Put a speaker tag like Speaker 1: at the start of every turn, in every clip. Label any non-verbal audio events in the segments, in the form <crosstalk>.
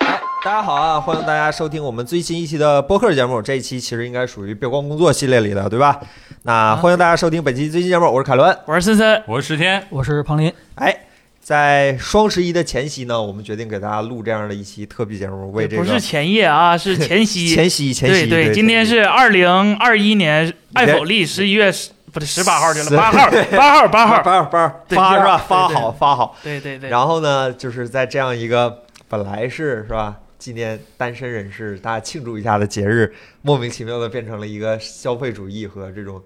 Speaker 1: 哎家啊收听我们最新一期的播客节目。这一期其实应该属于“别光工作”系列里的，对吧？
Speaker 2: 啊
Speaker 1: 那欢迎大家收听本期最新节目，我是凯伦。
Speaker 2: 我是森森，
Speaker 3: 我是石天，
Speaker 4: 我是庞林，
Speaker 1: 哎，在双十一的前夕呢，我们决定给大家录这样的一期特别节目，为这
Speaker 2: 不
Speaker 1: 个
Speaker 2: 是前夜
Speaker 1: <laughs>
Speaker 2: 啊，是前夕。
Speaker 1: 前夕前
Speaker 2: 对
Speaker 1: 夕。对，
Speaker 2: 今天是二零二一年艾否利十一月十不是十八号去
Speaker 1: <laughs>
Speaker 2: 了，八号，八号，八
Speaker 1: 八
Speaker 2: 号。
Speaker 1: 八八
Speaker 2: 对
Speaker 1: 发是吧？
Speaker 2: 对对
Speaker 1: 发好发好。
Speaker 2: 对对对，
Speaker 1: 然后呢，就是在这样一个本来是是吧，纪念单身人士大家庆祝一下的节日，莫名其妙的变成了一个消费主义和这种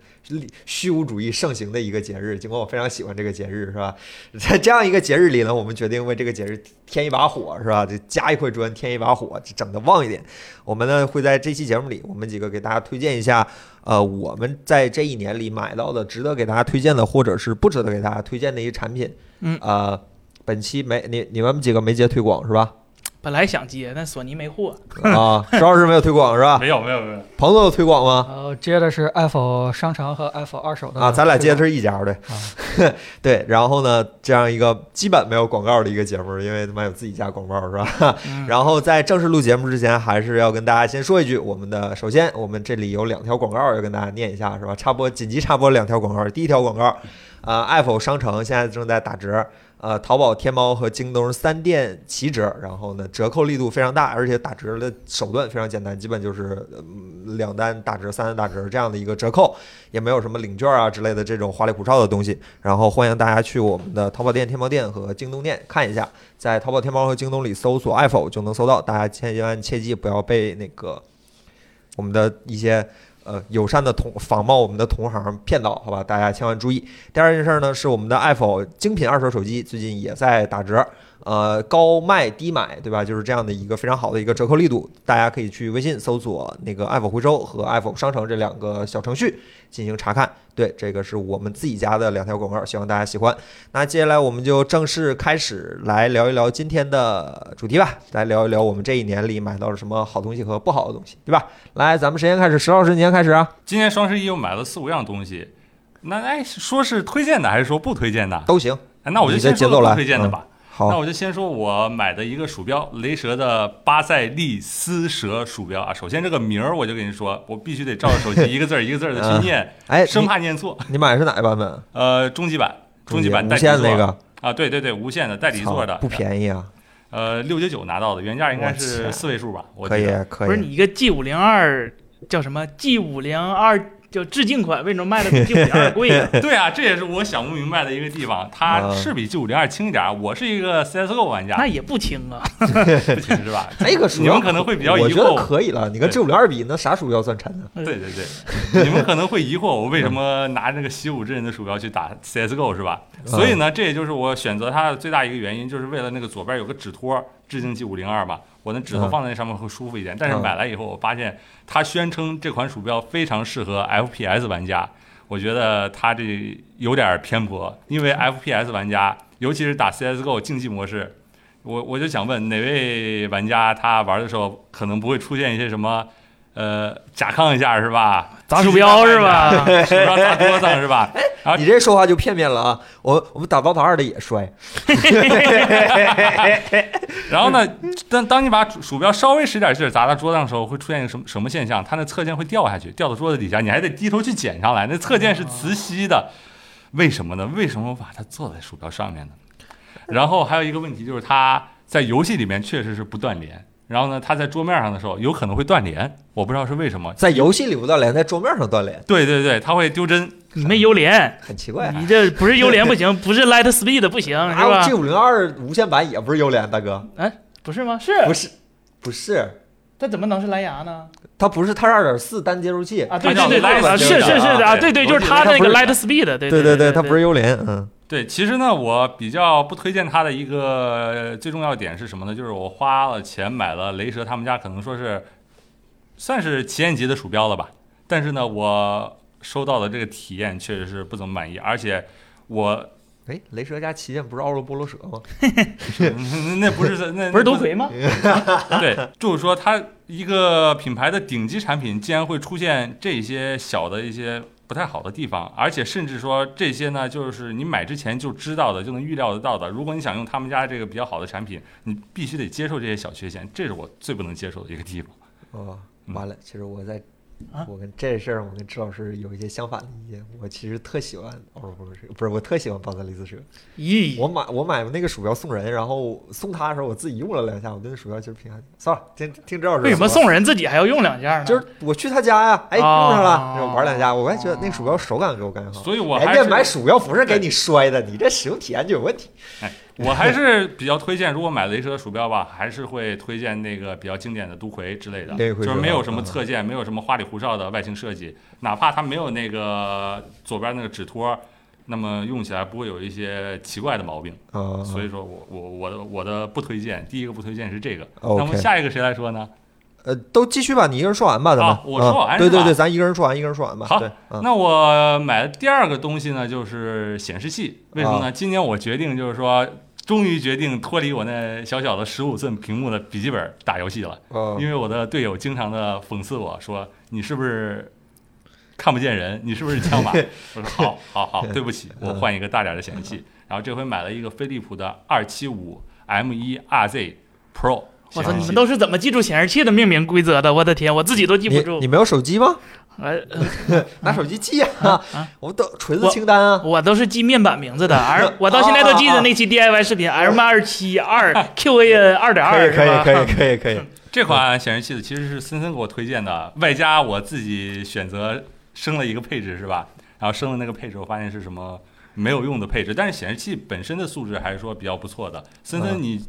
Speaker 1: 虚无主义盛行的一个节日。尽管我非常喜欢这个节日，是吧？ <laughs> 在这样一个节日里呢，我们决定为这个节日添一把火，是吧？就加一块砖，添一把火，整的旺一点。我们呢会在这期节目里，我们几个给大家推荐一下，呃，我们在这一年里买到的值得给大家推荐的，或者是不值得给大家推荐的一些产品。
Speaker 2: 嗯
Speaker 1: 呃，本期没你你们几个没接推广是吧？
Speaker 2: 本来想接，但索尼没货。
Speaker 1: 啊， <laughs> 石老师没有推广是吧？
Speaker 3: <laughs> 没有没有没有，
Speaker 1: 彭总有推广吗？
Speaker 4: 呃，接的是 Apple 商城和 Apple 二手的
Speaker 1: 啊，咱俩接的
Speaker 4: 推
Speaker 1: 是一家的， <laughs> 对。然后呢，这样一个基本没有广告的一个节目，因为他妈有自己家广告是吧？
Speaker 2: 嗯
Speaker 1: 啊然后在正式录节目之前，还是要跟大家先说一句，我们的首先我们这里有两条广告要跟大家念一下，是吧？插播紧急插播两条广告，第一条广告，呃，Apple 商城现在正在打折。呃，淘宝、天猫和京东三店齐折，然后呢，折扣力度非常大，而且打折的手段非常简单，基本就是、嗯、两单打折、三单打折这样的一个折扣，也没有什么领券啊之类的这种花里胡哨的东西。然后欢迎大家去我们的淘宝店、天猫店和京东店看一下，在淘宝、天猫和京东里搜索 “iPhone” 就能搜到。大家千万切记不要被那个我们的一些呃友善的同仿冒我们的同行骗到，好吧？大家千万注意。第二件事呢，是我们的 iPhone 精品二手手机最近也在打折，呃，高卖低买，对吧？就是这样的一个非常好的一个折扣力度，大家可以去微信搜索那个 iPhone 回收和 iPhone 商城这两个小程序进行查看。对，这个是我们自己家的两条广告，希望大家喜欢。那接下来我们就正式开始来聊一聊今天的主题吧，来聊一聊我们这一年里买到了什么好东西和不好的东西，对吧？来，咱们谁先开始？石老师，你先开始啊，
Speaker 3: 今年双十一我买了四五样东西，那哎，说是推荐的还是说不推荐的？
Speaker 1: 都行。
Speaker 3: 哎那我就
Speaker 1: 你的
Speaker 3: 先
Speaker 1: 节
Speaker 3: 说
Speaker 1: 奏
Speaker 3: 不
Speaker 1: 来
Speaker 3: 推荐的吧。那
Speaker 1: 好，
Speaker 3: 我就先说我买的一个鼠标，雷蛇的巴塞利斯蛇鼠标啊。首先这个名儿我就跟你说，我必须得照着手机一个字儿一个字儿的去念，
Speaker 1: <laughs> 哎，
Speaker 3: 生
Speaker 1: 你
Speaker 3: 怕念错。
Speaker 1: 你买的是哪个版本？
Speaker 3: 呃，终极版，终极版
Speaker 1: 无
Speaker 3: 带底座
Speaker 1: 线那个，
Speaker 3: 啊，对对对，无线的带底座的，
Speaker 1: 操不便宜啊，
Speaker 3: 呃，六九九拿到的，原价应
Speaker 1: 我
Speaker 3: 该是
Speaker 1: 去
Speaker 3: 四位数吧？我
Speaker 1: 可
Speaker 3: 记
Speaker 1: 以
Speaker 3: 得
Speaker 1: 可
Speaker 2: 不是
Speaker 1: 以。
Speaker 2: 你一个 G 五零二叫什么？G 五零二叫致敬款，为什么卖
Speaker 1: <laughs>
Speaker 2: 的比 G 五零二贵呀？
Speaker 3: 对啊，这也是我想不明白的一个地方。它
Speaker 1: 啊
Speaker 3: 是比 G 五零二轻一点儿，我是一个 CSGO 玩家
Speaker 2: 那，也不轻啊。
Speaker 3: 不轻是吧？
Speaker 1: 那个鼠
Speaker 3: 你
Speaker 1: 标
Speaker 3: 们可能会比较
Speaker 1: 我
Speaker 3: 疑
Speaker 1: 觉得
Speaker 3: 惑，
Speaker 1: 可以了。你跟 G 五零二比，那啥鼠标算沉呢？
Speaker 3: 对对对，你们可能会疑惑我为什么拿那个习武之人的鼠标去打 CSGO 是吧？所以呢，这也就是我选择它的最大一个原因，就是为了那个左边有个指托，致敬 G 五零二嘛，我的指头
Speaker 1: 嗯
Speaker 3: 放在那上面会舒服一点。但是
Speaker 1: 嗯
Speaker 3: 买来以后，我发现它宣称这款鼠标非常适合 FPS 玩家，我觉得它这有点偏颇，因为 FPS 玩家，尤其是打 CSGO 竞技模式，我我就想问哪位玩家他玩的时候可能不会出现一些什么，呃，甲亢一下是吧？
Speaker 2: 砸鼠标是吧？
Speaker 3: 鼠标砸桌子上是吧？啊
Speaker 1: 你这说话就片面了啊！我我们打 DOTA 二的也摔，
Speaker 3: 然后呢，但当你把鼠鼠标稍微使点劲儿砸到桌子上的时候，会出现一个什么什么现象？它那侧键会掉下去，掉到桌子底下，你还得低头去捡上来。那侧键是磁吸的，为什么呢？为什么我把它坐在鼠标上面呢？然后还有一个问题就是，它在游戏里面确实是不断连，然后呢，它在桌面上的时候有可能会断连，我不知道是为什么。
Speaker 1: 在游戏里不断连，在桌面上断连，
Speaker 3: 对对对，它会丢帧。
Speaker 2: 你没幽联，
Speaker 1: 很奇怪。
Speaker 2: 你这不是幽联
Speaker 1: <laughs>
Speaker 2: 不行，不是 Light Speed 不
Speaker 3: 嗯
Speaker 2: 行是吧
Speaker 1: G？五啊零二无线版也不是优联，大哥，
Speaker 2: 不是吗？是，
Speaker 1: <laughs> 不是，不是，
Speaker 2: 它怎么能是蓝牙呢？
Speaker 1: 它不是，它是二点四单接收器。
Speaker 2: 啊，对
Speaker 3: 它叫
Speaker 2: 对对
Speaker 3: Light
Speaker 2: 对，啊
Speaker 3: Speed
Speaker 2: 是是是的
Speaker 3: 啊
Speaker 2: 啊，
Speaker 3: 对
Speaker 2: 对对，就是它
Speaker 1: 它
Speaker 2: 那
Speaker 1: 不
Speaker 2: 个
Speaker 1: 是
Speaker 2: Light Speed，对
Speaker 1: 对
Speaker 2: 对
Speaker 1: 对，它
Speaker 2: 它
Speaker 1: 不是幽联，嗯，
Speaker 3: 对，其实呢，我比较不推荐它的一个呃最重要点是什么呢？就是我花了钱买了雷蛇他们家，可能说是算是旗舰级的鼠标了吧。但是呢，我收到的这个体验确实是不怎么满意，而且我
Speaker 1: 哎，雷蛇家旗舰不是奥罗波罗蛇吗？
Speaker 3: 嗯那不是那
Speaker 2: 不是头盔吗？
Speaker 3: <laughs> 对，就是说它一个品牌的顶级产品竟然会出现这些小的一些不不太好的地方，而且甚至说这些呢，就是你买之前就知道的，就能预料得到的。如果你想用他们家这个比较好的产品，你必须得接受这些小缺陷，这是我最不能接受的一个地方。
Speaker 1: 哦，
Speaker 3: 嗯
Speaker 1: 完了，其实我在
Speaker 2: 啊，
Speaker 1: 我跟这事儿，我跟支老师有一些相反的意见。我其实特喜欢欧洲风车，不是我特喜欢巴特利斯车。
Speaker 2: 咦，
Speaker 1: 我买我买那个鼠标送人，然后送他的时候我自己用了两下，我对那鼠标其实挺爱的。算了，听听支老师。
Speaker 2: 为什么？送人自己还要用两件呢？
Speaker 1: 就是我去他家呀，哎，用
Speaker 2: 哦
Speaker 1: 上了，然后玩两下，我还觉得那鼠标手感给我感觉好。
Speaker 3: 所以我
Speaker 1: 人
Speaker 3: 还
Speaker 1: 家
Speaker 3: 是
Speaker 1: 哎买鼠标不是给你摔的，你这使用体验就有问题。
Speaker 3: 我还是比较推荐，如果买雷蛇的鼠标吧，还是会推荐那个比较经典的都魁之类的，
Speaker 1: 雷魁
Speaker 3: 就是
Speaker 1: 是
Speaker 3: 没有
Speaker 1: 吧
Speaker 3: 什么
Speaker 1: 嗯
Speaker 3: 侧键，没有什么花里胡哨的外形设计，哪怕它没有那个左边那个指托，那么用起来不会有一些奇怪的毛病。
Speaker 1: 啊，
Speaker 3: 所以说我我我的我的不推荐，第一个不推荐是这个。
Speaker 1: OK
Speaker 3: 那么下一个谁来说呢？
Speaker 1: 呃，都继续吧，你一个人说完吧，咱们。
Speaker 3: 啊我说完
Speaker 1: 嗯对
Speaker 3: 是吧
Speaker 1: 对对，咱一个人说完，一个人说完吧。
Speaker 3: 好
Speaker 1: 对，嗯
Speaker 3: 那我买的第二个东西呢，就是显示器。为什
Speaker 1: 啊
Speaker 3: 么呢？今年我决定就是说，终于决定脱离我那小小的十五寸屏幕的笔记本打游戏了。
Speaker 1: 哦
Speaker 3: 因为我的队友经常的讽刺我说：“你是不是看不见人？你是不是枪马？”我说：“好，好，好，对不起，我换一个大点儿的显示器。”然后这回买了一个飞利浦的二七五 M 一 RZ Pro
Speaker 2: 我
Speaker 3: 显
Speaker 2: 操，
Speaker 3: 示
Speaker 2: 你
Speaker 3: 器
Speaker 2: 们。都是怎么记住显示器的命名规则的？我的天，我自己都记不
Speaker 1: 你
Speaker 2: 住
Speaker 1: 你。没有手机吗？
Speaker 3: 嗯
Speaker 2: 呃，呃
Speaker 1: 拿手机记啊
Speaker 2: 啊！
Speaker 1: <laughs> 我都锤子
Speaker 2: 我
Speaker 1: 清单啊。
Speaker 2: 我都是记面板名字的，而我到现在都记得那期 DIY 视频 M 二七二 QAN 二点
Speaker 1: 可
Speaker 2: 二，
Speaker 1: 以可以可
Speaker 2: 是
Speaker 1: 以
Speaker 2: 吧？
Speaker 1: 可以可以，
Speaker 3: 这款显示器的其实是森森给我推荐的，外加我自己选择升了一个配置是吧？然后升了那个配置，我发现是什么没有用的配置，但是显示器本身的素质还是说比较不错的。森森，
Speaker 1: 嗯
Speaker 3: 你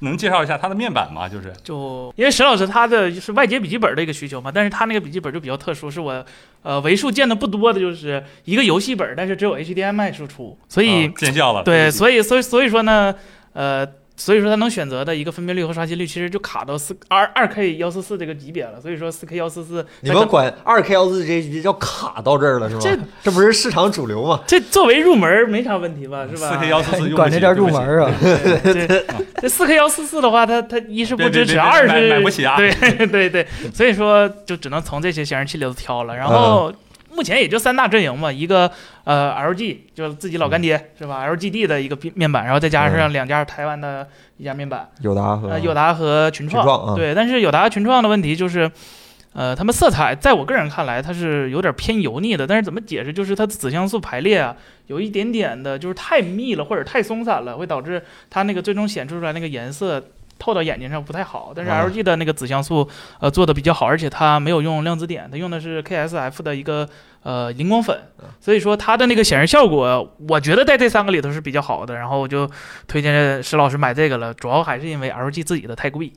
Speaker 3: 能介绍一下它的面板吗？就是
Speaker 2: 就因为石老师他的是外接笔记本的一个需求嘛，但是他那个笔记本就比较特殊，是我呃为数见的不多的，就是一个游戏本，但是只有 HDMI 输出，所以
Speaker 1: 哦
Speaker 3: 啊见笑了，
Speaker 2: 对，
Speaker 3: 以
Speaker 2: 所以所以所以说呢，呃，所以说它能选择的一个分辨率和刷新率，其实就卡到四二二 K 幺四四这个级别了。所以说四 K 幺四四，
Speaker 1: <laughs> 你们管二 K 幺四 G 要卡到这儿了是吗？
Speaker 2: 这
Speaker 1: 这不是市场主流吗？
Speaker 2: 这作为入门儿没啥问题吧，是吧？
Speaker 3: 四 K 幺四四
Speaker 4: 你
Speaker 3: 用
Speaker 4: <laughs> <laughs> 管这叫入门
Speaker 3: 不起
Speaker 4: 儿啊？
Speaker 2: 对对，
Speaker 3: 啊
Speaker 2: <laughs> 这四 K 幺四四的话，它它一是不支
Speaker 3: 别别
Speaker 2: 持，
Speaker 3: 别
Speaker 2: 二
Speaker 3: 买
Speaker 2: 是
Speaker 3: 买不起啊
Speaker 2: 对对对，所以说就只能从这些显示器里头挑了。然后
Speaker 1: 嗯
Speaker 2: 目前也就三大阵营嘛，一个呃 LG 就是自己老
Speaker 3: 嗯
Speaker 2: 干爹是吧？LGD 的一个面面板，然后再加上两家台湾的一家面板，
Speaker 1: 友达和
Speaker 3: 啊
Speaker 2: 呃友达和群
Speaker 1: 群创啊
Speaker 2: 创。对，但是友达群创的问题就是。呃，他们色彩在我个人看来，它是有点偏油腻的。但是怎么解释，就是它的子像素排列啊，有一点点的，就是太密了或者太松散了，会导致它那个最终显示出来那个颜色透到眼睛上不太好。但是
Speaker 1: 啊
Speaker 2: LG 的那个子像素呃做的比较好，而且它没有用量子点，它用的是 KSF 的一个呃荧光粉，所以说它的那个显示效果，我觉得在这三个里头是比较好的。然后我就推荐石老师买这个了，主要还是因为 LG 自己的太贵。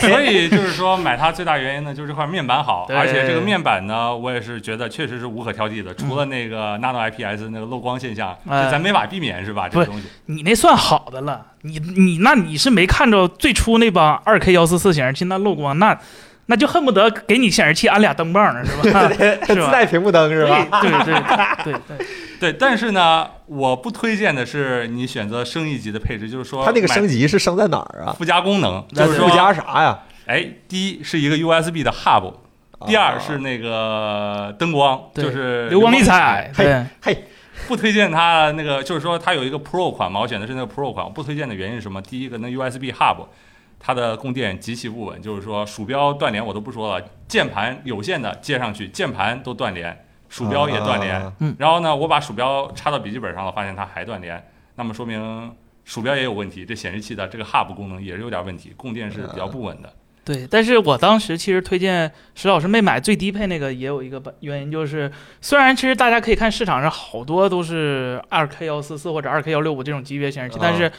Speaker 3: 所以就是说，买它最大原因呢，就是这块面板好，
Speaker 2: 对
Speaker 3: 而且这个面板呢，我也是觉得确实是无可挑剔的，除了那个 Nano IPS 那个漏光现象，
Speaker 2: 嗯哎
Speaker 3: 这咱没法避免是吧？这
Speaker 2: 不
Speaker 3: 个东西，
Speaker 2: 你那算好的了，你你那你是没看着最初那帮二 K 幺四四显示器那漏光，那那就恨不得给你显示器安俩灯棒呢，是吧？ <laughs>
Speaker 1: 自 <laughs>
Speaker 2: 是吧？
Speaker 1: 带屏幕灯是吧？
Speaker 2: 对对对对对，
Speaker 3: 对。但是呢，我不推荐的是你选择升一级的配置，就是说
Speaker 1: 它那个
Speaker 3: 买
Speaker 1: 升级是升在哪儿啊？
Speaker 3: 附加功能，
Speaker 2: 那
Speaker 3: 就是
Speaker 1: 附
Speaker 3: 说，
Speaker 1: 加啥呀？
Speaker 3: 哎，第一是一个 USB 的 hub，第
Speaker 4: 哦
Speaker 3: 二是那个灯光，
Speaker 2: 对
Speaker 3: 就是
Speaker 2: 流光溢彩，
Speaker 1: 嘿
Speaker 2: 对，
Speaker 3: 不推荐它那个，就是说它有一个 Pro 款嘛，我选的是那个 Pro 款。我不推荐的原因是什么？第一个，那 USB Hub 它的供电极其不稳，就是说鼠标断连我都不说了，键盘有线的接上去，键盘都断连，鼠标也断连。
Speaker 1: 啊
Speaker 3: 然后呢，我把鼠标插到笔记本上了，发现它还断连，那么说明鼠标也有问题，这显示器的这个 Hub 功能也是有点问题，供电是比较不稳的。
Speaker 2: 对，但是我当时其实推荐石老师没买最低配那个，也有一个原因，就是虽然其实大家可以看市场上好多都是二 K 幺四四或者二 K 幺六五这种级别显示器
Speaker 1: 啊，
Speaker 2: 但是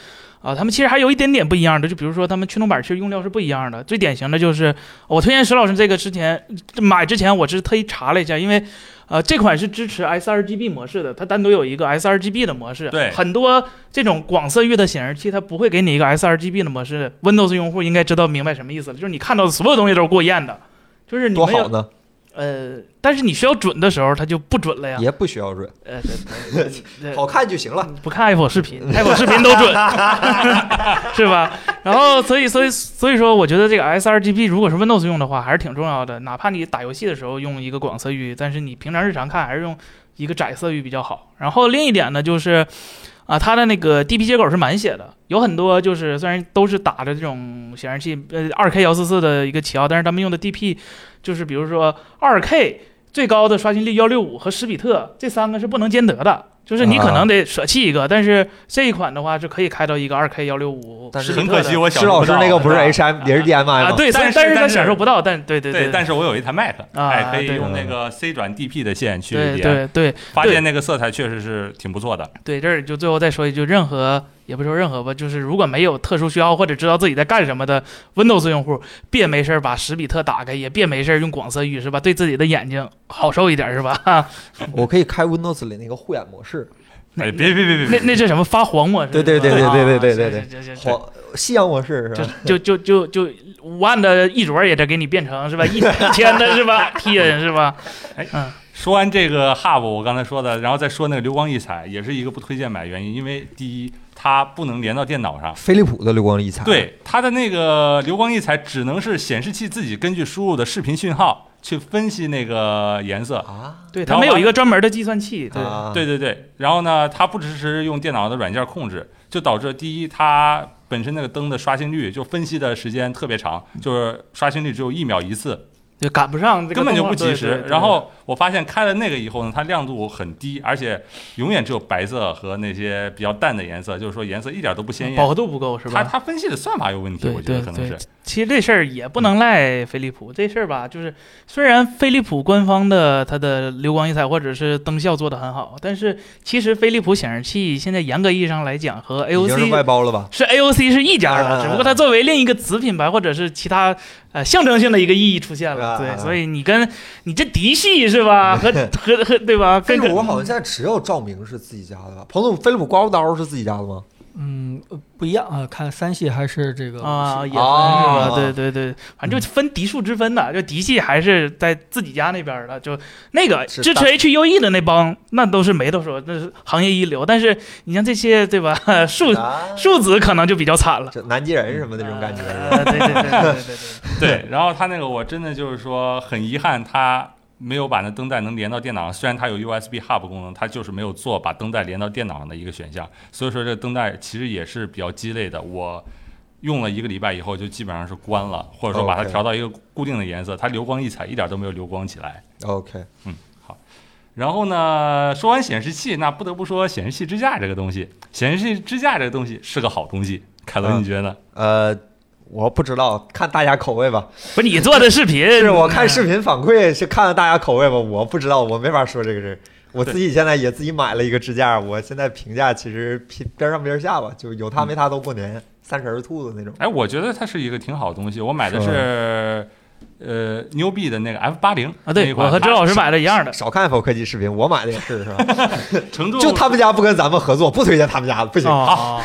Speaker 2: 啊、他们其实还有一点点不一样的，就比如说他们驱动板其实用料是不一样的。最典型的就是我推荐石老师这个之前买之前，我是特意查了一下，因为。呃，这款是支持 sRGB 模式的，它单独有一个 sRGB 的模式。
Speaker 3: 对
Speaker 2: 很多这种广色域的显示器，它不会给你一个 sRGB 的模式。Windows 用户应该知道明白什么意思了，就是你看到的所有东西都是过艳的，就是你
Speaker 1: 多
Speaker 2: 没
Speaker 1: 好
Speaker 2: 有
Speaker 1: 呢！
Speaker 2: 呃，但是你需要准的时候，它就不准
Speaker 1: <laughs>
Speaker 2: 了呀。
Speaker 1: 也不需要润，
Speaker 2: 呃，这这
Speaker 1: <laughs>
Speaker 2: 这
Speaker 1: 好看就行
Speaker 3: 嗯
Speaker 1: 了。
Speaker 2: 不看 Apple 视频，Apple 视频都准， <laughs> 是吧？然后，所以，所以，所以说，我觉得这个 sRGB 如果是 Windows 用的话，还是挺重要的。哪怕你打游戏的时候用一个广色域，但是你平常日常看还是用一个窄色域比较好。然后另一点呢，就是啊，它的那个 DP 接口是满血的，有很多就是虽然都是打着这种显示器呃 2K 幺四四的一个旗号，但是他们用的 DP 就是比如说 2K。最高的刷新率幺六五和十比特这三个是不能兼得的，就是你可能得舍弃一个，但是这一款的话是可以开到一个二 K 幺六五，
Speaker 1: 啊但是
Speaker 3: 很可惜我享
Speaker 1: 施
Speaker 3: 受
Speaker 1: 老
Speaker 3: 不
Speaker 1: 师
Speaker 3: 到。
Speaker 1: 那个不是
Speaker 3: 对吧
Speaker 1: H M
Speaker 3: <laughs>
Speaker 1: 也是 D M I
Speaker 2: 啊，
Speaker 1: 吗？
Speaker 2: 对，
Speaker 3: 但
Speaker 2: 但
Speaker 3: 是
Speaker 2: 是它
Speaker 3: 但是
Speaker 2: 享受不到，但对对
Speaker 3: 对，但
Speaker 2: 对
Speaker 3: 是我有一台 Mac，
Speaker 2: 啊
Speaker 3: 哎，可以
Speaker 2: 对
Speaker 3: 用那个 C 转 DP 的线去
Speaker 2: 对
Speaker 3: 连，
Speaker 2: 对对
Speaker 3: 发现那个色彩确实是挺不错的。
Speaker 2: 对，这儿就最后再说一句，任何也不说任何吧，就是如果没有特殊需要或者知道自己在干什么的 Windows 用户，别没事儿把十比特打开，也别没事儿用广色域是吧？对自己的眼睛好受一点是吧？
Speaker 1: 我可以开 Windows 里那个护眼模式，
Speaker 3: 哎，别别别别
Speaker 2: 那
Speaker 3: 别，
Speaker 2: 那这什么发黄模式是吧？
Speaker 1: 对对对对对对对对
Speaker 2: 对对
Speaker 1: 黄呃夕阳模式是吧？
Speaker 2: 就就就就五万的一卓也得给你变成是吧？一一千的是吧？TN <laughs> 是吧？
Speaker 3: 说完这个 Hub，我刚才说的，然后再说那个流光溢彩，也是一个不推荐买的原因，因为第一，它不能连到电脑上。
Speaker 1: 飞利浦的流光溢彩，，
Speaker 3: 对它的那个流光溢彩，只能是显示器自己根据输入的视频讯号去分析那个颜色。
Speaker 1: 啊，
Speaker 2: 对，它没有一个专门的计算器，对，
Speaker 1: 啊
Speaker 3: 对对对，然后呢，它不支持用电脑的软件控制，就导致第一，它本身那个灯的刷新率就分析的时间特别长，就是刷新率只有一秒一次，
Speaker 2: 就赶不上这个动
Speaker 3: 根
Speaker 2: 画，
Speaker 3: 本就不及
Speaker 2: 对
Speaker 3: 时
Speaker 2: 对。对
Speaker 3: 然后我发现开了那个以后呢，它亮度很低，而且永远只有白色和那些比较淡的颜色，就是说颜色一点都不鲜
Speaker 2: 饱
Speaker 3: 艳。
Speaker 2: 和度不够是
Speaker 3: 它
Speaker 2: 吧？
Speaker 3: 它分析的算法有问题，
Speaker 2: 嗯对
Speaker 3: 我觉
Speaker 2: 对
Speaker 3: 得可能
Speaker 2: 对
Speaker 3: 是。嗯
Speaker 2: 其实这事儿也不能赖飞利浦，这事儿吧，就是虽然飞利浦官方的它的流光溢彩或者是灯效做得很好，但是其实飞利浦显示器现在严格意义上来讲和
Speaker 1: 已经是外
Speaker 2: AOC
Speaker 1: 包了吧？
Speaker 2: 是 AOC 是一家
Speaker 3: 嗯
Speaker 1: 啊啊啊
Speaker 2: 的，只不过它作为另一个子品牌或者是其他呃象征性的一个意义出现
Speaker 1: 啊啊
Speaker 2: 了，
Speaker 1: 啊
Speaker 3: 嗯
Speaker 2: 对，所以你跟你这嫡系是吧，
Speaker 3: <laughs>
Speaker 2: 和和和对吧，
Speaker 1: 飞
Speaker 2: 跟
Speaker 1: 利浦好像现在只有照明是自己家的吧？彭总，飞利浦刮胡刀是自己家的吗？
Speaker 4: 嗯，呃不一样啊，看三系还是这个
Speaker 2: 啊，
Speaker 4: 五系
Speaker 2: 也分是吧
Speaker 1: 哦？
Speaker 2: 对对对，反正就分嫡庶之分的，就嫡系还是在自己家那边儿的，就那个
Speaker 1: 是
Speaker 2: 支持
Speaker 1: 大
Speaker 2: HUE 的那帮，那都是没得说，那是行业一流。但是你像这些对吧， <laughs> 庶
Speaker 1: 啊
Speaker 2: 庶子可能就比较惨了，
Speaker 1: 这南极人什么那种感觉是吧？
Speaker 2: 呃对对对对对对对，
Speaker 3: 对，然后它那个我真的就是说很遗憾，它没有把那灯带能连到电脑上。虽然它有 USB Hub 功能，它就是没有做把灯带连到电脑上的一个选项。所以说这个灯带其实也是比较鸡肋的。我用了一个礼拜以后就基本上是关了，或者说把它
Speaker 1: OK
Speaker 3: 调到一个固定的颜色，它流光溢彩一点都没有流光起来。
Speaker 1: OK，
Speaker 3: 然后呢，说完显示器，那不得不说显示器支架这个东西，显示器支架这个东西是个好东西。凯伦，
Speaker 1: 嗯
Speaker 3: 你觉得呢？
Speaker 1: 呃，我不知道，看大家口味吧。
Speaker 2: 不是你做的视频，
Speaker 1: <laughs> 是我看视频反馈是看大家口味吧，我不知道，我没法说这个事儿。我自己现在也自己买了一个支架，我现在评价其实偏边上边下吧，就有它没它都过年，三十儿兔子那种。
Speaker 3: 哎，我觉得它是一个挺好的东西。我买的
Speaker 1: 是
Speaker 3: 是，呃，牛逼的那个 F 八零
Speaker 2: 啊，对我和周老师买的一样的，
Speaker 1: 少看 Apple 科技视频，我买的也是，是吧？
Speaker 3: 承重
Speaker 1: 就他们家不跟咱们合作，不推荐他们家的，不行。
Speaker 2: 哦，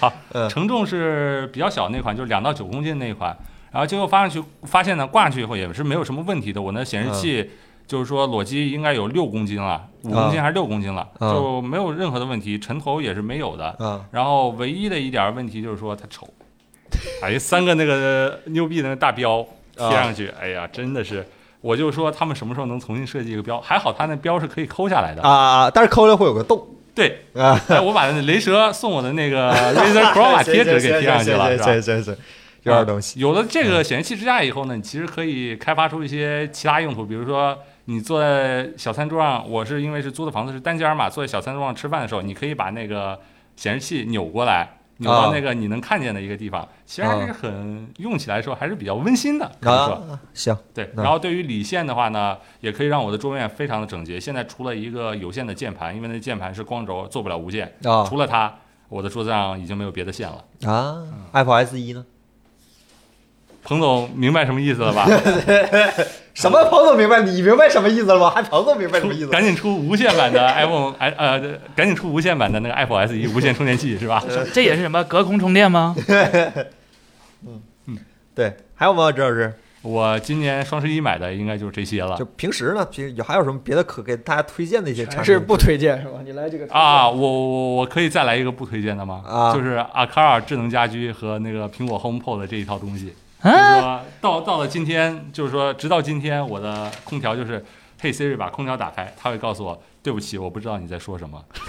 Speaker 3: 好
Speaker 1: 嗯
Speaker 3: 承重是比较小那款，就是两到九公斤那一款。然后最后发上去，发现呢挂上去以后也是没有什么问题的。我那显示器就是说裸机应该有六公斤了，五公斤还是六公斤了，
Speaker 1: 嗯
Speaker 3: 就没有任何的问题，沉头也是没有的。
Speaker 1: 啊，
Speaker 3: 然后唯一的一点问题就是说它丑，哎，三个那个牛逼的那大标
Speaker 1: 啊
Speaker 3: 贴上去，哎呀，真的是，我就说他们什么时候能重新设计一个标？还好它那标是可以抠下来的
Speaker 1: 啊啊！但是抠了会有个洞
Speaker 3: 对，
Speaker 1: 啊。
Speaker 3: 哎我把那雷蛇送我的
Speaker 1: <laughs>
Speaker 3: 那个 Razer Chroma 贴纸给贴上去了，是吧？
Speaker 1: 行行行，有点东西。
Speaker 3: 啊有了这
Speaker 1: 嗯
Speaker 3: 个显示器支架以后呢，你其实可以开发出一些其他用途，比如说你坐在小餐桌上，我是因为是租的房子是单间儿嘛，坐在小餐桌上吃饭的时候，你可以把那个显示器扭过
Speaker 1: 啊
Speaker 3: 来。扭到那个你能看见的一个地方，其实还是很用起来的时候还是比较温馨的，可以说。
Speaker 1: 啊，行，
Speaker 3: 对，
Speaker 1: 那
Speaker 3: 然后对于理线的话呢，也可以让我的桌面非常的整洁。现在除了一个有线的键盘，因为那键盘是光轴，做不了无线，
Speaker 1: 啊
Speaker 3: 除了它，我的桌子上已经没有别的线了。
Speaker 1: 啊，Apple S 一呢？
Speaker 3: 彭总明白什么意思了吧？
Speaker 1: 什么？彭总明白？你明白什么意思了吗？还彭总明白什么意思？
Speaker 3: 赶紧出无线版的 iPhone，哎呃，赶紧出无线版的那个 iPhone SE 无线充电器是吧？
Speaker 2: <laughs>
Speaker 1: 呃
Speaker 2: 这也是什么隔空充电吗？
Speaker 1: 对，还有吗？周老师？
Speaker 3: <laughs> 我今年双十一买的应该就是这些了
Speaker 1: 就平时呢，平有还有什么别的可给大家推荐的一些产
Speaker 4: 还
Speaker 1: 品？
Speaker 4: 是不推荐是吧？你来这个 <laughs>
Speaker 3: 啊！我我我可以再来一个不推荐的吗？
Speaker 1: 啊
Speaker 3: 就是阿卡尔智能家居和那个苹果 HomePod 这一套东西。就是
Speaker 2: 啊，
Speaker 3: 说到到了今天，就是说直到今天，我的空调就是 Hey Siri 把空调打开，它会告诉我对不起，我不知道你在说什么。 <laughs>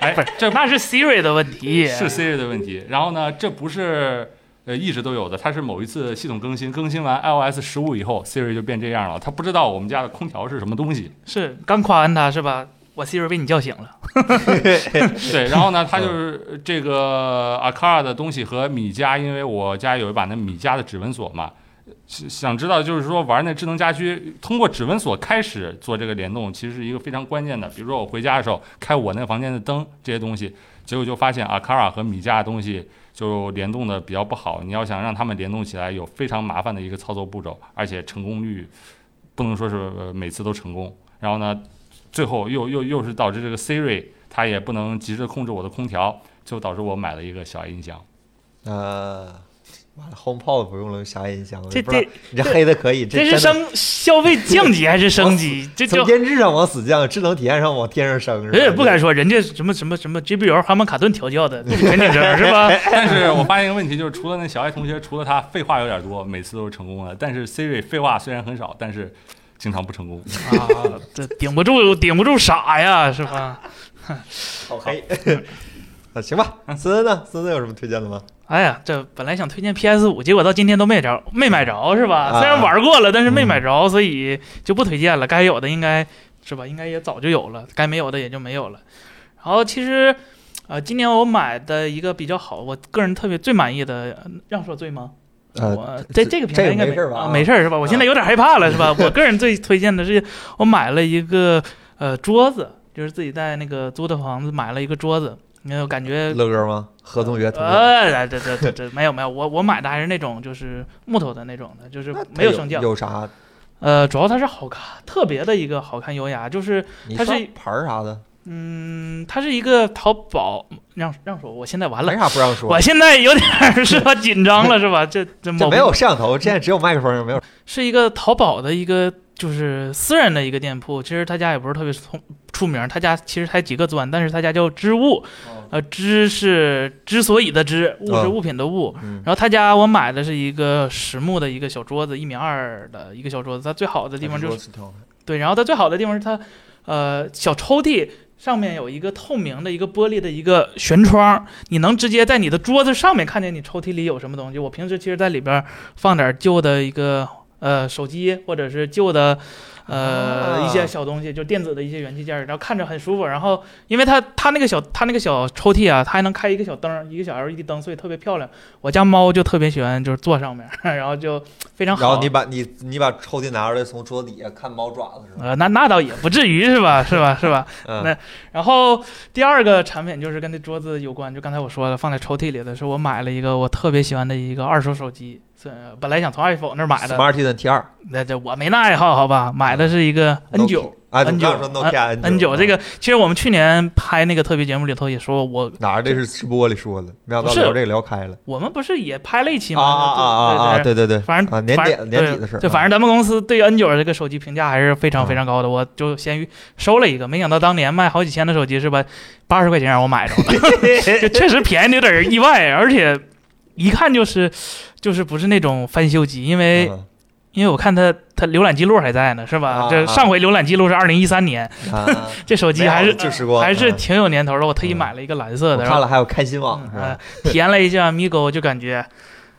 Speaker 3: 哎，这
Speaker 2: 那是 Siri 的问题，
Speaker 3: 是 Siri 的问题。然后呢，这不是呃一直都有的，它是某一次系统更新，更新完 iOS 十五以后，Siri 就变这样了。它不知道我们家的空调是什么东西。
Speaker 2: 是刚夸完他是吧？我 Siri 被你叫醒了，
Speaker 3: 对，然后呢，它就是这个 Akara 的东西和米家，因为我家有一把那米家的指纹锁嘛，想想知道就是说玩那智能家居，通过指纹锁开始做这个联动，其实是一个非常关键的。比如说我回家的时候开我那个房间的灯这些东西，结果就发现 Akara 和米家的东西就联动的比较不好。你要想让它们联动起来，有非常麻烦的一个操作步骤，而且成功率不能说是呃每次都成功。然后呢，最后又又又是导致这个 Siri 它也不能及时控制我的空调，就导致我买了一个小音箱。
Speaker 1: 呃，完了，HomePod 不用了，啥音箱了？
Speaker 2: 这
Speaker 1: 不知道
Speaker 2: 这
Speaker 1: 你这黑的可以，
Speaker 2: 这
Speaker 1: 真
Speaker 2: 是
Speaker 1: 的
Speaker 2: 升消费降级还是
Speaker 1: <laughs>
Speaker 2: 升级？这
Speaker 1: 从
Speaker 2: 就
Speaker 1: 编制上往死降，智能体验上往天上升，是吧
Speaker 2: 人也不敢说，人家什么什么什么 GBL 哈曼卡顿调教的，这肯定是是
Speaker 1: <laughs>
Speaker 2: 吧？
Speaker 3: 但是我发现一个问题，就是除了那小爱同学，除了他废话有点多，每次都是成功的。但是 Siri 废话虽然很少，但是经常不成功。
Speaker 2: 啊，这顶不住，顶不住傻呀，是吧？
Speaker 1: 好黑。 <laughs> 啊，行吧，森森呢？森森有什么推荐的吗？
Speaker 2: 哎呀，这本来想推荐 PS 五，结果到今天都没着，没买着是
Speaker 1: 啊
Speaker 2: 吧？
Speaker 1: 嗯
Speaker 2: 虽然玩过了，但是没买着，所以就不推荐了。该有的应该是吧，应该也早就有了，该没有的也就没有了。然后其实，呃，今年我买的一个比较好，我个人特别最满意的，呃让说最吗？
Speaker 1: 呃
Speaker 2: 我这
Speaker 1: 这
Speaker 2: 这个平台应该
Speaker 1: 这个没事儿吧
Speaker 2: 啊
Speaker 1: 啊
Speaker 2: 没事儿是吧？我现在有点害怕了是
Speaker 1: <laughs>
Speaker 2: 吧？我个人最推荐的是，我买了一个呃桌子，就是自己在那个租的房子买了一个桌子，因为我感觉
Speaker 1: 乐哥吗？合同约同意。
Speaker 2: 呃，这这这这没有没有，我我买的还是那种就是木头的那种的，就是
Speaker 1: 那它
Speaker 2: 没有升降。
Speaker 1: 有啥？
Speaker 2: 呃，主要它是好看，特别的一个好看优雅，就是
Speaker 1: 你
Speaker 2: 它是
Speaker 1: 上牌儿啥的，
Speaker 2: 嗯，它是一个淘宝让让说，我现在完了
Speaker 1: 没，啥不让说
Speaker 2: 我。现在有点儿 <laughs> 是吧紧张了是吧？这这
Speaker 1: 这
Speaker 2: 没
Speaker 1: 没有摄像头，现在只有麦克风，没有。
Speaker 2: 是一个淘宝的一个就是私人的一个店铺，其实他家也不是特别出出名，他家其实才几个钻，但是他家叫织物，呃，织是之所以的织，物是
Speaker 1: 哦
Speaker 2: 物品的物。
Speaker 1: 嗯，
Speaker 2: 然后他家我买的是一个实木的一个小桌子，一米二的一个小桌子，它最好的地方就是
Speaker 1: 是
Speaker 2: 对，然后它最好的地方是它，呃，小抽屉上面有一个透明的一个玻璃的一个悬窗，你能直接在你的桌子上面看见你抽屉里有什么东西。我平时其实在里边放点旧的一个呃手机或者是旧的。呃，
Speaker 1: 啊
Speaker 2: 一些小东西，就电子的一些元器件，然后看着很舒服。然后，因为它它那个小它那个小抽屉啊，它还能开一个小灯，一个小 LED 灯，所以特别漂亮。我家猫就特别喜欢，就是坐上面， <laughs> 然后就非常好。
Speaker 1: 然后你把你你把抽屉拿出来，从桌底下看猫爪子是吧？
Speaker 2: 呃，那那倒也不至于是吧？是吧？是吧？
Speaker 1: 嗯
Speaker 2: 那然后第二个产品就是跟那桌子有关，就刚才我说了，放在抽屉里的是我买了一个我特别喜欢的一个二手手机，是呃本来想从 iPhone 那儿买的，
Speaker 1: ，Smart T 的 T 二
Speaker 2: 那这我没那爱好，好吧？买的是一个 N 九
Speaker 1: 啊，
Speaker 2: N9
Speaker 1: 你刚说 Nokia 啊
Speaker 2: N 九这个，其实我们去年拍那个特别节目里头也说，我
Speaker 1: 哪儿？这是直播里说的，没想到
Speaker 2: 不是
Speaker 1: 聊这个聊开了
Speaker 2: 我们不是也拍了一期
Speaker 1: 啊
Speaker 2: 吗？
Speaker 1: 啊啊啊啊！
Speaker 2: 对对
Speaker 1: 对
Speaker 2: 对
Speaker 1: 对对，
Speaker 2: 反正
Speaker 1: 啊年
Speaker 2: 反
Speaker 1: 底年底的事儿
Speaker 2: 对，
Speaker 1: 啊嗯
Speaker 2: 反正咱们公司对 N 九这个手机评价还是非常非常高的，我就闲鱼收了一个，没想到当年卖好几千的手机是吧？八十块钱让我买着了，就确实便宜的有点意外，而且一看就是就是不是那种翻修机，因为、
Speaker 1: 嗯
Speaker 2: 因为我看它它浏览记录还在呢，是吧？
Speaker 1: 啊
Speaker 2: 这上回浏览记录是二零一三年， <laughs>
Speaker 1: 啊，
Speaker 2: 这手机
Speaker 1: 没有
Speaker 2: 还是
Speaker 1: 旧时光
Speaker 2: 还是
Speaker 1: 嗯
Speaker 2: 挺有年头的，我特意
Speaker 1: 嗯
Speaker 2: 买了一个蓝色
Speaker 1: 我
Speaker 2: 的，然后
Speaker 1: 看了还有开心网
Speaker 2: 嗯
Speaker 1: 是
Speaker 2: 呃
Speaker 1: 吧？
Speaker 2: 体验了一下 Migo，就感觉，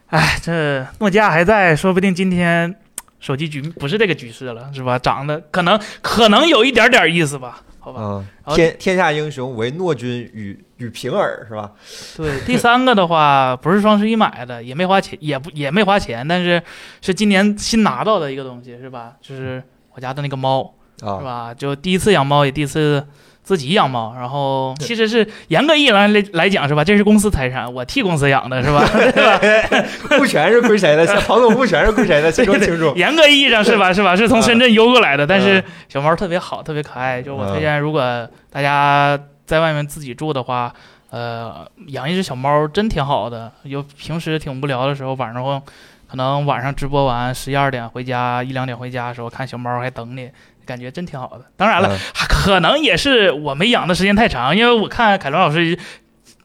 Speaker 2: 哎，这诺基亚还在，说不定今天手机局不是这个局势了，是吧？长得可能可能有一点点意思吧，好吧。
Speaker 1: 嗯，
Speaker 2: 后
Speaker 1: 天天下英雄唯诺君与与平耳是吧？
Speaker 2: 对，第三个的话不是双十一买的，也没花钱，也不也没花钱，但是是今年新拿到的一个东西，是吧？就是我家的那个猫，是
Speaker 1: 啊，
Speaker 2: 吧？就第一次养猫，也第一次自己养猫，然后其实是严格意义上来来讲，是吧？这是公司财产，我替公司养的，是吧？ <laughs> 对吧？
Speaker 1: 不全是归谁的？像庞总不全是归谁的？谁说清 <laughs> 楚？
Speaker 2: 严格意义上是吧？是吧？是从深圳邮过来的，但是
Speaker 1: 嗯
Speaker 2: 小猫特别好，特别可爱。就我
Speaker 1: 嗯
Speaker 2: 推荐，如果大家在外面自己住的话，呃，养一只小猫真挺好的。有平时挺无聊的时候，晚上后可能晚上直播完十一二点回家，一两点回家的时候看小猫还等你，感觉真挺好的。当然了，
Speaker 1: 嗯
Speaker 2: 还可能也是我没养的时间太长，因为我看凯伦老师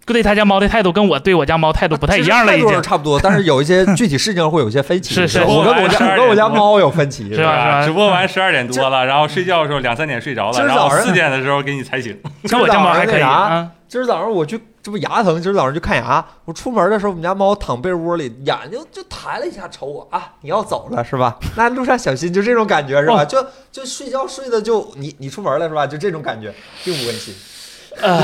Speaker 2: 对他家猫的态度跟我对我家猫态度不太一样了，已
Speaker 1: 其实态度
Speaker 2: 经
Speaker 1: 上。差不多，但是有一些具体事情会有一些分歧。
Speaker 2: 是是
Speaker 1: 我跟我家我跟我家猫有分歧，
Speaker 2: 是吧是
Speaker 3: 吧？
Speaker 2: 吧
Speaker 3: 直播完十二点多了，然后睡觉的时候两三点睡着
Speaker 1: 今儿
Speaker 3: 了，然
Speaker 1: 早
Speaker 3: 后
Speaker 1: 上
Speaker 3: 四点的时候给你才醒。
Speaker 2: 跟我家猫还可
Speaker 1: 那
Speaker 2: 以
Speaker 1: 啥
Speaker 2: 啊。
Speaker 1: 今儿早上我去，这不牙疼，今儿早上去看牙。我出门的时候，我们家猫躺被窝里，眼睛就抬了一下，瞅我啊，你要走了是吧？ <laughs> 那路上小心，就这种感觉是吧？
Speaker 2: 哦
Speaker 1: 就就睡觉睡的就你你出门了是吧？就这种感觉，并不温馨。
Speaker 2: 呃，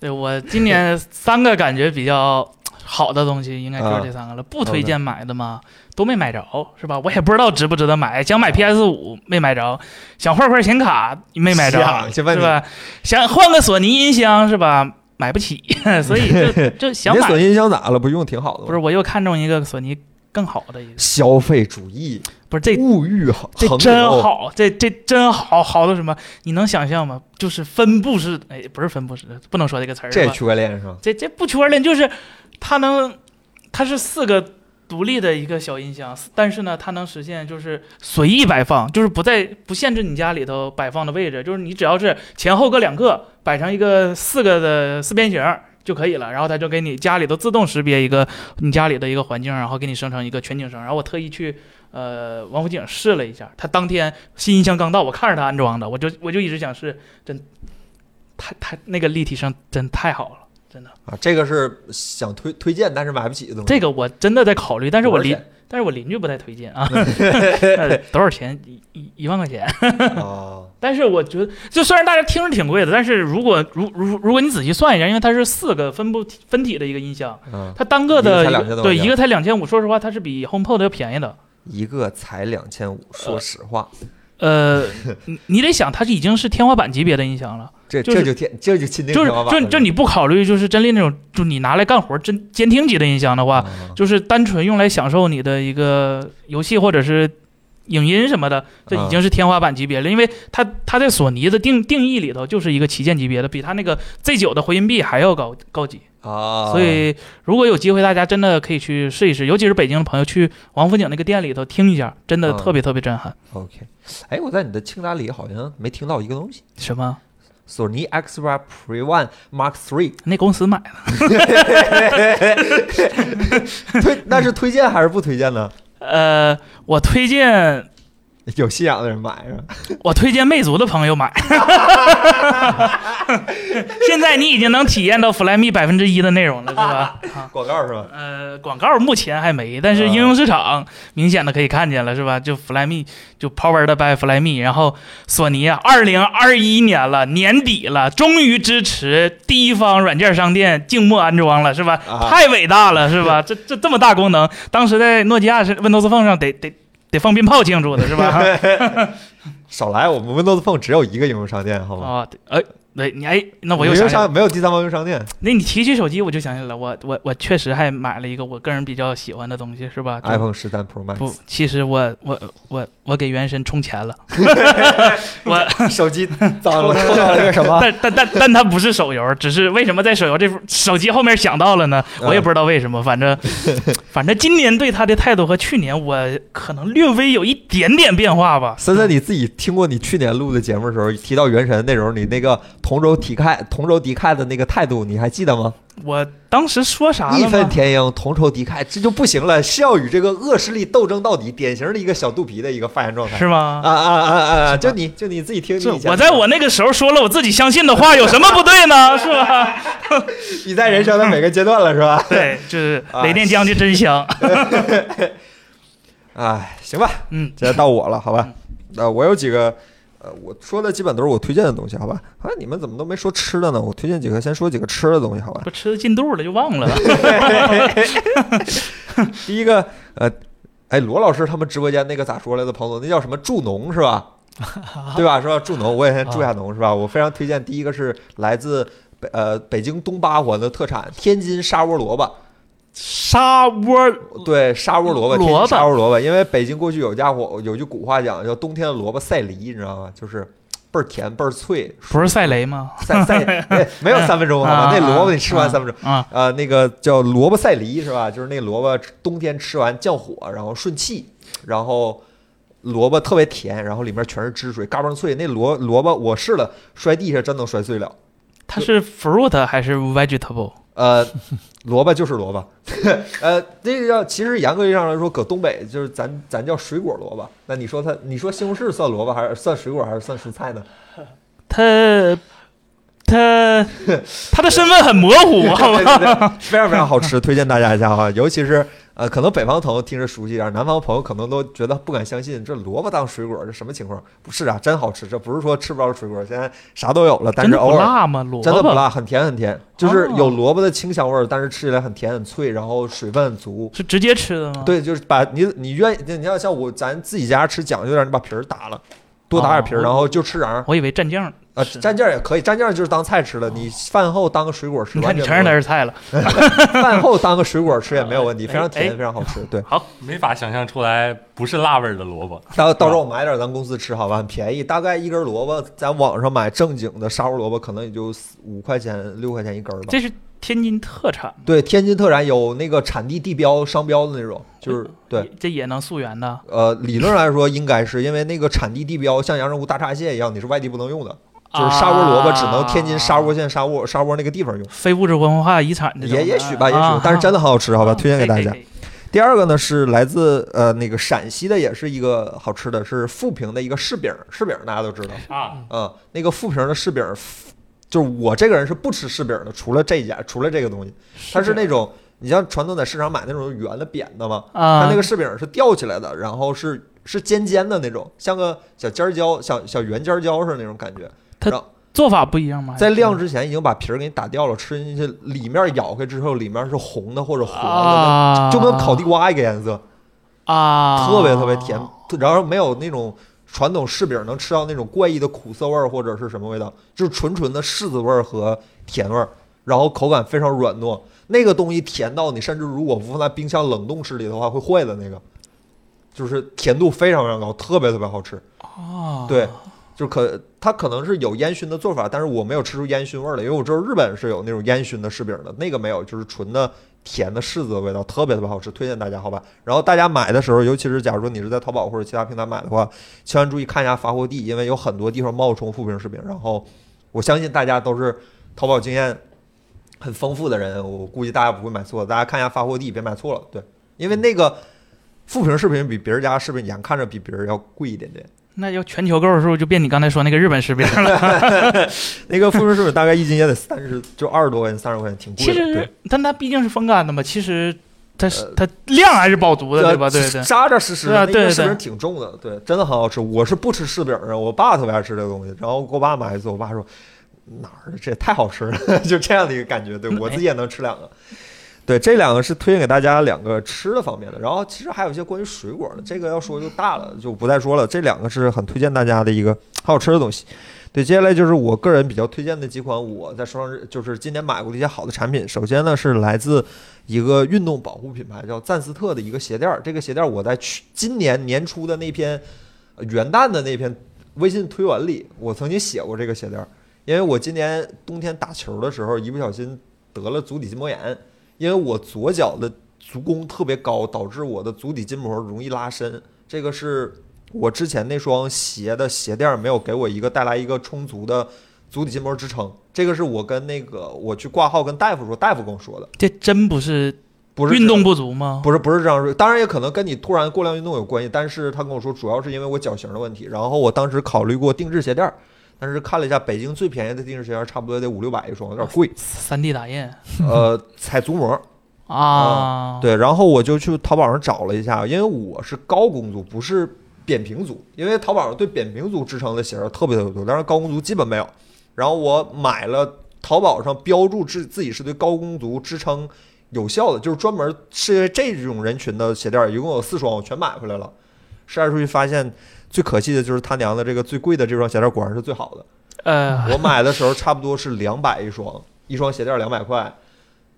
Speaker 2: 对我今年三个感觉比较好的东西，应该
Speaker 1: 啊
Speaker 2: 就是这三个了。不推荐买的嘛，都没买着，是吧？我也不知道值不值得买。想买 PS 五没买着，想换块显卡没买着，
Speaker 1: 想去
Speaker 2: 是
Speaker 1: 问你
Speaker 2: 吧？想换个索尼音箱是吧？买不起， <laughs> 所以
Speaker 1: <laughs>
Speaker 2: 就就
Speaker 1: 你
Speaker 2: 想
Speaker 1: 那
Speaker 2: 买
Speaker 1: 索。尼音箱咋了？不用挺好的吗？
Speaker 2: 不是，我又看中一个索尼更好的一个，
Speaker 1: 消费主义，
Speaker 2: 不是这
Speaker 1: 物欲横
Speaker 2: 这
Speaker 1: 横
Speaker 2: 真
Speaker 1: 流
Speaker 2: 好，这这真好，好到什么？你能想象吗？就是分布式，哎，不是分布式，不能说这个词儿，
Speaker 1: 这也
Speaker 2: 是吧
Speaker 1: 区块链上，
Speaker 2: 这这不区块链就是它能，它是四个独立的一个小音箱，但是呢，它能实现就是随意摆放，就是不在不限制你家里头摆放的位置，就是你只要是前后各两个，摆成一个四个的四边形。就可以了，然后它就给你家里头自动识别一个你家里的一个环境，然后给你生成一个全景声。然后我特意去呃王府井试了一下，它当天新音箱刚到，我看着它安装的，我就我就一直想试，真太太那个立体声真太好了。
Speaker 1: 啊，这个是想推推荐，但是买不起的东西。
Speaker 2: 这个我真的在考虑，但是我
Speaker 1: 多少
Speaker 2: 邻
Speaker 1: 钱嗯
Speaker 2: 但是我邻居不太推荐啊，呃 <laughs> 多少钱？一一一万块钱。
Speaker 1: 啊，
Speaker 2: 但是我觉得，就虽然大家听着挺贵的，但是如果如如如果你仔细算一下，因为它是四个分布体分体的一个音箱，
Speaker 1: 嗯，
Speaker 2: 它单个的
Speaker 1: 一个才
Speaker 2: 一
Speaker 1: 2000多块
Speaker 2: 个对
Speaker 1: 钱
Speaker 2: 一个才两千五，说实话它是比 HomePod 要便宜的。
Speaker 1: 一个才两千五，说实话，
Speaker 2: 呃，你你得想，它是已经是天花板级别的音箱了，
Speaker 1: 这
Speaker 2: 就是
Speaker 1: 这就天这就亲定
Speaker 2: 就是
Speaker 1: 天花板
Speaker 2: 就
Speaker 1: 了
Speaker 2: 就你不考虑就是真力那种，就你拿来干活真监听级的音箱的话，
Speaker 1: 啊
Speaker 2: 就是单纯用来享受你的一个游戏或者是影音什么的，这
Speaker 1: 啊
Speaker 2: 已经是天花板级别了。因为它它在索尼的定定义里头就是一个旗舰级别的，比它那个 Z 9的回音壁还要高高级。
Speaker 1: 啊，
Speaker 2: 所以如果有机会，大家真的可以去试一试，尤其是北京的朋友去王府井那个店里头听一下，真的
Speaker 1: 啊
Speaker 2: 特别特别震撼。
Speaker 1: OK，哎，我在你的清单里好像没听到一个东西，
Speaker 2: 什么？
Speaker 1: 索尼 Xra Pre One Mark Three， <laughs>
Speaker 2: 那公司买的？
Speaker 1: 推那是推荐还是不推荐呢？
Speaker 2: 呃，我推荐
Speaker 1: 有信仰的人买是吧？
Speaker 2: 我推荐魅族的朋友买。 <laughs> 现在你已经能体验到 Flyme 百分之一的内容了，是吧？啊。
Speaker 1: 广告是吧？
Speaker 2: 呃，广告目前还没，但是
Speaker 1: 啊
Speaker 2: 应用市场明显的可以看见了，是吧？就 Flyme，就 Powered by Flyme，然后索尼啊，二零二一年了，年底了，终于支持第一方软件商店静默安装了，是吧？
Speaker 1: 啊
Speaker 2: 太伟大了，是吧？这这这么大功能，当时在诺基亚是 Windows Phone 上得得得放鞭炮庆祝的是吧？
Speaker 1: 少来，我们 Windows Phone 只有一个应用商店，好吗？
Speaker 2: 啊，对哎，对你哎，那我又
Speaker 1: 没有
Speaker 2: 想起来了啊
Speaker 1: 商没有第三方应用商店
Speaker 2: 那你提起手机，我就想起来了，我我我确实还买了一个我个人比较喜欢的东西，是吧就
Speaker 1: ，iPhone 十三 Pro <laughs>
Speaker 2: 不
Speaker 1: Max，，
Speaker 2: 其实我我我我给原神充钱了，我
Speaker 1: <laughs> 手机脏了，
Speaker 2: <laughs>
Speaker 1: 抽到了一个什 <laughs> 么？
Speaker 2: 但但但但它不是手游，只是为什么在手游这手机后面想到了呢？
Speaker 1: 啊
Speaker 2: 我也不知道为什么，反
Speaker 1: <laughs>
Speaker 2: 正反正今年对它的态度和去年我可能略微有一点点变化吧。
Speaker 1: 森森，你自己听过你去年录的节目的时候提到《原神》那时候，你那个同仇敌忾、同仇敌忾的那个态度，你还记得吗？
Speaker 2: 我当时说啥
Speaker 1: 义
Speaker 2: 了
Speaker 1: 愤
Speaker 2: 吗？
Speaker 1: 填膺，同仇敌忾，这就不行了，是要与这个恶势力斗争到底，典型的一个小肚皮的一个发言状态。
Speaker 2: 是
Speaker 1: 啊
Speaker 2: 吗？
Speaker 1: 啊啊啊啊！
Speaker 2: 是吧
Speaker 1: 就你就你自己听，
Speaker 2: 这
Speaker 1: 你以前
Speaker 2: 我在我那个时候说了我自己相信的话，有什么不对呢？是吧？
Speaker 1: 你在人生的每个阶段了，是
Speaker 2: <laughs>
Speaker 1: 吧？
Speaker 2: 对，就是
Speaker 1: 啊
Speaker 2: 雷电将军真
Speaker 1: <laughs>
Speaker 2: 香。
Speaker 1: 哎，行吧，
Speaker 2: 嗯，
Speaker 1: 这到我了，好吧？呃，我有几个，呃，我说的基本都是我推荐的东西，好吧？啊，你们怎么都没说吃的呢？我推荐几个，先说几个吃的东西，好吧？
Speaker 2: 不吃进肚了就
Speaker 1: <laughs>
Speaker 2: 忘了。
Speaker 1: 第一个，呃，哎，罗老师他们直播间那个咋说来的？彭总，那叫什么助农是吧？对吧？是吧？助农，我也先助下农是吧？我非常推荐。第一个是来自北呃北京东八环的特产天津沙窝萝卜，
Speaker 2: 沙窝
Speaker 1: 对沙窝萝卜，天
Speaker 2: 萝
Speaker 1: 津
Speaker 2: 卜
Speaker 1: 沙窝萝卜。因为北京过去有家伙有句古话讲叫冬天的萝卜赛梨，你知道吗？就是。倍儿甜倍儿脆，
Speaker 2: 不是赛雷吗？
Speaker 1: 赛赛哎没有三分钟好吧？
Speaker 2: 啊
Speaker 1: 那萝卜
Speaker 2: 啊
Speaker 1: 你吃完三分钟。
Speaker 2: 啊，
Speaker 1: 呃，那个叫萝卜赛梨是吧？就是那萝卜冬天吃完降火，然后顺气，然后萝卜特别甜，然后里面全是汁水，嘎嘣脆。那萝萝卜我试了，摔地下真能摔碎了。
Speaker 2: 它是 fruit 还是 vegetable？
Speaker 1: 呃，萝卜就是萝卜， <laughs> 呃，这个叫其实严格意义上来说，搁东北就是咱咱叫水果萝卜。那你说它，你说西红柿算萝卜还是算水果还是算蔬菜呢？
Speaker 2: 它
Speaker 1: <laughs>
Speaker 2: 它它的身份很模糊，啊好
Speaker 1: 对
Speaker 2: 吧？
Speaker 1: 对
Speaker 2: <laughs>
Speaker 1: 对，非常非常好吃，推荐大家一下哈。尤其是呃，可能北方朋友听着熟悉一点，南方朋友可能都觉得不敢相信，这萝卜当水果这什么情况？不是啊，真好吃，这不是说吃不着水果，现在啥都有了，但是
Speaker 2: 真的
Speaker 1: 偶
Speaker 2: 不
Speaker 1: 尔。
Speaker 2: 辣吗？萝卜
Speaker 1: 真的不辣，很甜很甜，就是
Speaker 2: 哦
Speaker 1: 有萝卜的清香味儿，但是吃起来很甜很脆，然后水分很足。
Speaker 2: 是直接吃的吗？，
Speaker 1: 对，就是把你你愿意，你要像我咱自己家吃讲究点儿，你把皮儿打了，多打点皮儿，
Speaker 2: 哦
Speaker 1: 然后就吃瓤儿。
Speaker 2: 我以为蘸酱。
Speaker 1: 啊，
Speaker 2: 是
Speaker 1: 蘸酱也可以，蘸酱就是当菜吃了，你饭后当个水果吃，
Speaker 2: 你
Speaker 1: 完
Speaker 2: 看你
Speaker 1: 全
Speaker 2: 承认
Speaker 1: 没
Speaker 2: 它
Speaker 1: 有
Speaker 2: 是菜了， <laughs>
Speaker 1: 饭后当个水果吃也没有问题，
Speaker 2: 哎
Speaker 1: 非常甜，
Speaker 2: 哎
Speaker 1: 非常好吃。对，
Speaker 3: 好，没法想象出来不是辣味儿的萝卜。
Speaker 1: 到到时候我买点咱公司吃好吧，很便宜，大概一根萝卜在网上买正经的沙窝萝卜可能也就四五块钱、六块钱一根儿吧。
Speaker 2: 这是天津特产吗，
Speaker 1: 对，天津特产有那个产地地标、商标的那种，就是对。
Speaker 2: 也，这也能溯源的
Speaker 1: 呃，理论来说应该是因为那个产地地标像阳澄湖大闸蟹一样，你是外地不能用的，就是沙窝萝卜只能天
Speaker 2: 啊
Speaker 1: 津沙窝县沙窝沙窝那个地方用。
Speaker 2: 非物质文化遗产这种的
Speaker 1: 也也许吧，也
Speaker 2: 啊
Speaker 1: 许，但是真的很好吃，好吧，
Speaker 2: 啊
Speaker 1: 推荐给大
Speaker 2: 可以
Speaker 1: 家
Speaker 2: 可。以可以
Speaker 1: 第二个呢是来自呃那个陕西的，也是一个好吃的，是富平的一个柿饼儿，柿饼儿大家都知道，
Speaker 3: 啊，
Speaker 1: 嗯，
Speaker 2: 哦
Speaker 1: 那个富平的柿饼儿，就是我这个人是不吃柿饼儿的，除了这一家，除了这个东西，它是那种你像传统在市场买那种圆的扁的嘛，
Speaker 2: 啊，
Speaker 1: 它那个柿饼儿是吊起来的，然后是是尖尖的那种，像个小尖儿椒、小小圆尖儿椒似的那种感觉。
Speaker 2: 做法不一样吗？啊还是
Speaker 1: 在晾之前已经把皮儿给你打掉了，吃进去里面咬开之后，里面是红的或者黄的，
Speaker 2: 啊，
Speaker 1: 就跟烤地瓜一个颜色。
Speaker 2: 啊，
Speaker 1: 特别特别甜，然后没有那种传统柿饼能吃到那种怪异的苦涩味儿或者是什么味道，就是纯纯的柿子味儿和甜味儿，然后口感非常软糯。那个东西甜到你甚至如果不放在冰箱冷冻室里的话会坏的那个，就是甜度非常非常高，特别特别好吃。
Speaker 2: 啊，
Speaker 1: 对，就是可它可能是有烟熏的做法，但是我没有吃出烟熏味儿来，因为我知道日本是有那种烟熏的柿饼的，那个没有，就是纯的甜的柿子的味道，特别特别好吃，推荐大家好吧。然后大家买的时候，尤其是假如说你是在淘宝或者其他平台买的话，千万注意看一下发货地，因为有很多地方冒充富平柿饼。然后我相信大家都是淘宝经验很丰富的人，我估计大家不会买错的，大家看一下发货地，别买错了。对，因为那个富平柿饼比别人家柿饼眼看着比别人要贵一点点。
Speaker 2: 那要全球购的时候，就变你刚才说那个日本柿饼了。
Speaker 1: <laughs> 那个富士柿饼大概一斤也得三十，就二十多块钱、三十块钱，挺贵
Speaker 2: 其
Speaker 1: 的。对
Speaker 2: 实，但它毕竟是风干的嘛，其实它是
Speaker 1: 呃
Speaker 2: 它量还是饱足的，对吧？对对。
Speaker 1: 扎扎实实
Speaker 2: 对
Speaker 1: 的，
Speaker 2: 啊
Speaker 1: 那
Speaker 2: 对
Speaker 1: 个
Speaker 2: 对
Speaker 1: 柿
Speaker 2: 对
Speaker 1: 饼挺重的，对，真的很好吃。我是不吃柿饼的，我爸特别爱吃这个东西，然后给我爸买一次，我爸说哪儿这也太好吃了， <laughs> 就这样的一个感觉。对
Speaker 2: 嗯
Speaker 1: 我自己也能吃两个。对，这两个是推荐给大家两个吃的方面的，然后其实还有一些关于水果的，这个要说就大了，就不再说了。这两个是很推荐大家的一个很好吃的东西。对，接下来就是我个人比较推荐的几款我在双十就是今年买过的一些好的产品。首先呢是来自一个运动保护品牌叫赞斯特的一个鞋垫儿，这个鞋垫儿我在去今年年初的那篇呃元旦的那篇微信推文里，我曾经写过这个鞋垫儿，因为我今年冬天打球的时候一不小心得了足底筋膜炎，因为我左脚的足弓特别高，导致我的足底筋膜容易拉伸，这个是我之前那双鞋的鞋垫儿没有给我一个带来一个充足的足底筋膜支撑，这个是我跟那个我去挂号跟大夫说，大夫跟我说的，
Speaker 2: 这真不是
Speaker 1: 不是
Speaker 2: 运动
Speaker 1: 不。
Speaker 2: 不足吗？，
Speaker 1: 不是不是这样说，当然也可能跟你突然过量运动有关系，但是他跟我说主要是因为我脚型的问题，然后我当时考虑过定制鞋垫儿，但是看了一下北京最便宜的定制鞋垫儿差不多得五六百一双，有点贵
Speaker 2: 三 D 打印
Speaker 1: 呃，踩足膜，
Speaker 2: 啊，
Speaker 1: 对，然后我就去淘宝上找了一下，因为我是高弓足，不是扁平足，因为淘宝上对扁平足支撑的鞋儿特别特别多，但是高弓足基本没有。然后我买了淘宝上标注自自己是对高弓足支撑有效的，就是专门是这种人群的鞋垫儿，一共有四双，我全买回来了。试戴出去发现，最可气的就是他娘的这个最贵的这双鞋垫儿果然是最好的。
Speaker 2: 呃，
Speaker 1: 我买的时候差不多是两百一双，一双鞋垫两百块，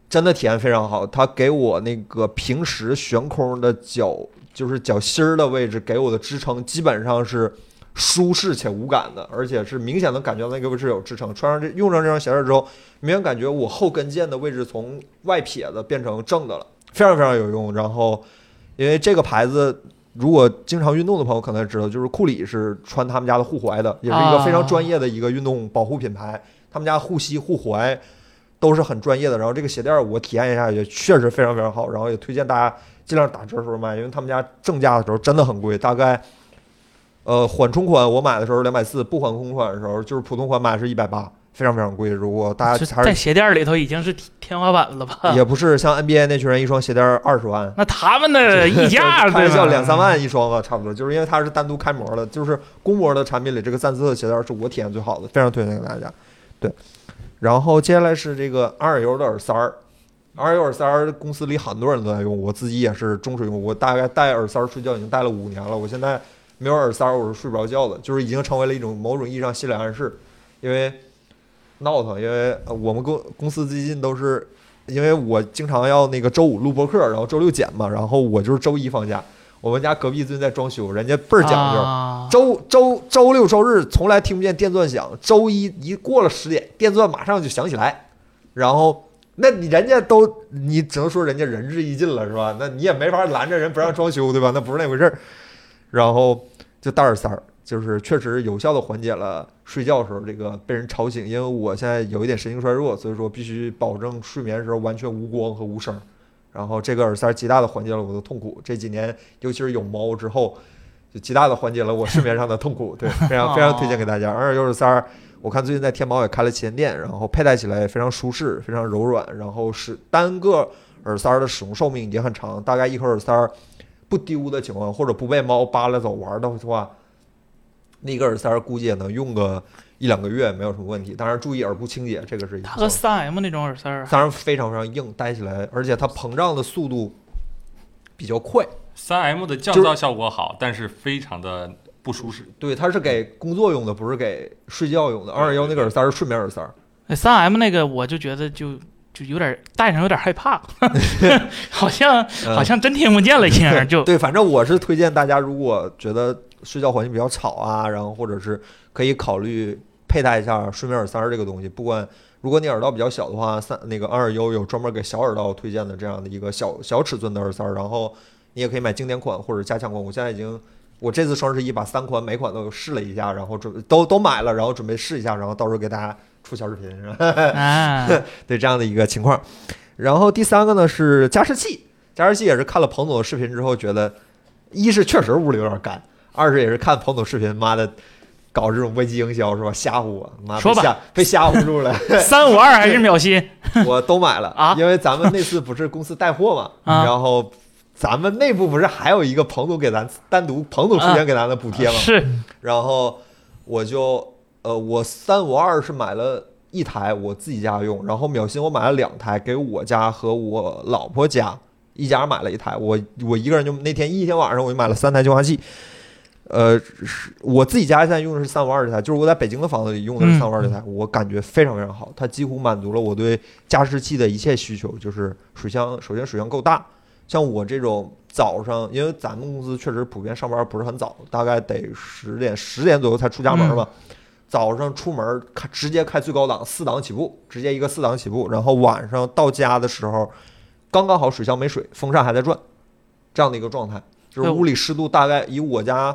Speaker 1: 真的体验非常好。它给我那个平时悬空的脚，就是脚心儿的位置给我的支撑，基本上是舒适且无感的，而且是明显能感觉到那个位置有支撑。穿上这用上这双鞋儿之后，明显感觉我后跟腱的位置从外撇的变成正的了，非常非常有用。然后，因为这个牌子。如果经常运动的朋友可能知道，就是库里是穿他们家的护踝的，也是一个非常专业的一个运动保护品牌。他们家护膝、护踝都是很专业的。然后这个鞋垫儿我体验一下，也确实非常非常好。然后也推荐大家尽量打折的时候买，因为他们家正价的时候真的很贵，大概呃缓冲款我买的时候两百四，不缓冲款的时候就是普通款买是一百八，非常非常贵。如果大
Speaker 2: 这
Speaker 1: 家还
Speaker 2: 在啊
Speaker 1: 是
Speaker 2: 鞋垫里头已经是天天花板了吧？
Speaker 1: 也不是像 NBA 那群人一双鞋垫二十万。
Speaker 2: 那他们的溢
Speaker 1: 开
Speaker 2: 价
Speaker 1: 玩
Speaker 2: 对
Speaker 1: 笑，
Speaker 2: 吧？
Speaker 1: 两三万一双吧，差不多，就是因为它是单独开模的，就是公模的产品里，这个赞斯特鞋带是我体验最好的，非常推荐给大家。对，然后接下来是这个阿尔尤的耳塞儿，阿尔尤耳塞儿公司里很多人都在用，我自己也是忠实用户，我大概戴耳塞儿睡觉已经戴了五年了，我现在没有耳塞儿我是睡不着觉的，就是已经成为了一种某种意义上心理暗示，因为闹腾，因为呃我们公公司最近都是。因为我经常要那个周五录播客，然后周六剪嘛，然后我就是周一放假。我们家隔壁最近在装修，人家倍儿讲究，
Speaker 2: 啊
Speaker 1: 周周周六周日从来听不见电钻响，周一一过了十点，电钻马上就响起来，然后那你人家都你只能说人家仁至义尽了是吧？那你也没法拦着人不让装修对吧？那不是那回事儿。然后就戴耳塞儿，就是确实有效的缓解了睡觉时候这个被人吵醒，因为我现在有一点神经衰弱，所以说必须保证睡眠时候完全无光和无声儿。然后这个耳塞儿极大的缓解了我的痛苦。这几年，尤其是有猫之后，就极大的缓解了我睡眠上的痛苦。对，非常非常推荐给大家。而且耳塞儿，我看最近在天猫也开了旗舰店，然后佩戴起来也非常舒适，非常柔软，然后是单个耳塞儿的使用寿命也很长，大概一颗耳塞儿不丢的情况，或者不被猫扒拉走玩儿的话，那个耳塞儿估计也能用个一两个月，没有什么问题。当然注意耳部清洁，这个是一个
Speaker 2: 它和三 M 那种耳塞儿，啊
Speaker 1: 当然非常非常硬，戴起来，而且它膨胀的速度比较快。
Speaker 3: 三 M 的降噪效果好，但是非常的不舒适。
Speaker 1: 对，它是给工作用的，不是给睡觉用的。二幺那个耳塞儿是睡眠耳塞儿，
Speaker 2: 哎三 M 那个我就觉得就就有点戴上有点
Speaker 1: <laughs>
Speaker 2: 害怕，好像
Speaker 1: 嗯
Speaker 2: 好像真听不见了一样，就
Speaker 1: 对，反正我是推荐大家，如果觉得睡觉环境比较吵啊，然后或者是可以考虑佩戴一下睡眠耳塞儿这个东西。不管如果你耳道比较小的话，三那个安尔优有专门给小耳道推荐的这样的一个小小尺寸的耳塞儿，然后你也可以买经典款或者加强款。我现在已经。我这次双十一把三款每款都试了一下，然后准都都买了，然后准备试一下，然后到时候给大家出小视频，是吧？
Speaker 2: 啊，
Speaker 1: 对这样的一个情况。然后第三个呢是加湿器，加湿器也是看了彭总的视频之后，觉得一是确实屋里有点干，二是也是看彭总视频，妈的搞这种危机营销是吧？吓唬我，妈被
Speaker 2: 说吧
Speaker 1: 吓被吓唬住
Speaker 2: <laughs>
Speaker 1: 了，
Speaker 2: 三五二还是秒吸，
Speaker 1: 我都买了
Speaker 2: 啊
Speaker 1: 因为咱们那次不是公司带货嘛，
Speaker 2: <laughs> 啊
Speaker 1: 然后咱们内部不是还有一个彭总给咱单独彭总出
Speaker 2: 啊
Speaker 1: 钱给咱的补贴吗？
Speaker 2: 是
Speaker 1: 然后我就呃，我三五二是买了一台我自己家用，然后秒新我买了两台给我家和我老婆家，一家买了一台，我我一个人就那天一天晚上我就买了三台净化器。呃，是我自己家现在用的是三五二这台，就是我在北京的房子里用的是
Speaker 2: 嗯
Speaker 1: 三五二这台，我感觉非常非常好，它几乎满足了我对加湿器的一切需求，就是水箱，首先水箱够大，像我这种早上，因为咱们公司确实普遍上班不是很早，大概得十点十点左右才出家门吧。
Speaker 2: 嗯
Speaker 1: 早上出门开直接开最高档四档起步，直接一个四档起步，然后晚上到家的时候，刚刚好水箱没水，风扇还在转，这样的一个状态，就是
Speaker 2: 对
Speaker 1: 屋里湿度大概以我家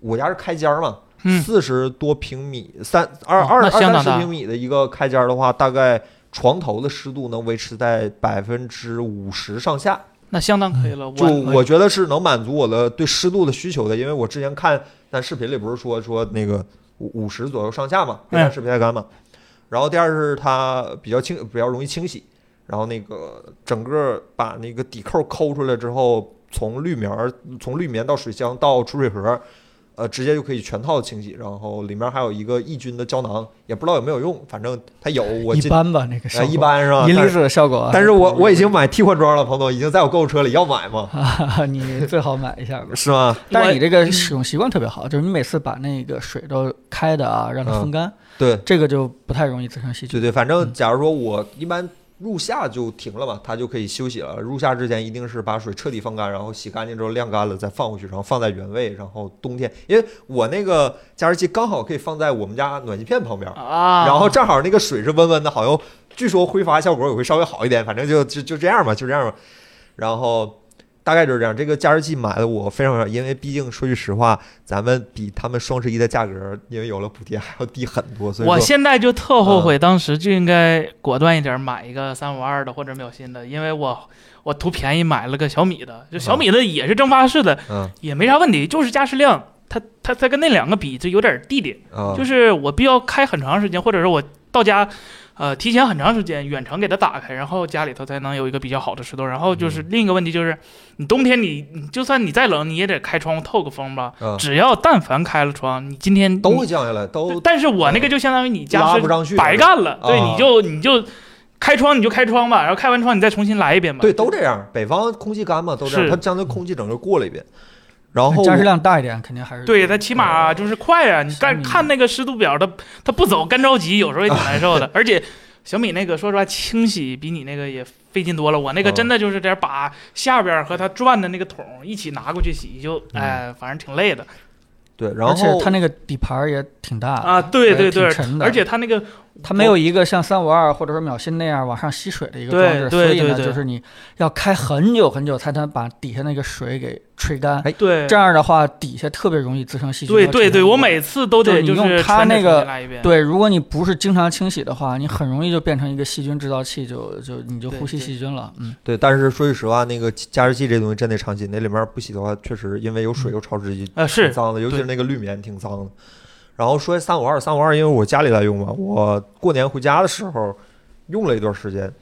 Speaker 1: 我家是开间儿嘛，
Speaker 2: 嗯
Speaker 1: 四十多平米，三二
Speaker 2: 哦
Speaker 1: 二
Speaker 2: 那
Speaker 1: 二
Speaker 2: 相当
Speaker 1: 三十
Speaker 2: 大
Speaker 1: 平米的一个开间儿的话，大概床头的湿度能维持在百分之五十上下。
Speaker 2: 那相当可以了。
Speaker 1: 嗯就
Speaker 2: 我
Speaker 1: 我觉得是能满足我的对湿度的需求的，因为我之前看咱视频里不是说说那个五五十左右上下嘛，
Speaker 4: 哎
Speaker 2: 嗯
Speaker 1: 看视频太干嘛。然后第二是它比较清，比较容易清洗，然后那个整个把那个底扣抠出来之后，从滤棉儿从滤棉到水箱到储水盒，呃，直接就可以全套清洗。然后里面还有一个抑菌的胶囊，也不知道有没有用，反正它有，我
Speaker 4: 一
Speaker 1: 今
Speaker 4: 般吧，那个效
Speaker 1: 呃
Speaker 4: 果
Speaker 1: 一般是吧？
Speaker 4: 银
Speaker 1: 但
Speaker 4: 离
Speaker 1: 是
Speaker 4: 子的效果啊。
Speaker 1: 但是我我已经买替换装了，彭总已经在我购物车里要买嘛，
Speaker 4: 啊， <laughs> 你最好买一下吧。
Speaker 1: 是吗？
Speaker 4: 但是你这个使用习惯特别好，就是你每次把那个水都
Speaker 1: 嗯
Speaker 4: 开的啊，让它风干，
Speaker 1: 对
Speaker 4: 这个就不太容易滋生细
Speaker 1: 对
Speaker 4: 菌。
Speaker 1: 对，反正
Speaker 4: 嗯
Speaker 1: 假如说我一般入夏就停了嘛，它就可以休息了。入夏之前一定是把水彻底放干，然后洗干净之后晾干了再放回去，然后放在原位。然后冬天，因为我那个加湿器刚好可以放在我们家暖气片旁边，
Speaker 2: 啊，
Speaker 1: 然后正好那个水是温温的，好像据说挥发效果也会稍微好一点，反正就就就这样吧，就这样吧。然后大概就是这样。这个加湿器买的我非常少，因为毕竟说句实话，咱们比他们双十一的价格，因为有了补贴还要低很多，所以
Speaker 2: 我
Speaker 1: 说
Speaker 2: 现在就特后
Speaker 1: 嗯
Speaker 2: 悔，当时就应该果断一点买一个三五二的或者秒新的，因为我我图便宜买了个小米的，就小米的也是蒸发式的，
Speaker 1: 嗯
Speaker 2: 也没啥问题，就是加湿量，它它它跟那两个比就有点地点，
Speaker 1: 啊，
Speaker 2: 就是我必要开很长时间，或者是我到家。呃，提前很长时间远程给它打开，然后家里头才能有一个比较好的湿度。然后
Speaker 1: 嗯
Speaker 2: 就是另一个问题就是，你冬天你你就算你再冷，你也得开窗户透个风吧。
Speaker 1: 嗯
Speaker 2: 只要但凡开了窗，你今天
Speaker 1: 都会降下来，
Speaker 4: 哦
Speaker 1: 都
Speaker 2: <laughs> 但是我那
Speaker 4: 嗯
Speaker 2: 个就相当于你加
Speaker 1: 拉
Speaker 2: 湿
Speaker 1: 不上去，
Speaker 2: 白干了，对，
Speaker 1: 啊
Speaker 2: 你就你就开窗你就开窗吧，然后开完窗你再重新来一遍吧。
Speaker 1: 对，都这样。北方空气干嘛，都这样，
Speaker 2: 是
Speaker 1: 它将那空气整个过了一遍，然后嗯
Speaker 4: 加湿量大一点，肯定还是
Speaker 2: 对，它起码
Speaker 4: 嗯
Speaker 2: 就是快啊！你
Speaker 4: 小
Speaker 2: 干
Speaker 4: 米
Speaker 2: 看那个湿度表，它它不走，干着急，有时候也挺难
Speaker 4: <laughs>
Speaker 2: 受的。而且小米那个说实话清洗比你那个也费劲多了，我那个
Speaker 1: 嗯
Speaker 2: 真的就是得把下边儿和它转的那个桶一起拿过去洗，就
Speaker 1: 嗯
Speaker 2: 哎，反正挺累的
Speaker 1: 对，然
Speaker 4: 而且
Speaker 1: 后
Speaker 4: 它那个底盘也挺大
Speaker 2: 啊。对对对
Speaker 4: 挺沉，的
Speaker 2: 而且它那个
Speaker 4: 它没有一个像三五二或者说秒新那样往上吸水的一个装置，
Speaker 2: 对对
Speaker 4: 所以呢，
Speaker 2: 对对
Speaker 4: 就是你要开很久很久才能把底下那个水给吹干。
Speaker 1: 哎
Speaker 2: 对
Speaker 4: 这样的话，底下特别容易滋生细菌
Speaker 2: 对
Speaker 4: 和沉淀
Speaker 2: 对
Speaker 4: 物。
Speaker 2: 对，我每次都得
Speaker 4: 就是你
Speaker 2: 就
Speaker 4: 用
Speaker 2: 是
Speaker 4: 它
Speaker 2: 全得
Speaker 4: 那
Speaker 2: 重新
Speaker 4: 个
Speaker 2: 来一遍。
Speaker 4: 对，如果你不是经常清洗的话，你很容易就变成一个细菌制造器，就就你就
Speaker 2: 对
Speaker 4: 呼吸
Speaker 2: 对
Speaker 4: 细菌了。 <laughs> 嗯，
Speaker 1: 对，但是说句实话，那个加湿器这东西真得长期，那里面不洗的话，确实因为有水又潮湿，
Speaker 2: 呃是
Speaker 1: 挺脏的，尤其是那个滤棉挺脏的。然后说三五二，三五二，因为我家里在用嘛，我过年回家的时候用了一段时间，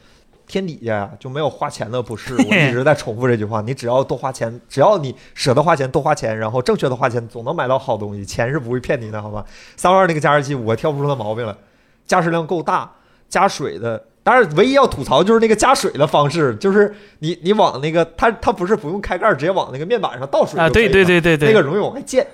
Speaker 1: 天底下呀就没有花钱的不
Speaker 2: <laughs>
Speaker 1: 是。我一直在重复这句话，你只要多花钱，只要你舍得花钱，多花钱，然后正确的花钱，总能买到好东西，钱是不会骗你的，好吧？三五二那个加湿器我挑不出它毛病来，加湿量够大，加水的。当然，唯一要吐槽就是那个加水的方式，就是你你往那个它它不是不用开盖儿，直接往那个面板上倒水
Speaker 2: 啊，
Speaker 1: 就可以
Speaker 2: 对对
Speaker 1: 了
Speaker 2: 对对对，
Speaker 1: 那个容易往外溅，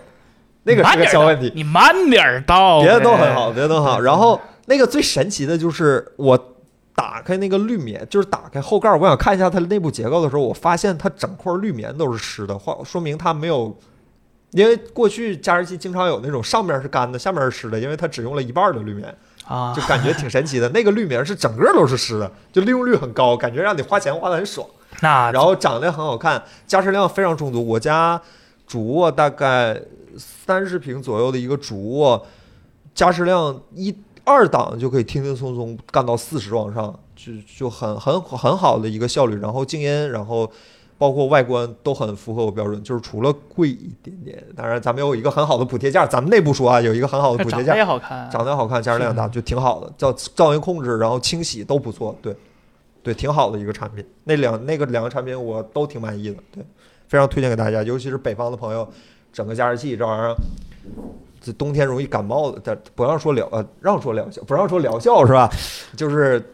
Speaker 1: 那个
Speaker 2: 慢
Speaker 1: 是个
Speaker 2: 点儿
Speaker 1: 小问题，
Speaker 2: 你慢点儿倒，
Speaker 1: 别的都很好，
Speaker 2: 哎。
Speaker 1: 别的都很好。然后那个最神奇的就是我打开那个滤棉，就是打开后盖，我想看一下它的内部结构的时候，我发现它整块滤棉都是湿的，话说明它没有。因为过去加湿器经常有那种上面是干的，下面是湿的，因为它只用了一半的滤棉，
Speaker 2: 啊
Speaker 1: 就，感觉挺神奇的。那个滤棉是整个都是湿的，就利用率很高，感觉让你花钱花的很爽。
Speaker 2: 那
Speaker 1: 然后长得很好看，加湿量非常充足。我家主卧大概三十平左右的一个主卧，加湿量一二档就可以轻轻松松干到四十往上，就就很很很好的一个效率。然后静音，然后。包括外观都很符合我标准，就是除了贵一点点，当然咱们有一个很好的补贴价，咱们内部说啊，有一个很好的
Speaker 2: 它
Speaker 1: 补贴
Speaker 2: 长
Speaker 1: 价
Speaker 2: 得，也好
Speaker 4: 啊
Speaker 2: 看，啊
Speaker 1: 长得好看，加热量大，就挺好的，噪噪音控制，然后清洗都不错，对，对，挺好的一个产品。那两那个两个产品我都挺满意的，对，非常推荐给大家，尤其是北方的朋友，整个加湿器这玩意儿，这冬天容易感冒的，但不让说疗呃，让说疗效，不让说疗效是吧？就是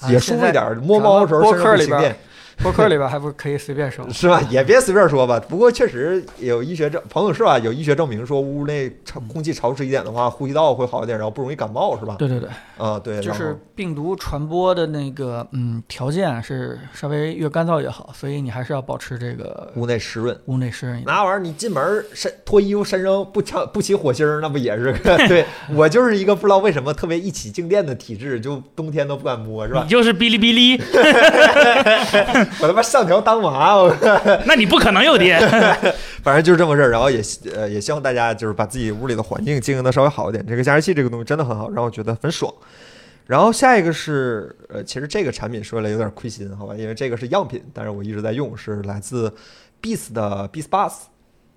Speaker 4: 啊
Speaker 1: 也舒服一点儿，摸猫的时候
Speaker 4: 咱们
Speaker 1: 身上
Speaker 4: 播客
Speaker 1: 不
Speaker 4: 里
Speaker 1: 静
Speaker 4: 边
Speaker 1: 电，。
Speaker 4: 播客里边还不是可以随便说
Speaker 1: <laughs> 是吧？也别随便说吧。不过确实有医学证，朋友是吧？有医学证明说屋内潮空气潮湿一点的话，呼吸道会好一点，然后不容易感冒是吧？
Speaker 4: 对对对，
Speaker 1: 啊，对，
Speaker 4: 就
Speaker 1: 然后
Speaker 4: 是病毒传播的那个嗯条件是稍微越干燥越好，所以你还是要保持这个
Speaker 1: 屋内湿润。
Speaker 4: 屋内湿润一点。
Speaker 1: 那玩意儿，你进门儿身脱衣服身上不呛不起火星儿，那不也是 <laughs> 个？对我就是一个不知道为什么特别一起静电的体质，就冬天都不敢摸，是吧 <laughs>
Speaker 2: 你？就是哔哩哔哩，
Speaker 1: 我他妈上条当麻，我
Speaker 2: 那你不可能有
Speaker 1: <laughs>
Speaker 2: 爹。
Speaker 1: 反正就是这么事儿。然后也呃也希望大家就是把自己屋里的环境经营的稍微好一点。这个加湿器这个东西真的很好，让我觉得很爽。然后下一个是呃，其实这个产品说来有点亏心，好吧，因为这个是样品，但是我一直在用，是来自 Beats 的 Beats Bus。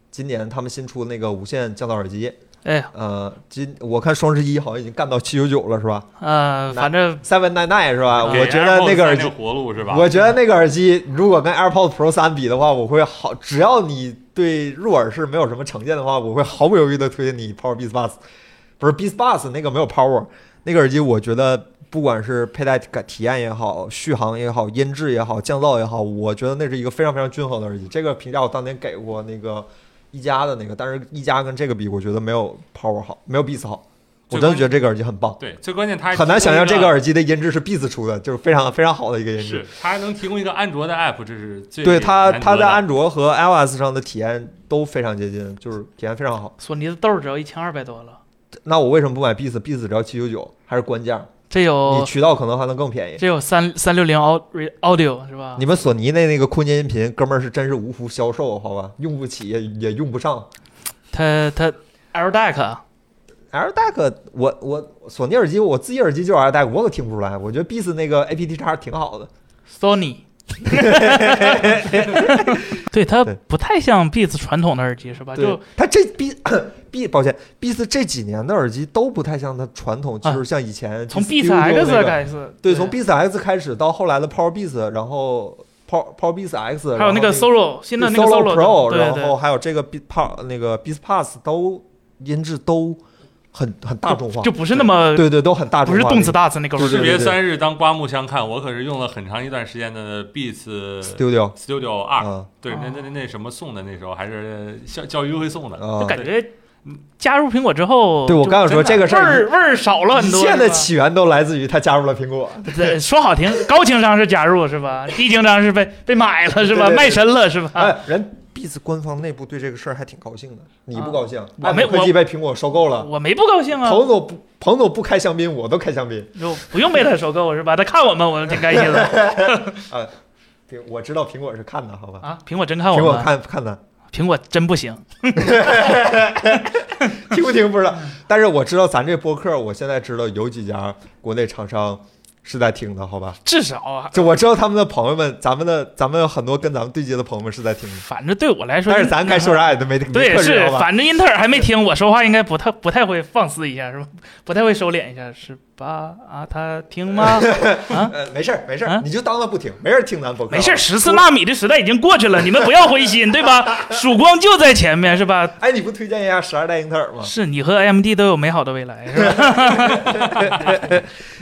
Speaker 1: 今年他们新出那个无线降噪耳机，
Speaker 2: 哎，
Speaker 1: 呃，今我看双十一好像已经干到七九九了，是吧
Speaker 2: 呃，反正
Speaker 1: ？Seven nine nine 是吧？
Speaker 2: 对
Speaker 1: 我觉得那
Speaker 3: 哎
Speaker 1: 个耳机，
Speaker 3: 活路是吧？
Speaker 1: 我觉得那个耳机如果跟 AirPods Pro 三比的话，我会好，只要你对入耳式没有什么成见的话，我会毫不犹豫的推荐你 Power Beats Buds。不是 Beats Buds 那个没有 Power 那个耳机，我觉得不管是佩戴感体验也好，续航也好，音质也好，降噪也好，我觉得那是一个非常非常均衡的耳机。这个评价我当年给过那个一加的那个，但是一加跟这个比，我觉得没有 Power 好，没有 Beats 好。我真的觉得这个耳机很棒，
Speaker 3: 对，最关键它还
Speaker 1: 很难想象
Speaker 3: 提供
Speaker 1: 这
Speaker 3: 一
Speaker 1: 个
Speaker 3: 个
Speaker 1: 耳机的音质是 Beats 出的，就是非常非常好的一个音质
Speaker 3: 是。它还能提供一个安卓的 app，这是最
Speaker 1: 对它，
Speaker 3: 难得
Speaker 1: 它在
Speaker 3: 的
Speaker 1: 安卓和 iOS 上的体验都非常接近，就是体验非常好。
Speaker 2: 索尼的豆儿只要一千二百多了，
Speaker 1: 那我为什么不买 Beats？Beats 只要七九九，还是官价，
Speaker 2: 这
Speaker 1: 你
Speaker 2: 有
Speaker 1: 渠道可能还能更便宜。
Speaker 2: 哦这有三三六零 audio 是吧？
Speaker 1: 你们索尼那那个空间音频，哥们儿是真是无福消受，好吧，用不起也也用不上。
Speaker 2: 它它 L DAC
Speaker 1: <laughs> L DAC，我我索尼耳机，我自己耳机就是 L DAC，我可听不出来。我觉得 Beats 那个 APT 叉挺好的，
Speaker 2: Sony，对它
Speaker 1: 对
Speaker 2: 不太像 Beats 传统的耳机是吧？
Speaker 1: 对
Speaker 2: 啊就，
Speaker 1: 它这 B B 抱歉，Beats 这几年的耳机都不太像它传统，就
Speaker 2: 啊
Speaker 1: 是像以前
Speaker 2: 从
Speaker 1: Beats Studio
Speaker 2: Beats
Speaker 1: 那
Speaker 2: X
Speaker 1: 个
Speaker 2: 开始，
Speaker 1: 对，从 Beats X 开始到后来的 Power Beats，然后 Power Power Beats X，
Speaker 2: 还有那个 Solo 新的那个
Speaker 1: Solo Pro，
Speaker 2: 对
Speaker 1: 然
Speaker 2: 对
Speaker 1: 后还有这个 Beat Power 那个 Beats Pass 都音质都很很大众化
Speaker 2: 对，，就不是那么
Speaker 1: 对对，都很大众
Speaker 2: 不
Speaker 1: 化。
Speaker 2: 是动次打次那个味
Speaker 1: 对对
Speaker 3: 士
Speaker 1: 对
Speaker 2: 儿。
Speaker 3: 别三日当刮目相看，我可是用了很长一段时间的 Beats
Speaker 1: Studio
Speaker 3: Studio
Speaker 1: 啊
Speaker 3: 二，
Speaker 1: 啊
Speaker 3: 对，那那那那什么送的，那时候还是校教育会送的。
Speaker 1: 啊
Speaker 2: 就！感觉加入苹果之后，
Speaker 1: 对我
Speaker 2: 就
Speaker 1: 刚想说这个事
Speaker 2: 味
Speaker 1: 儿，
Speaker 2: 儿味儿少了很
Speaker 1: 一
Speaker 2: 多。
Speaker 1: 切的
Speaker 2: 是吧啊
Speaker 1: 起源都来自于他加入了苹果。
Speaker 2: 对，说好听，高情商是加入是吧？低情商是被被买了是吧？
Speaker 1: 对对对
Speaker 2: 卖身了是吧？
Speaker 1: 哎，人 Beats 官方内部对这个事儿还挺高兴的，你不
Speaker 2: 啊
Speaker 1: 高兴？哎
Speaker 2: 我没
Speaker 1: 爱普科技被苹果收购了，
Speaker 2: 我没不高兴啊，
Speaker 1: 彭总不彭总不开香槟，我都开香槟。
Speaker 2: 就不用被他收购是吧？他看我们，我挺开心
Speaker 1: <laughs>
Speaker 2: 的
Speaker 1: 苹我知道苹果是看的，好吧？
Speaker 2: 啊。苹果真看我
Speaker 1: 苹果
Speaker 2: 们，
Speaker 1: 看看的，
Speaker 2: 苹果真不行。
Speaker 1: <laughs> 听不听不知道。
Speaker 2: 嗯
Speaker 1: 但是我知道咱这播客，我现在知道有几家国内厂商是在听的，好吧？
Speaker 2: 至少啊，
Speaker 1: 就我知道他们的朋友们，咱们的咱们有很多跟咱们对接的朋友们是在听的，
Speaker 2: 反正对我来说，
Speaker 1: 但是咱该说啥也都没没
Speaker 2: 对
Speaker 1: 特知
Speaker 2: 是
Speaker 1: 道，吧？
Speaker 2: 反正英特尔还没听我说话，应该不太不太会放肆一下是吧？不太会收敛一下是吧？啊，他听吗？
Speaker 1: 呃，没事儿，没事儿
Speaker 2: 啊，
Speaker 1: 你就当他不听，没人听咱播客，
Speaker 2: 没事，
Speaker 1: 好吧。
Speaker 2: 十四纳米的时代已经过去了，你们不要灰心对吧？
Speaker 1: <laughs>
Speaker 2: 曙光就在前面是吧？
Speaker 1: 哎，你不推荐一下十二代英特尔
Speaker 2: <laughs>
Speaker 1: 吗？
Speaker 2: 是你和 AMD 都有美好的未来是吧？
Speaker 1: <laughs>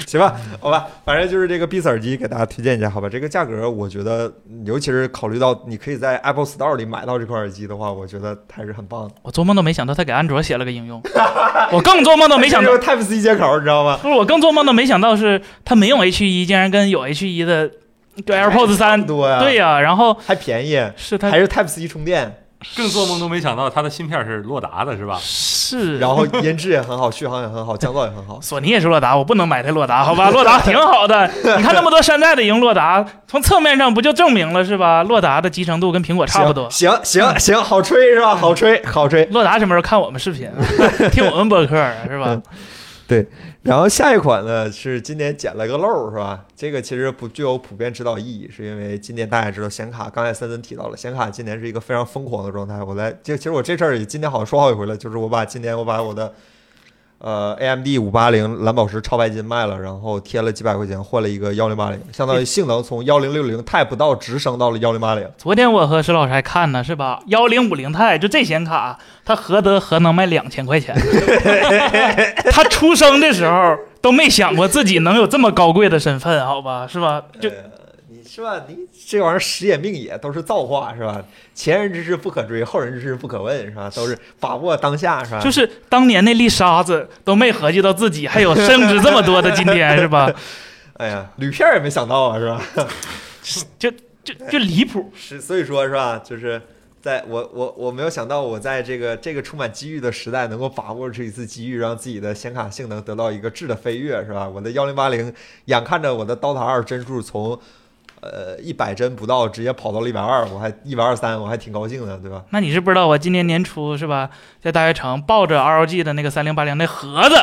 Speaker 1: 行吧，好吧，反正就是这个 Beats 耳机给大家推荐一下，好吧？这个价格，我觉得，尤其是考虑到你可以在 Apple Store 里买到这款耳机的话，我觉得还是很棒的。
Speaker 2: 我做梦都没想到他给安卓写了个应用，我更做梦都没想到
Speaker 1: <laughs> 这，就是 Type C 接口，你知道吗？
Speaker 2: 不是我更做梦都没想到是他没用 H 1竟然跟有 H 1的
Speaker 1: <laughs>
Speaker 2: 对 AirPods 三，
Speaker 1: 多呀，
Speaker 2: 对呀、然后
Speaker 1: 还便宜，
Speaker 2: 是他
Speaker 1: 啊还是 Type C 充电，
Speaker 3: 更做梦都没想到，它的芯片是洛达的，是吧？
Speaker 2: 是，
Speaker 1: 然后音质也很好，续航也很好，降噪也很好。
Speaker 2: 索尼也是洛达，我不能买台洛达，好吧？洛达挺
Speaker 1: <laughs>
Speaker 2: 好的，你看那么多山寨的赢洛达，从侧面上不就证明了是吧？洛达的集成度跟苹 <laughs> 果差不多。
Speaker 1: 行行行，好吹是吧？好吹，好
Speaker 2: <laughs>
Speaker 1: 吹。
Speaker 2: 洛达什么时候看我们视频，啊 <laughs> 听我们播客啊是吧？
Speaker 1: 然后下一款呢是今年捡了个漏儿，是吧？这个其实不具有普遍指导意义，是因为今年大家也知道显卡，刚才森森提到了，显卡今年是一个非常疯狂的状态。我在这其实我这事儿也今年好像说好几回了，就是我把今年我把我的呃 AMD 五八零蓝宝石超白金卖了，然后贴了几百块钱换了一个幺零八零，相当于性能从幺零六零 Type 到直升到了幺零八零。
Speaker 2: 昨天我和石老师还看呢，是吧？幺零五零钛就这显卡，它何德何能卖两千块钱？他出生的时候都没想过自己能有这么高贵的身份，好吧？是吧？就
Speaker 1: 呃你是吧？你这玩意儿时也命也，都是造化是吧？前人之事不可追，后人之事不可问是吧？都是把握当下是吧？
Speaker 2: 就是当年那粒沙子都没合计到自己还有升值这么多的今天，是吧？
Speaker 1: 哎呀，铝片儿也没想到啊，是吧？
Speaker 2: 就就离谱，
Speaker 1: 是，所以说是吧？就是在我我我没有想到，我在这个这个充满机遇的时代，能够把握这一次机遇，让自己的显卡性能得到一个质的飞跃，是吧？我的幺零八零，眼看着我的《刀塔二》帧数从呃一百帧不到，直接跑到了一百二，我还一百二三，我还挺高兴的，对吧？
Speaker 2: 那你是不知道，我今年年初是吧，在大学城抱着 ROG 的那个三零八零那盒子，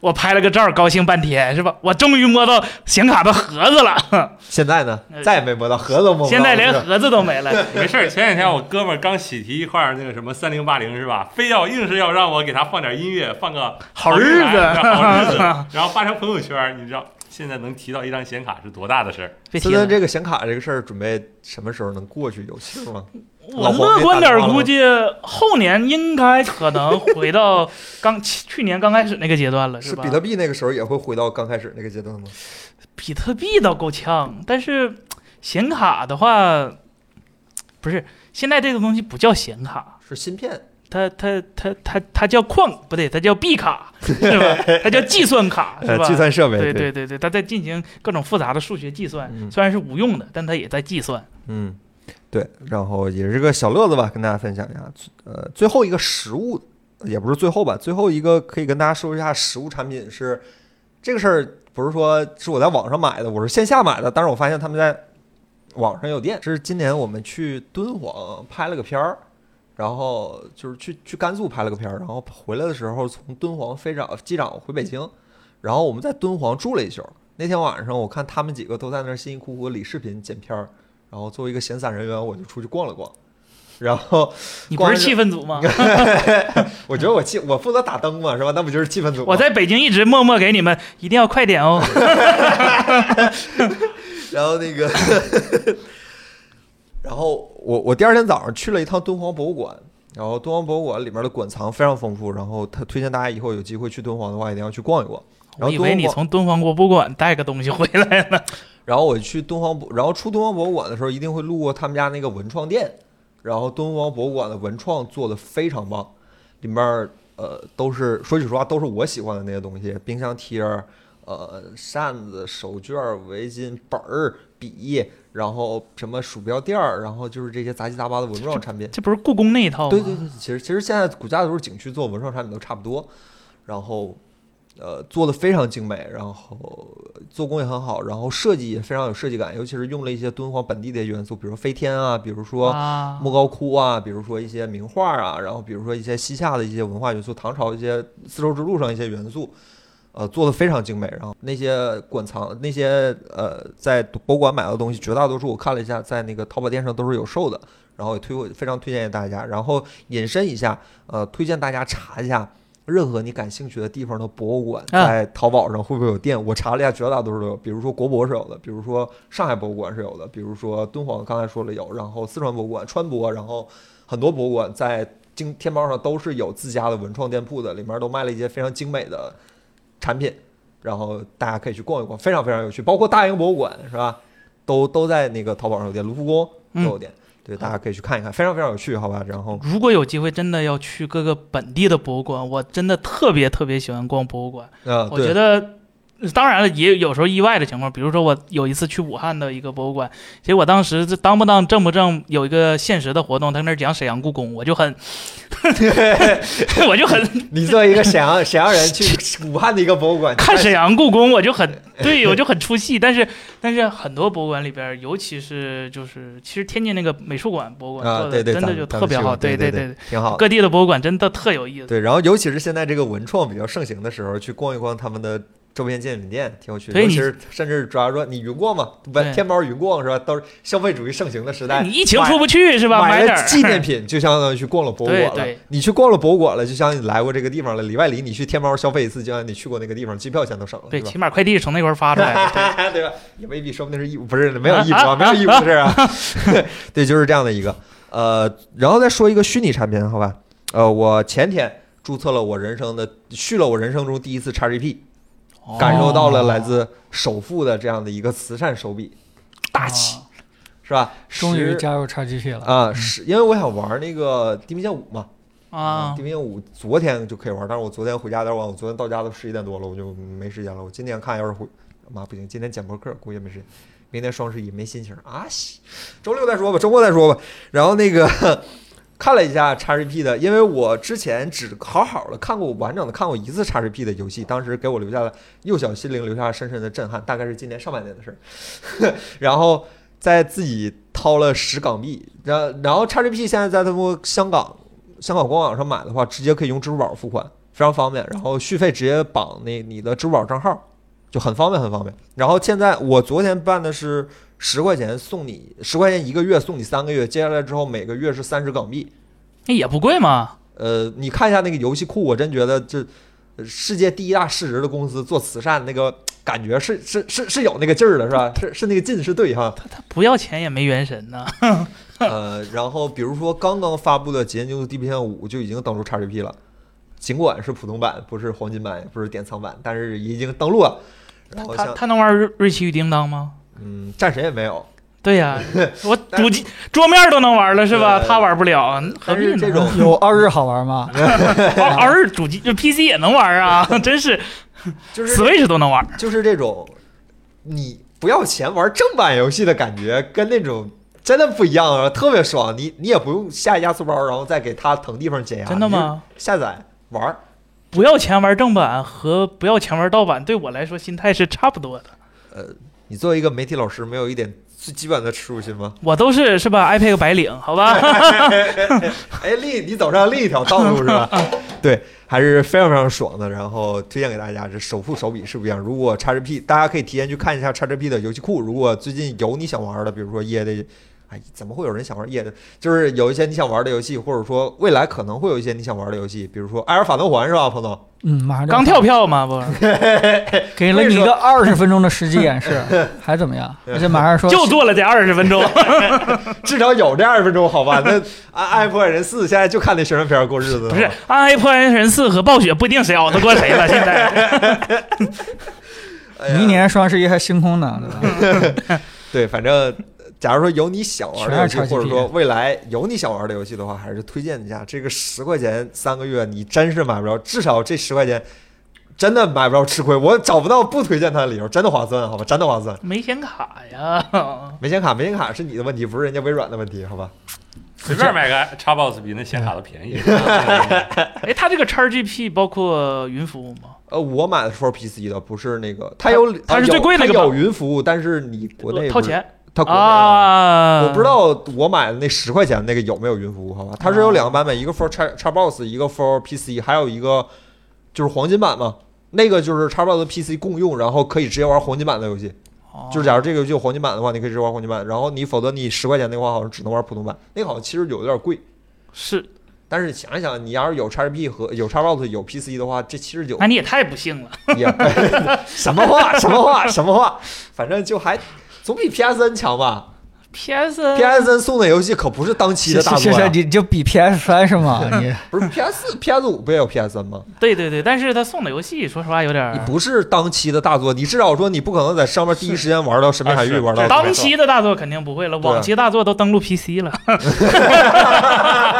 Speaker 2: 我拍了个照，高兴半天是吧？我终于摸到显卡的盒子
Speaker 1: <laughs>
Speaker 2: 了，
Speaker 1: 现在呢
Speaker 2: 呃，
Speaker 1: 再也没摸到盒子都摸不到，
Speaker 2: 现在连
Speaker 1: 是吧
Speaker 2: 盒子都
Speaker 1: <laughs>
Speaker 2: 没了。
Speaker 3: 没事儿，前两天我哥们儿刚喜提一块儿那个什么三零八零是吧？非要硬是要让我给他放点音乐，放个
Speaker 2: 好日子
Speaker 3: 好日
Speaker 1: <laughs>
Speaker 3: 子，然后发成朋友圈儿，你知道现在能提到一张显卡是多大的事儿？
Speaker 2: 别提
Speaker 1: 森
Speaker 2: 了
Speaker 1: 森，这个显卡这个事儿，准备什么时候能过去？有戏吗？
Speaker 2: 我乐观点儿估计后年应该可能回到刚去去年刚开始那个阶段了，
Speaker 1: 是
Speaker 2: 吧？
Speaker 1: 比特币那个时候也会回到刚开始那个阶段吗？
Speaker 2: 比特币倒够呛，但是显卡的话，不是现在这个东西不叫显卡，
Speaker 1: 是芯片
Speaker 2: 它它它它它叫矿不对，它叫币卡是吧？它叫计算卡是
Speaker 1: 呃
Speaker 2: 吧？
Speaker 1: 计算设备，
Speaker 2: 对对对对，它在进行各种复杂的数学计算，
Speaker 1: 嗯
Speaker 2: 虽然是无用的，但它也在计算。
Speaker 1: 嗯，对，然后也是个小乐子吧，跟大家分享一下。呃，最后一个食物也不是最后吧，最后一个可以跟大家说一下食物产品是这个事儿，不是说是我在网上买的，我是线下买的，但是我发现他们在网上有店。这是今年我们去敦煌拍了个片儿。然后就是去去甘肃拍了个片儿，然后回来的时候从敦煌飞长机长回北京，然后我们在敦煌住了一宿。那天晚上我看他们几个都在那儿辛辛苦苦地理视频剪片儿，然后作为一个闲散人员，我就出去逛了逛。然后
Speaker 2: 你不
Speaker 1: 光
Speaker 2: 是
Speaker 1: 是
Speaker 2: 气氛组吗？
Speaker 1: 我觉得我气，我负责打灯嘛，是吧？那不就是气氛组吗？
Speaker 2: 我在北京一直默默给你们，一定要快点哦。
Speaker 1: 然后那个， <laughs> 然后我我第二天早上去了一趟敦煌博物馆，然后敦煌博物馆里面的馆藏非常丰富，然后他推荐大家以后有机会去敦煌的话，一定要去逛一逛。然
Speaker 2: 我
Speaker 1: 后
Speaker 2: 以
Speaker 1: 敦
Speaker 2: 为
Speaker 1: 煌
Speaker 2: 你
Speaker 1: 博
Speaker 2: 从敦煌博物馆带个东西回来了。
Speaker 1: 然后我去敦煌博，然后出敦煌博物馆的时候，一定会路过他们家那个文创店。然后敦煌博物馆的文创做的非常棒，里面儿呃都是说句实话，都是我喜欢的那些东西，冰箱贴儿、呃扇子、手绢儿、围巾、本儿、笔，然后什么鼠标垫儿，然后就是这些杂七杂八的文创产品。
Speaker 2: 这不是故宫那一套吗？
Speaker 1: 对对对，其实其实现在古家的都是景区做文创产品都差不多，然后呃做的非常精美，然后做工也很好，然后设计也非常有设计感，尤其是用了一些敦煌本地的元素，比如说飞天啊，比如说
Speaker 2: 啊，
Speaker 1: 莫高窟啊，比如说一些名画啊，然后比如说一些西夏的一些文化元素，唐朝一些丝绸之路上一些元素，呃，做的非常精美。然后那些馆藏那些呃在博物馆买到的东西，绝大多数我看了一下，在那个淘宝店上都是有售的，然后也推非常推荐给大家。然后引申一下，呃，推荐大家查一下。任何你感兴趣的地方的博物馆，
Speaker 2: 啊
Speaker 1: 在淘宝上会不会有店？我查了一下，绝大多数都有。比如说国博是有的，比如说上海博物馆是有的，比如说敦煌刚才说了有，然后四川博物馆、川博，然后很多博物馆在京天猫上都是有自家的文创店铺的，里面都卖了一些非常精美的产品，然后大家可以去逛一逛，非常非常有趣。包括大英博物馆是吧？都都在那个淘宝上有店，卢浮宫都有店，对，大家可以去看一看，非常非常有趣，好吧？然后
Speaker 2: 如果有机会真的要去各个本地的博物馆，我真的特别特别喜欢逛博物馆。
Speaker 1: 呃，
Speaker 2: 我
Speaker 1: 对
Speaker 2: 觉得，当然了，也有时候意外的情况，比如说我有一次去武汉的一个博物馆，结果当时这当不当正不正有一个限时的活动，他那儿讲沈阳故宫，我就
Speaker 1: <laughs>
Speaker 2: 很，我就很
Speaker 1: <laughs> 你作为一个沈阳沈阳人去武汉的一个博物馆
Speaker 2: 看沈阳故宫，我
Speaker 1: <laughs>
Speaker 2: 就很对，我就很出戏。但是但是很多博物馆里边儿，尤其是就是其实天津那个美术馆博物馆
Speaker 1: 啊，
Speaker 2: 做
Speaker 1: 对
Speaker 2: 的
Speaker 1: 对，
Speaker 2: 真
Speaker 1: 咱
Speaker 2: 的
Speaker 1: 们
Speaker 2: 就
Speaker 1: 咱
Speaker 2: 特
Speaker 1: 们
Speaker 2: 别
Speaker 1: 去
Speaker 2: 好，
Speaker 1: 过对
Speaker 2: 对
Speaker 1: 对
Speaker 2: 对，，
Speaker 1: 挺好的。
Speaker 2: 各地的博物馆真的特有意思。
Speaker 1: 对，然后尤其是现在这个文创比较盛行的时候，去逛一逛他们的周边纪念品店，挺有趣的。
Speaker 2: 对
Speaker 1: 尤其
Speaker 2: 你
Speaker 1: 是甚至主要说你云逛嘛，不
Speaker 2: 对
Speaker 1: 天猫云逛是吧？都是消费主义盛行的时代
Speaker 2: 你，疫情出不去是吧？买
Speaker 1: 买
Speaker 2: 点
Speaker 1: 了
Speaker 2: 儿
Speaker 1: 纪
Speaker 2: <laughs>
Speaker 1: 念品就相当于去逛了博物馆
Speaker 2: 对
Speaker 1: 了
Speaker 2: 对。
Speaker 1: 你去逛了博物馆了，就相当于你来过这个地方了。里外里你去天猫消费一次，就像你去过那个地方，机票钱都省了，
Speaker 2: 对，
Speaker 1: 是吧
Speaker 2: 起？码快递从那块儿发出来的。
Speaker 1: <laughs>
Speaker 2: 对
Speaker 1: 对吧？也未必，说不定是义务，不是没有义务
Speaker 2: 啊
Speaker 1: 啊，
Speaker 2: 啊
Speaker 1: 没有义务的事儿
Speaker 4: <laughs>
Speaker 1: 啊。 <laughs> 对，就是这样的一个。呃，然后再说一个虚拟产品，好吧？呃，我前天注册了我人生的，续了我人生中第一次 XGP，感
Speaker 4: 哦
Speaker 1: 受
Speaker 2: 哦
Speaker 1: 到了来自首富的这样的一个慈善手笔，大气、
Speaker 4: 啊
Speaker 1: 是吧？
Speaker 4: 终于
Speaker 1: 十
Speaker 4: 加入 XGP 了。
Speaker 1: 啊，是因为我想玩那个《地平线五》嘛，
Speaker 2: 啊
Speaker 1: 地平线五昨天就可以玩，但是我昨天回家有点晚，我昨天到家都十一点多了，我就没时间了。我今天看要是回，妈不行，今天剪播客估计没时间，明天双十一没心情啊西，周六再说吧，周末再说吧。然后那个看了一下 XGP 的，因为我之前只好好的看过完整的看过一次 XGP 的游戏，当时给我留下了幼小心灵留下了深深的震撼，大概是今年上半年的事儿。然后在自己掏了十港币，然然后 XGP 现在在他们香港香港官网上买的话，直接可以用支付宝付款，非常方便。然后续费直接绑那你的支付宝账号，就很方便，很方便。然后现在我昨天办的是十块钱送你十块钱一个月送你三个月，接下来之后每个月是三十港币。
Speaker 2: 那哎也不贵嘛。
Speaker 1: 呃，你看一下那个游戏库，我真觉得这呃世界第一大市值的公司做慈善那个感觉是是是是有那个劲儿的，是吧？是是那个劲是对哈。
Speaker 2: 他他不要钱也没原神呢。 <laughs>
Speaker 1: 呃， <laughs> 然后比如说刚刚发布的《极限竞速：地平线五》就已经登陆 XGP 了，尽管是普通版，不是黄金版，也不是典藏版，但是已经登陆了。然后
Speaker 2: 他
Speaker 1: 像
Speaker 2: 他能玩瑞瑞奇与叮当吗？
Speaker 1: 嗯，战神也没有，
Speaker 2: 对
Speaker 1: <laughs>
Speaker 2: 呀、我主机桌面都能玩了是吧？
Speaker 1: 对
Speaker 2: 他玩不了，何
Speaker 1: 但
Speaker 2: 必
Speaker 1: 是
Speaker 2: 呢？
Speaker 1: 这种
Speaker 4: <laughs>
Speaker 2: <laughs>
Speaker 4: 有二日好
Speaker 1: <laughs>
Speaker 4: 玩吗？
Speaker 2: 哦而主机这 PC 也能玩啊，真是
Speaker 1: 就是
Speaker 2: Switch 都能玩。
Speaker 1: 就是这种，你不要钱玩正版游戏的感觉，跟那种真的不一样啊，特别爽。你你也不用下压缩包，然后再给它腾地方解压。
Speaker 2: 真的吗？
Speaker 1: 你就下载玩儿，
Speaker 2: 不要钱玩正版和不要钱玩盗版，对我来说心态是差不多的。
Speaker 1: 你作为一个媒体老师，没有一点最基本的耻辱心吗？
Speaker 2: 我都是是吧？iPad 白领，
Speaker 1: <laughs>
Speaker 2: 好吧？
Speaker 1: 哎，另你走上另一条道路是
Speaker 2: <laughs>
Speaker 1: 吧？对，还是非常非常爽的。然后推荐给大家，这手护手柄是不一样。如果 XGP，大家可以提前去看一下 XGP 的游戏库。如果最近有你想玩的，比如说夜的，哎，怎么会有人想玩夜的？就是有一些你想玩的游戏，或者说未来可能会有一些你想玩的游戏，比如说《艾尔法环》是吧，彭总？
Speaker 4: 嗯，马上就要
Speaker 2: 刚跳票嘛，
Speaker 1: <laughs>
Speaker 2: 不是
Speaker 4: 给了你一个二十分钟的实际演示，
Speaker 1: <laughs>
Speaker 4: 还怎么样？而且马上说
Speaker 2: 就做了这二十分钟。
Speaker 1: 至少有这二十分钟好吧？那 <laughs> 《爱爱破坏人四》现在就看那宣传片过日子呢。
Speaker 2: <laughs> 不是《暗黑破坏神四》和《暴雪》不一定谁熬得过谁了。现
Speaker 1: <laughs>
Speaker 2: 在
Speaker 1: 哎呀
Speaker 4: 明年双十一还星
Speaker 1: <laughs>
Speaker 4: 空呢，对吧？
Speaker 1: 对，反正假如说有你想玩的游戏，
Speaker 4: 全是 XGP
Speaker 1: 或者说未来有你想玩的游戏的话，还是推荐一下。这个十块钱三个月，你真是买不着，至少这十块钱真的买不着吃亏。我找不到不推荐它的理由，真的划算，好吧，真的划算。
Speaker 2: 没显卡呀，
Speaker 1: 没显卡，没显卡是你的问题，不是人家微软的问题，好吧？
Speaker 3: 随便买个 Xbox 比那显卡都便
Speaker 1: <laughs>
Speaker 3: 宜。
Speaker 1: 嗯
Speaker 2: <laughs> 哎，它这个 XGP 包括云服务吗？
Speaker 1: 呃，我买的时候 PC 的，不是那个，它有
Speaker 2: 它它是最贵那个
Speaker 1: 它
Speaker 2: 吧
Speaker 1: 有云服务，但是你国内
Speaker 2: 掏
Speaker 1: 不是，
Speaker 2: 钱
Speaker 1: 它国内
Speaker 2: 啊？
Speaker 1: 我不知。道我买的那十块钱那个有没有云服务？好吧，它是有两个版本，一个 for X Xbox，一个 for PC，还有一个就是黄金版嘛。那个就是 Xbox PC 共用，然后可以直接玩黄金版的游戏。就是假如这个游戏有黄金版的话，你可以直接玩黄金版，然后你否则你十块钱那话好像只能玩普通版，那个好像其实有点贵。
Speaker 2: 哦是，
Speaker 1: 但是想一想，你要是有 XGP 和有 Xbox 有 PC 的话，这七十九
Speaker 2: 那你也太不幸了。
Speaker 1: 也 <laughs> 什么话什么话什么话，反正就还总比 PSN 强吧。 <laughs>
Speaker 2: PSN
Speaker 1: PSN 送的游戏可不是当期的大作啊
Speaker 4: 是
Speaker 1: 呀、
Speaker 4: 是，你就比 PS 三
Speaker 1: <laughs>
Speaker 4: 是吗？你
Speaker 1: 不是 PS PS 五不也有 PSN 吗？
Speaker 2: 对对对，但是他送的游戏，说实话有点
Speaker 1: 你
Speaker 2: 儿。
Speaker 1: 不是当期的大作，你至少说你不可能在上面第一时间玩到《神秘海域
Speaker 3: 是》
Speaker 1: 玩到
Speaker 3: 是
Speaker 2: 啊当期的大作肯定不会了，
Speaker 1: 对啊
Speaker 2: 往期大作都登录 PC 了，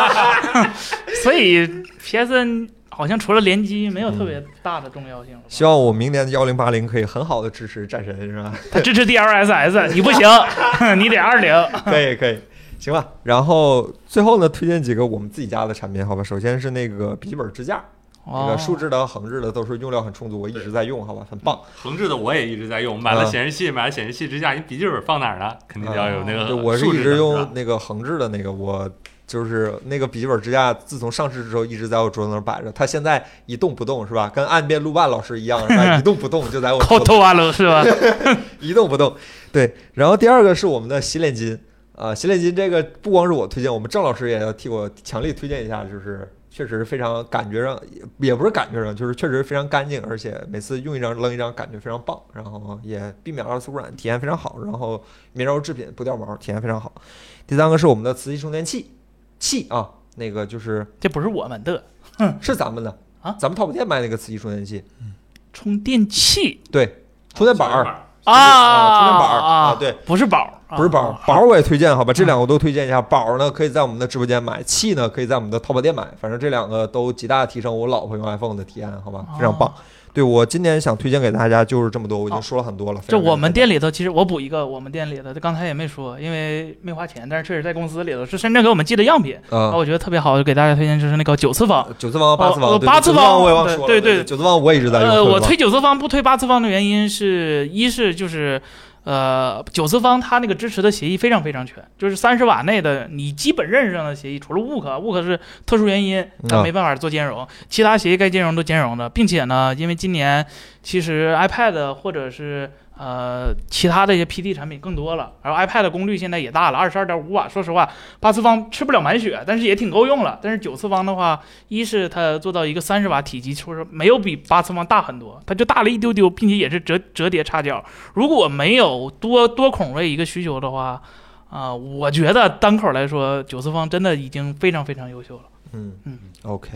Speaker 2: <laughs> 所以 PSN 好像除了联机没有特
Speaker 1: 嗯
Speaker 2: 别大的重要性了吧。
Speaker 1: 希望我明年的幺零八零可以很好的支持战神，是
Speaker 2: <laughs>
Speaker 1: 吧？
Speaker 2: 它支持 DLSS，你
Speaker 1: <laughs>
Speaker 2: 不行， <laughs> 你得二零。
Speaker 1: 可以可以，行吧。然后最后呢，推荐几个我们自己家的产品，好吧？首先是那个笔记本支架，那个树
Speaker 2: 哦，
Speaker 1: 脂的、横置的都是用料很充足，我一直在用，好吧，很棒。
Speaker 3: <laughs> 横置的我也一直在用，买
Speaker 1: 嗯
Speaker 3: 了显示器，买了显示器支架，你笔记本放哪儿呢？肯定要有那
Speaker 1: 嗯对
Speaker 3: 个。
Speaker 1: 我是一直
Speaker 3: 的吧
Speaker 1: 用那个横置的那个，我就是那个笔记本支架，自从上市之后一直在我桌子那儿摆着，它现在一动不动是吧？跟岸边路伴老师一样，是
Speaker 3: <laughs>
Speaker 1: 吧一动不动就在我桌
Speaker 2: 扣
Speaker 1: 子
Speaker 2: 头完了是吧？ <laughs>
Speaker 1: <laughs> 一动不动。对，然后第二个是我们的洗脸巾啊，洗脸巾这个不光是我推荐，我们郑老师也要替我强力推荐一下，就是确实非常感觉上，也也不是感觉上，就是确实非常干净，而且每次用一张扔一张，感觉非常棒，然后也避免二次污染，体验非常好，然后棉柔制品不掉毛，体验非常好。第三个是我们的磁吸充电器器啊，那个
Speaker 2: <laughs>
Speaker 1: 就是
Speaker 2: 这不是我们的
Speaker 1: 是咱们的
Speaker 2: 啊
Speaker 1: 咱们淘宝店卖那个磁吸充电器，
Speaker 2: 充电器
Speaker 1: 对，充电板儿。
Speaker 2: 啊，
Speaker 1: 充电板儿
Speaker 2: 啊
Speaker 1: 啊，对，
Speaker 2: 不是宝，
Speaker 1: 不是宝
Speaker 2: 啊，嗯
Speaker 1: 宝儿我也推荐，好吧，这两个我都推荐一下。宝儿呢可以在我们的直播间买，气呢可以在我们的淘宝店买，反正这两个都极大地提升我老婆用 iPhone 的体验，好吧，非常
Speaker 2: 哦
Speaker 1: 棒。对我今年想推荐给大家就是这么多，我已经说了很多了。非
Speaker 2: 这
Speaker 1: 常
Speaker 2: 哦我
Speaker 1: 感
Speaker 2: 们
Speaker 1: 谢
Speaker 2: 店里头，其实我补一个，我们店里的，这刚才也没说，因为没花钱，但是确实在公司里头是深圳给我们寄的样品，啊，
Speaker 1: 啊，
Speaker 2: 我觉得特别好，就给大家推荐就是那个九次方。
Speaker 1: 九次方、八次
Speaker 2: 哦
Speaker 1: 方、
Speaker 2: 呃
Speaker 1: 对
Speaker 2: 八
Speaker 1: 九
Speaker 2: 次
Speaker 1: 方
Speaker 2: 方
Speaker 1: 我也忘说了，
Speaker 2: 对对
Speaker 1: 九次方我也一直在用。
Speaker 2: 呃，
Speaker 1: 特别
Speaker 2: 我
Speaker 1: 棒
Speaker 2: 推九次方不推八次方的原因是，一是就是，呃，九次方它那个支持的协议非常非常全，就是三十瓦内的你基本认识上的协议，除了 WUK，WUK 是特殊原因它
Speaker 1: 啊
Speaker 2: 没办法做兼容，其他协议该兼容都兼容的，并且呢，因为今年其实 iPad 或者是呃其他的一些 PD 产品更多了，然后 iPad 的功率现在也大了，二十二点五瓦，说实话八次方吃不了满血，但是也挺够用了。但是九次方的话，一是它做到一个三十瓦体积，说是没有比八次方大很多，它就大了一丢丢，并且也是折折叠插脚。如果没有多多孔位一个需求的话，啊、我觉得单口来说，九次方真的已经非常非常优秀了。
Speaker 1: 嗯
Speaker 2: 嗯
Speaker 1: ，OK，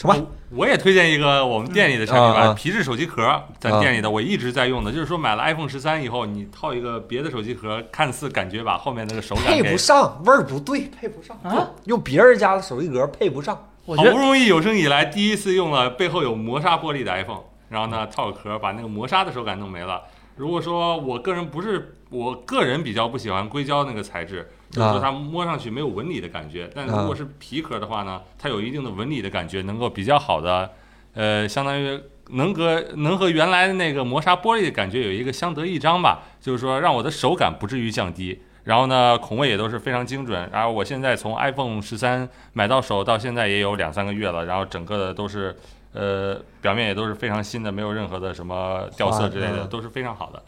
Speaker 1: 什么？
Speaker 3: 我我也推荐一个我们店里的产品
Speaker 1: 嗯啊嗯
Speaker 3: 吧，
Speaker 1: 啊
Speaker 3: 皮质手机壳，咱店里的我一直在用的，就是说买了 iPhone 十三以后，你套一个别的手机壳，看似感觉把后面那个手感
Speaker 1: 配
Speaker 3: 给
Speaker 1: 不上，味儿不对，配不上
Speaker 2: 啊！
Speaker 1: 用别人家的手机壳配不上，
Speaker 2: 我
Speaker 3: 好
Speaker 2: 觉
Speaker 3: 啊不
Speaker 2: 得
Speaker 3: 容易有生以来第一次用了背后有磨砂玻璃的 iPhone，然后
Speaker 2: 嗯
Speaker 3: 呢套个壳把那个磨砂的手感弄没了。如果说我个人不是，我个人比较不喜欢硅胶那个材质，就是
Speaker 2: 啊
Speaker 3: 说它摸上去没有纹理的感觉。但如果是皮壳的话呢，它有一定的纹理的感觉，能够比较好的，呃，相当于能和能和原来的那个磨砂玻璃的感觉有一个相得益彰吧，就是说让我的手感不至于降低。然后呢，孔位也都是非常精准。然后我现在从 iPhone 十三买到手到现在也有两三个月了，然后整个的都是，呃，表面也都是非常新的，没有任何的什么掉色之类
Speaker 1: 花
Speaker 3: 的，
Speaker 1: 嗯
Speaker 3: 都是非常好的。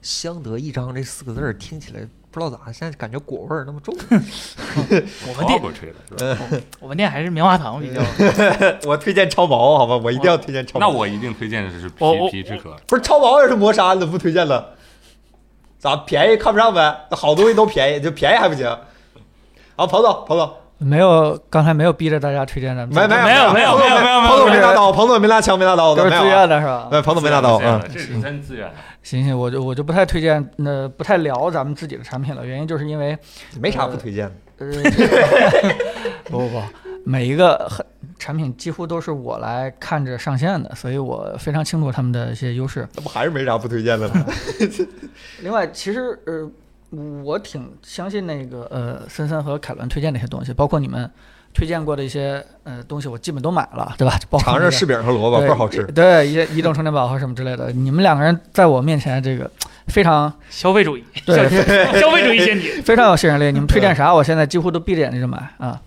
Speaker 1: 相得益彰这四个字儿听起来不知道咋，现在感觉果味儿那么重。
Speaker 2: 我们
Speaker 3: 好
Speaker 2: 店
Speaker 3: 狗吹的是吧？
Speaker 2: 我们店还是棉花糖比较。
Speaker 1: <laughs> 我推荐超薄，好吧，我一定要推荐超薄。
Speaker 3: 那我一定推荐的是
Speaker 2: 我我
Speaker 3: 皮皮质壳。
Speaker 1: 不是超薄也是磨砂，你怎么不推荐了？咋便宜看不上呗？那好东西都便宜，就便宜还不行？啊，彭总，彭总，
Speaker 4: 没有，刚才没有逼着大家推荐咱们，
Speaker 1: 没没
Speaker 2: 没有没有
Speaker 1: 彭总
Speaker 3: 没有没有没有
Speaker 1: 彭总没拿刀，彭总没拿枪，没拿刀
Speaker 4: 都
Speaker 1: 的，
Speaker 4: 是
Speaker 1: 没
Speaker 4: 自
Speaker 1: 有啊。
Speaker 4: 愿的是吧？
Speaker 1: 对，彭总没拿刀，
Speaker 3: 自愿
Speaker 1: 嗯
Speaker 3: 的，这是真自愿的。
Speaker 4: 行行，我就我就不太推荐，那不太聊咱们自己的产品了，原因就是因为
Speaker 1: 没啥不推荐的。 <laughs>
Speaker 4: 呃，这个不不不，每一个很产品几乎都是我来看着上线的，所以我非常清楚他们的一些优势。
Speaker 1: 那不还是没啥不推荐的吗？
Speaker 4: 另外，其实呃，我挺相信那个呃，森森和凯伦推荐的一些东西，包括你们推荐过的一些呃东西，我基本都买了，对吧？包
Speaker 1: <laughs>
Speaker 4: 括
Speaker 1: 尝尝
Speaker 4: 那个
Speaker 1: 柿饼和萝卜，倍
Speaker 4: 对
Speaker 1: 儿好吃。
Speaker 4: 对，移移动充电宝和什么之类的，你们两个人在我面前这个非常
Speaker 2: 消费主义，消
Speaker 4: 对
Speaker 2: 消费主义陷
Speaker 4: <laughs>
Speaker 2: 阱。
Speaker 4: 非常有吸引力。你们推荐啥，我现在几乎都闭着眼睛就买啊。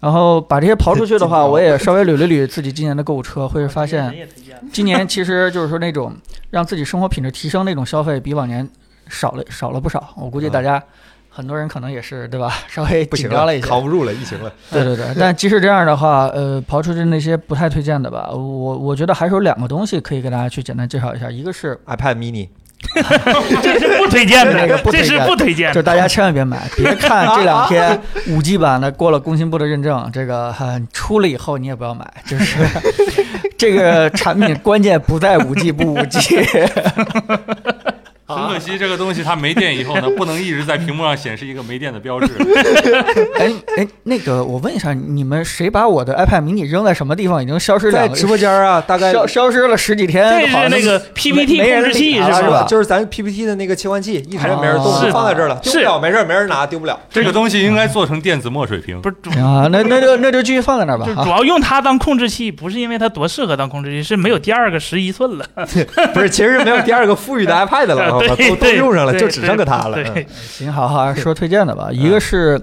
Speaker 4: 然后把这些刨出
Speaker 1: <laughs>
Speaker 4: 去的话，
Speaker 1: 进口
Speaker 4: 我也稍微捋了捋自己今年的购物车，会发现
Speaker 2: 人也推荐了
Speaker 4: 今年其实就是说那种让自己生活品质提升那种消费，比往年少了少了不少。我估计大家、很多人可能也是对吧， <laughs> 稍微
Speaker 1: <laughs> 不行
Speaker 4: 紧张了一些。
Speaker 1: 扛不住了，疫情了。
Speaker 4: 对对对，但即使这样的话，呃，刨出去那些不太推荐的吧，我我觉得还是有两个东西可以给大家去简单介绍一下，一个是
Speaker 1: iPad mini
Speaker 2: <laughs> 这是不推荐
Speaker 4: 这个
Speaker 2: 的，
Speaker 4: 不推
Speaker 2: 这
Speaker 4: 荐
Speaker 2: 是不推荐
Speaker 4: 就
Speaker 2: 的。
Speaker 4: 大家千万别买，别看这两天五 G 版的过了工信部的认证，这个哈出了以后你也不要买，就是 <laughs> 这个产品关键不在五 G 不五 G，
Speaker 3: 很可惜，这个东西它没电以后呢，不能一直在屏幕上显示一个没电的标志。
Speaker 4: 哎哎，那个我问一下，你们谁把我的 iPad mini 扔在什么地方？已经消失
Speaker 1: 在
Speaker 4: 两个
Speaker 1: 直播间 <laughs> 啊，大概
Speaker 4: 消消失了十几天，
Speaker 2: 这
Speaker 4: 好
Speaker 2: 是
Speaker 4: 像
Speaker 2: 那个 PPT
Speaker 4: 没
Speaker 2: 控
Speaker 4: 人
Speaker 2: 制器
Speaker 4: 理它
Speaker 2: 是
Speaker 4: 了
Speaker 2: 吧
Speaker 4: 是？吧
Speaker 1: 就是咱 PPT 的那个切换器，一直也没人动，
Speaker 4: 哦
Speaker 1: 就是放在这儿了，丢不
Speaker 2: 是
Speaker 1: 了，没事儿，没人拿，丢不了。
Speaker 3: 这个东西应该做成电子墨水屏。
Speaker 2: 不是主
Speaker 4: 行啊，那那就那就继续放在那儿吧
Speaker 2: 就主
Speaker 4: 啊。
Speaker 2: 要用它当控制器，不是因为它多适合当控制器，是没有第二个十一寸了， <laughs>
Speaker 1: 不是，其实没有第二个富裕的 iPad 了，好吧
Speaker 2: 对
Speaker 1: 都都用上了，
Speaker 2: 对
Speaker 1: 就只剩个它了。
Speaker 2: 对
Speaker 1: <laughs> 嗯
Speaker 4: 行，好好说推荐的吧。一个是，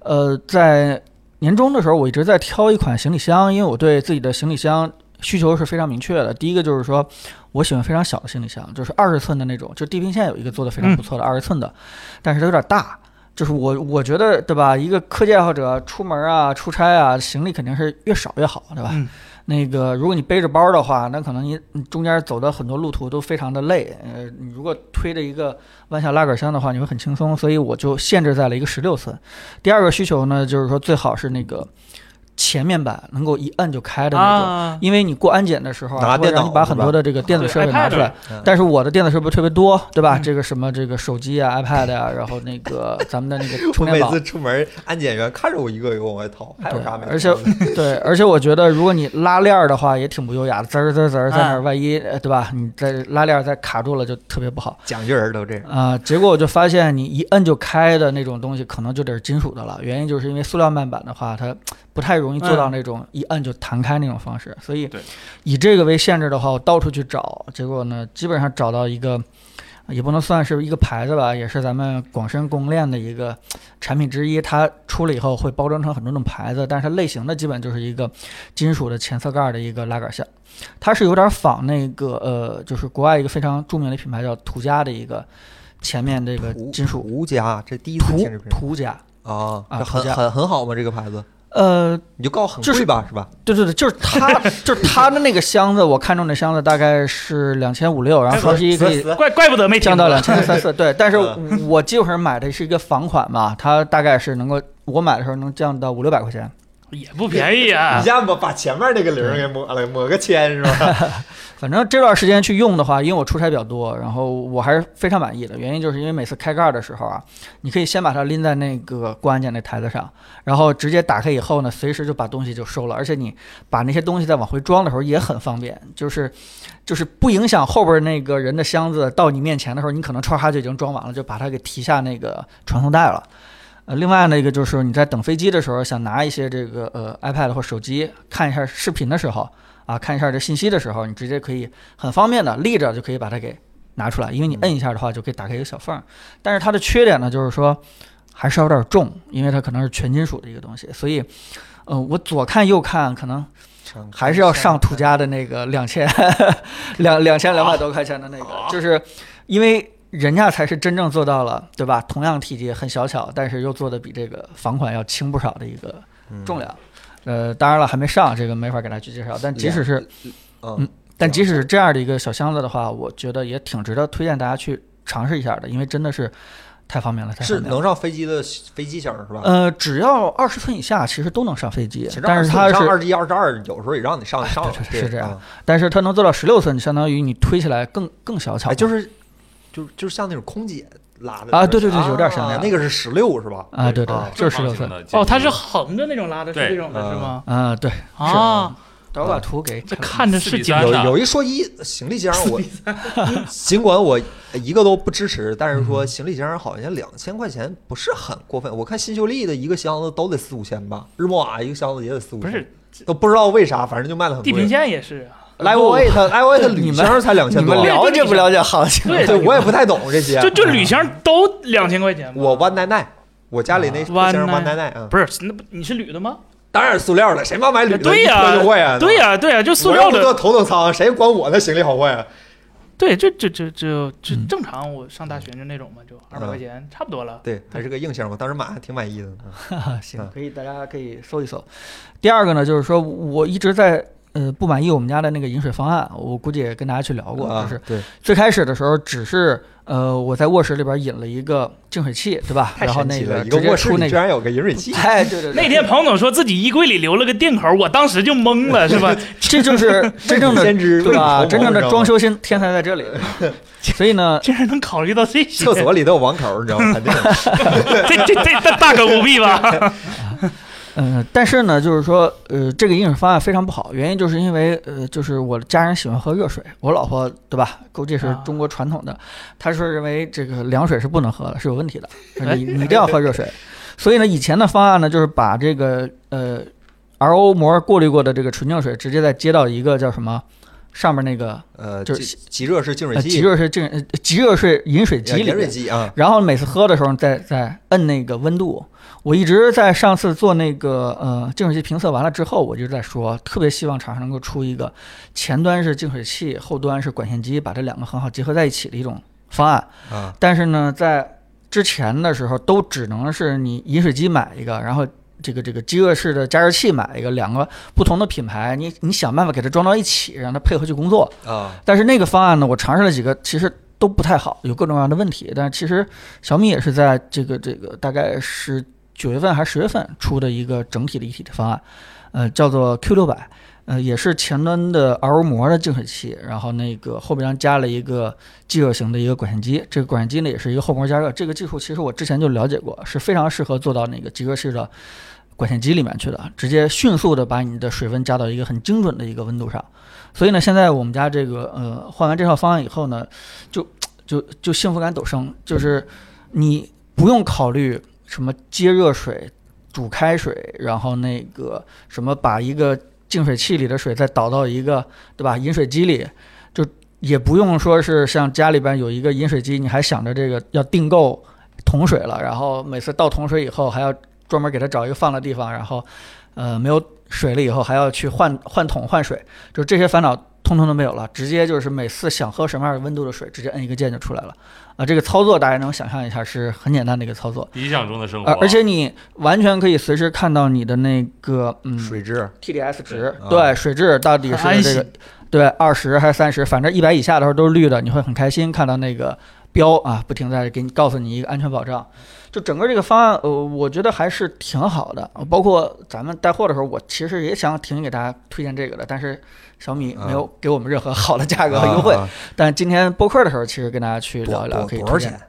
Speaker 4: 呃，在年终的时候，我一直在挑一款行李箱，因为我对自己的行李箱需求是非常明确的。第一个就是说，我喜欢非常小的行李箱，就是二十寸的那种，就地平线有一个做的非
Speaker 2: 嗯
Speaker 4: 常不错的二十寸的，但是它有点大。就是我，我觉得对吧？一个科技爱好者出门啊、出差啊，行李肯定是越少越好，对吧？
Speaker 2: 嗯
Speaker 4: 那个，如果你背着包的话，那可能你你中间走的很多路途都非常的累。呃，你如果推着一个弯下拉杆箱的话，你会很轻松，所以我就限制在了一个十六寸。第二个需求呢，就是说最好是那个前面板能够一摁就开的那种，
Speaker 2: 啊，
Speaker 4: 因为你过安检的时候啊，
Speaker 1: 拿
Speaker 4: 会
Speaker 1: 电脑嗯
Speaker 4: 让你把很多的这个电子设备拿出来。
Speaker 1: 对 iPad
Speaker 4: 但是我的电子设备特别多，对吧？
Speaker 2: 嗯
Speaker 4: 这个什么这个手机啊、iPad 啊，然后
Speaker 1: <laughs>
Speaker 4: 那个咱们的那个
Speaker 1: 我
Speaker 4: 充电
Speaker 1: 每
Speaker 4: 宝
Speaker 1: 次。出门，安检员看着我一个一个往外掏，还有啥没掏的？
Speaker 4: 对而且对，而且我觉得如果你拉链儿的话，也挺不优雅的，滋儿滋儿滋儿在那儿，万一呃对吧？你在拉链儿再卡住了，就特别不好。
Speaker 1: 讲究人都这样。
Speaker 4: 啊、结果我就发现你一摁就开的那种东西，可能就得是金属的了。原因就是因为塑料面板的话，它不太容易做到那种一摁就弹开那种方式。所以
Speaker 3: 对
Speaker 4: 以这个为限制的话，我到处去找，结果呢，基本上找到一个，也不能算是一个牌子吧，也是咱们广深供应链的一个产品之一。它出了以后会包装成很多种牌子，但是它类型的基本就是一个金属的前侧盖的一个拉杆箱，它是有点仿那个呃，就是国外一个非常著名的品牌叫途家的一个。前面这个
Speaker 1: 途
Speaker 4: 呃金属
Speaker 1: 途家，这第一次
Speaker 4: 途
Speaker 1: 听这名
Speaker 4: 途家，
Speaker 1: 啊，
Speaker 4: 啊
Speaker 1: 这很
Speaker 4: 途家
Speaker 1: 很很好吗？这个牌子，
Speaker 4: 呃，
Speaker 1: 你就告诉很
Speaker 4: 就是
Speaker 1: 贵吧，是吧？
Speaker 4: 对对对，就是它，就是它的那个箱子，我看中的箱子大概是两千五六，
Speaker 1: 哎
Speaker 4: 然后双啊十一可以
Speaker 1: 死
Speaker 2: 啊怪怪不得没听
Speaker 4: 降到
Speaker 2: 过
Speaker 4: 两千三四，对。但是
Speaker 1: 嗯
Speaker 4: 我这会儿买的是一个仿款嘛，它大概是能够我买的时候能降到五六百块钱，
Speaker 2: 也不便宜啊
Speaker 1: 你。家把把前面那个零儿给抹了，抹个铅是吧？
Speaker 4: 反正这段时间去用的话，因为我出差比较多，然后我还是非常满意的。原因就是因为每次开盖的时候啊，你可以先把它拎在那个过安检那台子上，然后直接打开以后呢，随时就把东西就收了。而且你把那些东西再往回装的时候也很方便，就是就是不影响后边那个人的箱子到你面前的时候，你可能歘歘就已经装完了，就把它给提下那个传送带了。呃，另外呢一个就是你在等飞机的时候，想拿一些这个呃 iPad 或手机看一下视频的时候，啊，看一下这信息的时候，你直接可以很方便的立着就可以把它给拿出来，因为你摁一下的话就可以打开一个小缝儿。但是它的缺点呢，就是说还是有点重，因为它可能是全金属的一个东西，所以，呃，我左看右看，可能还是要上途家的那个两千 <laughs> 两两千两百多块钱的那个，
Speaker 1: 哦
Speaker 4: 就是因为。人家才是真正做到了，对吧？同样体积很小巧，但是又做的比这个房款要轻不少的一个
Speaker 1: 嗯
Speaker 4: 重量。呃，当然了，还没上，这个没法给大家去介绍。但即使是
Speaker 1: 嗯，
Speaker 4: 但
Speaker 1: 对
Speaker 4: 即使是这样的一个小箱子的话，我觉得也挺值得推荐大家去尝试一下的，因为真的是太方便了，太
Speaker 1: 是
Speaker 4: 方便了。
Speaker 1: 能上飞机的飞机型儿是吧？
Speaker 4: 呃，只要二十寸以下，其实都能上飞机
Speaker 1: 其实，
Speaker 4: 但是它
Speaker 1: 上
Speaker 4: 是，
Speaker 1: 二十一、二十二，有时候也让你上上了
Speaker 4: 对对，对
Speaker 1: 对
Speaker 4: 是这样
Speaker 1: 啊
Speaker 4: 但是它能做到十六寸，相当于你推起来更更小巧嘛。
Speaker 1: 哎，就是就就是像那种空姐拉的
Speaker 4: 啊对对对
Speaker 1: 啊
Speaker 4: 有点像那样
Speaker 1: 那个是十六是吧？
Speaker 4: 啊，对对
Speaker 1: 啊
Speaker 4: 对，就是十六寸。
Speaker 3: 寸
Speaker 2: 哦，它是横着那种拉的，是
Speaker 3: 对
Speaker 2: 这种的，是吗？
Speaker 4: 啊，对，
Speaker 2: 啊，
Speaker 4: 等会儿把图给
Speaker 2: 这看着是
Speaker 3: 4:3
Speaker 2: 紧
Speaker 3: 啊
Speaker 1: 有
Speaker 3: 是
Speaker 1: 有一说一，行李箱
Speaker 4: <laughs>
Speaker 1: 我尽管我一个都不支持，但是
Speaker 4: 嗯
Speaker 1: 说行李箱好像两千块钱不是很过分。我看新秀丽的一个箱子都得四五千吧，日默瓦一个箱子也得四五
Speaker 2: 不
Speaker 1: 千，
Speaker 2: 是
Speaker 1: 都不知道为啥，反正就卖的很
Speaker 2: 地
Speaker 1: 贵。
Speaker 2: 平线也是啊，
Speaker 1: 来我 i 它 i 我 t 铝箱才两
Speaker 4: 你
Speaker 1: 千多
Speaker 4: 们，了解不了解行情？
Speaker 2: 对
Speaker 1: 对我也不太懂这些。
Speaker 2: 就就铝箱都两千块钱吧。
Speaker 1: 我弯奶奶，我家里那
Speaker 2: 啊
Speaker 1: 冰箱弯
Speaker 2: 弯
Speaker 1: 奶
Speaker 2: 奶
Speaker 1: 奶啊，
Speaker 2: 不是，那不你是铝的吗？
Speaker 1: 当然是塑料的，谁妈买铝的？
Speaker 2: 对呀
Speaker 1: 一推就坏啊呀，
Speaker 2: 对呀，对呀，就塑
Speaker 1: 哎我
Speaker 2: 料
Speaker 1: 要不坐
Speaker 2: 的，
Speaker 1: 头等舱，谁管我的行李好坏啊？
Speaker 2: 对，就就就就就
Speaker 4: 嗯
Speaker 2: 正常，我上大学就那种嘛，就
Speaker 1: 嗯
Speaker 2: 二百块钱差不多了。
Speaker 1: 对，还是个硬箱，我当时买还挺满意的。嗯
Speaker 4: 啊，行
Speaker 1: 嗯，
Speaker 4: 可以，大家可以搜一搜。第二个呢，就是说我一直在呃不满意我们家的那个饮水方案，我估计也跟大家去聊过，
Speaker 1: 啊
Speaker 4: 就是
Speaker 1: 对，
Speaker 4: 最开始的时候只是呃我在卧室里边引了一个净水器，对吧？
Speaker 1: 太
Speaker 4: 然后
Speaker 1: 神
Speaker 4: 那
Speaker 1: 奇了，一
Speaker 4: 直接
Speaker 1: 卧室里
Speaker 4: 出那
Speaker 1: 居
Speaker 4: 个，
Speaker 1: 然有个饮水器，
Speaker 4: 哎，对对对，
Speaker 2: 那天彭总说自己衣柜里留了个电口，我当时就懵
Speaker 1: <laughs>
Speaker 2: 了，是吧？
Speaker 4: 这就是真正的
Speaker 1: 先知
Speaker 4: 对吧？
Speaker 1: 未雨绸缪
Speaker 4: 真正的
Speaker 1: 你知道
Speaker 4: 装。
Speaker 1: 吗
Speaker 4: 修新天才在这里，所以呢，
Speaker 2: 竟然能考虑到这些，
Speaker 1: 厕所里都有网口，你知 <laughs> 道吗？肯定
Speaker 2: 这这这大大可不必吧？
Speaker 4: 嗯，但是呢，就是说，呃，这个饮水方案非常不好，原因就是因为，呃，就是我的家人喜欢喝热水，我老婆对吧？估计是
Speaker 2: 啊
Speaker 4: 中国传统的，她说认为这个凉水是不能喝的，是有问题的，说你你一定要喝热水。所以呢，以前的方案呢，就是把这个呃 RO 膜过滤过的这个纯净水，直接再接到一个叫什么上面那个
Speaker 1: 呃， <laughs>
Speaker 4: 就是
Speaker 1: 极极热式净水
Speaker 4: 呃
Speaker 1: 器，
Speaker 4: 极热水净呃极热水饮水
Speaker 1: 啊
Speaker 4: 机里
Speaker 1: 饮水
Speaker 4: 面。
Speaker 1: 机啊，
Speaker 4: 然后每次喝的时候再再摁那个温度。我一直在上次做那个呃净水器评测完了之后，我就在说，特别希望厂商能够出一个前端是净水器，后端是管线机，把这两个很好结合在一起的一种方案。
Speaker 1: 啊，
Speaker 4: 但是呢，在之前的时候都只能是你饮水机买一个，然后。这个这个饥饿式的加热器买一个，两个不同的品牌，你你想办法给它装到一起，让它配合去工作。
Speaker 1: 啊，
Speaker 4: 但是那个方案呢，我尝试了几个，其实都不太好，有各种各样的问题。但是其实小米也是在这个这个大概是九月份还是十月份出的一个整体的一体的方案，呃，叫做 Q 六百，呃，也是前端的 RO 膜的净水器，然后那个后边加了一个即热型的一个管线机，这个管线机呢也是一个后膜加热，这个技术其实我之前就了解过，是非常适合做到那个即热式的。管线机里面去的，直接迅速的把你的水温加到一个很精准的一个温度上，所以呢，现在我们家这个呃换完这套方案以后呢，就就就幸福感陡升，就是你不用考虑什么接热水、煮开水，然后那个什么把一个净水器里的水再倒到一个对吧饮水机里，就也不用说是像家里边有一个饮水机，你还想着这个要订购桶水了，然后每次倒桶水以后还要专门给它找一个放的地方，然后呃没有水了以后还要去换换桶换水。就这些烦恼通通都没有了，直接就是每次想喝什么样的温度的水，直接摁一个键就出来了。啊、这个操作大家能想象一下，是很简单的一个操作，
Speaker 3: 理想中的生活
Speaker 4: 而、，而且你完全可以随时看到你的那个嗯
Speaker 1: 水质
Speaker 4: TDS 值，
Speaker 1: 啊
Speaker 4: 嗯对水质到底
Speaker 2: 很安
Speaker 4: 是这个
Speaker 2: 心
Speaker 4: 对二十还是三十，反正一百以下的时候都是绿的，你会很开心看到那个标啊，不停在给你告诉你一个安全保障。就整个这个方案，呃，我觉得还是挺好的。啊包括咱们带货的时候，我其实也想挺给大家推荐这个的，但是小米没
Speaker 1: 嗯
Speaker 4: 有给我们任何好的价格和优惠。
Speaker 1: 啊
Speaker 4: 但今天播客的时候，其实跟大家去聊一聊，
Speaker 1: 多
Speaker 4: 可以
Speaker 1: 多多
Speaker 4: 推
Speaker 1: 少
Speaker 4: 荐
Speaker 1: 钱？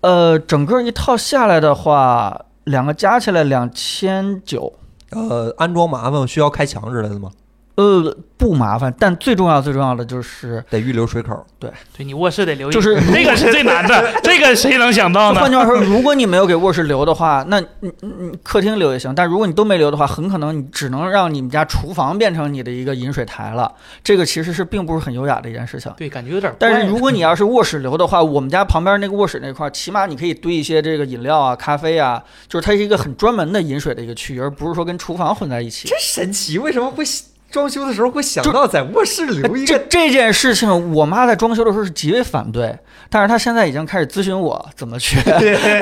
Speaker 4: 呃，整个一套下来的话，两个加起来两千九，
Speaker 1: 呃，安装麻烦，需要开墙之类的吗？
Speaker 4: 呃，不麻烦。但最重要最重要的就是，
Speaker 1: 得预留水口。
Speaker 2: 对你卧室得留意，
Speaker 4: 就是
Speaker 2: 这个是最难
Speaker 1: <laughs>
Speaker 2: 的，这个谁能想到
Speaker 4: 就
Speaker 2: 呢
Speaker 4: 换？句话说，如果你没有给卧室留的话，那你你你客厅留也行。但如果你都没留的话，很可能你只能让你们家厨房变成你的一个饮水台了。这个其实是并不是很优雅的一件事情。
Speaker 2: 对，感觉有点怪。
Speaker 4: 但是如
Speaker 2: <laughs>
Speaker 4: 果你要是卧室留的话，我们家旁边那个卧室那块儿，起码你可以堆一些这个饮料啊、咖啡啊，就是它是一个很专门的饮水的一个区域，而不是说跟厨房混在一起。
Speaker 1: 真神奇，为什么会装修的时候会想到在卧室留一
Speaker 4: 这
Speaker 1: 个？
Speaker 4: 这件事情，我妈在装修的时候是极为反对，但是她现在已经开始咨询我怎么去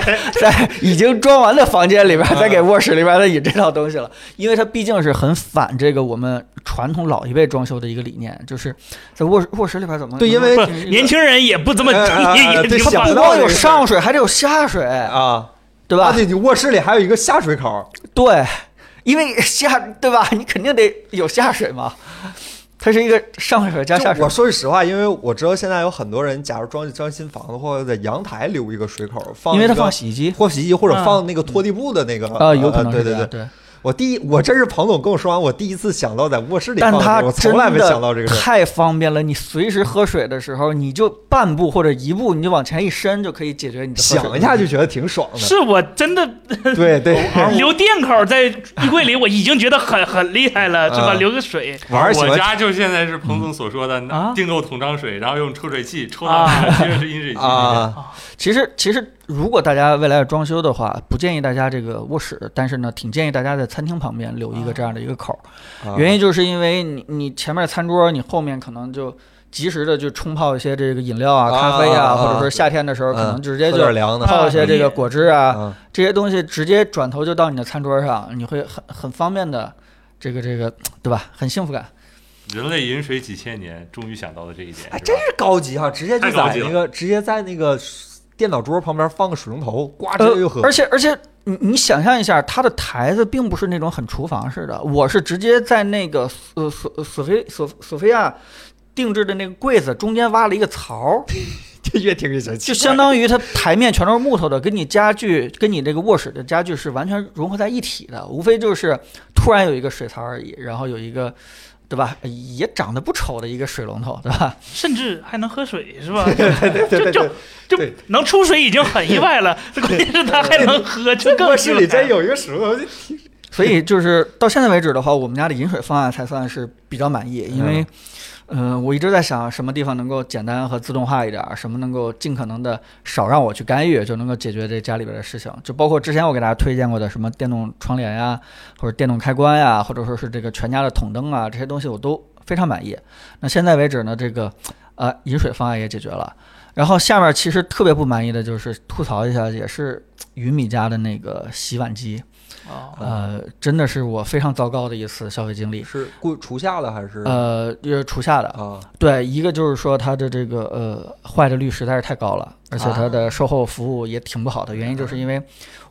Speaker 4: <laughs> 在已经装完的房间里
Speaker 1: 啊
Speaker 4: 边儿，再给卧室里边儿再引这套东西了，因为她毕竟是很反这个我们传统老一辈装修的一个理念，就是在卧室卧室里边儿怎么
Speaker 1: 对因为
Speaker 2: 不
Speaker 4: 一个
Speaker 2: 年轻人也不这么
Speaker 1: 哎哎哎
Speaker 2: 也也
Speaker 1: 对
Speaker 2: 挺
Speaker 1: 想不
Speaker 2: 反
Speaker 4: 不光
Speaker 1: 到
Speaker 4: 有
Speaker 1: 这个事
Speaker 4: 上水，还得有下水，
Speaker 1: 啊，
Speaker 4: 对吧
Speaker 1: 啊？对，你卧室里还有一个下水口，
Speaker 4: 对，因为下对吧？你肯定得有下水嘛，它是一个上水加
Speaker 1: 就
Speaker 4: 下水
Speaker 1: 我。说句实话，因为我知道现在有很多人，假如装装新房子，或者在阳台留一个水口，放
Speaker 4: 因为
Speaker 1: 一
Speaker 4: 它
Speaker 1: 个
Speaker 4: 放洗衣机，
Speaker 1: 或洗衣机，或者
Speaker 2: 啊
Speaker 1: 放那个拖地布的那个呃
Speaker 4: 啊，有可能
Speaker 1: 对
Speaker 4: 是这
Speaker 1: 对
Speaker 4: 样
Speaker 1: 对，
Speaker 4: 对。
Speaker 1: 我第一，我真是彭总跟我说完，我第一次想到在卧室里放
Speaker 4: 但
Speaker 1: 的时候，
Speaker 4: 它
Speaker 1: 我
Speaker 4: 真
Speaker 1: 从来没想到这
Speaker 4: 的
Speaker 1: 个事儿。
Speaker 4: 太方便了，你随时喝水的时候，你就半步或者一步，你就往前一伸，就可以解决你的喝水
Speaker 1: 想一下就觉得挺爽的，
Speaker 2: 是我真的
Speaker 1: 对对，
Speaker 2: <laughs> 留电口在衣柜里，我已经觉得很很厉害了，是吧？
Speaker 1: 啊
Speaker 2: 留个水，
Speaker 1: 玩儿喜
Speaker 3: 我
Speaker 1: 欢嗯
Speaker 3: 家就现在是彭总所说的，
Speaker 2: 啊
Speaker 3: 订购桶装水，然后用抽水器抽到
Speaker 2: 啊
Speaker 3: 哪，接着是饮水
Speaker 1: <laughs>
Speaker 3: 机。
Speaker 1: 啊，
Speaker 4: 其实，其实如果大家未来要装修的话，不建议大家这个卧室，但是呢，挺建议大家在餐厅旁边留一个这样的一个口儿。
Speaker 1: 啊
Speaker 4: 原因就是因为你你前面餐桌，你后面可能就及时的就冲泡一些这个饮料啊、
Speaker 1: 啊
Speaker 4: 咖啡
Speaker 1: 啊啊
Speaker 4: 或者
Speaker 1: 啊
Speaker 4: 说夏天的时候可能直接
Speaker 1: 喝
Speaker 4: 就
Speaker 1: 点凉的
Speaker 4: 泡一些这个果汁啊，
Speaker 1: 啊
Speaker 4: 这些东西直接转头就到你的餐桌上，你会很很方便的，这个这个对吧？很幸福感。
Speaker 3: 人类饮水几千年，终于想到了这一点。
Speaker 1: 哎，
Speaker 3: 吧
Speaker 1: 真是高级哈！直接就
Speaker 3: 太高
Speaker 1: 在
Speaker 3: 级了
Speaker 1: 那个，直接在那个电脑桌旁边放个水龙头，呱直
Speaker 4: 呃
Speaker 1: 接就喝。
Speaker 4: 而且而且你你想象一下，它的台子并不是那种很厨房式的，我是直接在那个呃索索菲索索菲亚定制的那个柜子中间挖了一个槽儿，
Speaker 1: 这越听越神
Speaker 4: 就相当于它台面全都是木头的，跟你家具跟你这个卧室的家具是完全融合在一起的，无非就是突然有一个水槽而已，然后有一个。对吧？也长得不丑的一个水龙头，对吧？
Speaker 2: 甚至还能喝水，
Speaker 1: <laughs>
Speaker 2: 是吧？
Speaker 1: <laughs> 对对
Speaker 2: 就
Speaker 1: 对
Speaker 2: 就
Speaker 1: 对，
Speaker 2: 就
Speaker 1: 对
Speaker 2: 能出水已经很
Speaker 1: <laughs>
Speaker 2: 意外了，关键是他还能喝， <laughs> 就更
Speaker 1: 卧室里
Speaker 2: 厉害
Speaker 1: 真有一个水龙头，
Speaker 4: 所以就是到现在为止的话，我们家的饮水方案才算是比较满意，因为，呃，我一直在想什么地方能够简单和自动化一点儿，什么能够尽可能的少让我去干预，就能够解决这家里边的事情。就包括之前我给大家推荐过的什么电动窗帘呀，或者电动开关呀，或者说是这个全家的筒灯啊，这些东西我都非常满意。那现在为止呢，这个呃饮水方案也解决了。然后下面其实特别不满意的就是吐槽一下，也是云米家的那个洗碗机。
Speaker 2: 啊！
Speaker 1: <laughs>
Speaker 4: 呃，真的是我非常糟糕的一次消费经历。
Speaker 1: 是顾厨下的还是
Speaker 4: 呃，就是除下的，
Speaker 1: 啊？
Speaker 4: 对，一个就是说它的这个呃坏的率实在是太高
Speaker 1: 啊
Speaker 4: 了，而且它的售后服务也挺不好的。原因就是因为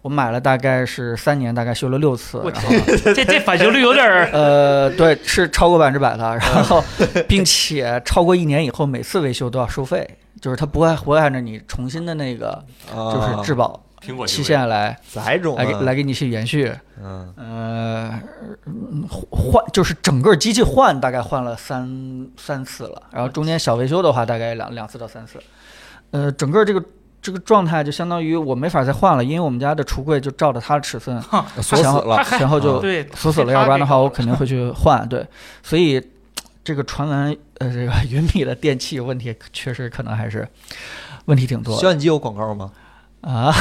Speaker 4: 我买了大概是三年，大概修了六次，
Speaker 2: 我
Speaker 4: 然后
Speaker 2: 这这返修率有
Speaker 1: <laughs>
Speaker 2: 点儿
Speaker 4: 呃，对，是超过百分之百
Speaker 1: 啊
Speaker 4: 的，然后并且超过一年以后，每次维修都要收费，就是它不会不会按照你重新的那个就是质
Speaker 1: 啊
Speaker 4: 保
Speaker 3: 苹果
Speaker 4: 期限来
Speaker 1: 哪种啊
Speaker 4: 来给来给你去延续。
Speaker 1: 嗯
Speaker 4: 呃，嗯换就是整个机器换大概换了三三次了，然后中间小维修的话大概两两次到三次，呃，整个这个这个状态就相当于我没法再换了，因为我们家的橱柜就照着它的尺
Speaker 1: <laughs>
Speaker 4: 寸，
Speaker 1: 锁死
Speaker 4: 然后
Speaker 1: 了
Speaker 2: 嗨
Speaker 4: 然后就
Speaker 2: 对
Speaker 4: 锁死了，要不然的话我肯定会去换。对，所以这个传闻呃这个云米的电器问题确实可能还是问题挺多
Speaker 1: 洗
Speaker 4: 的
Speaker 1: 碗机有广告吗？
Speaker 4: 啊。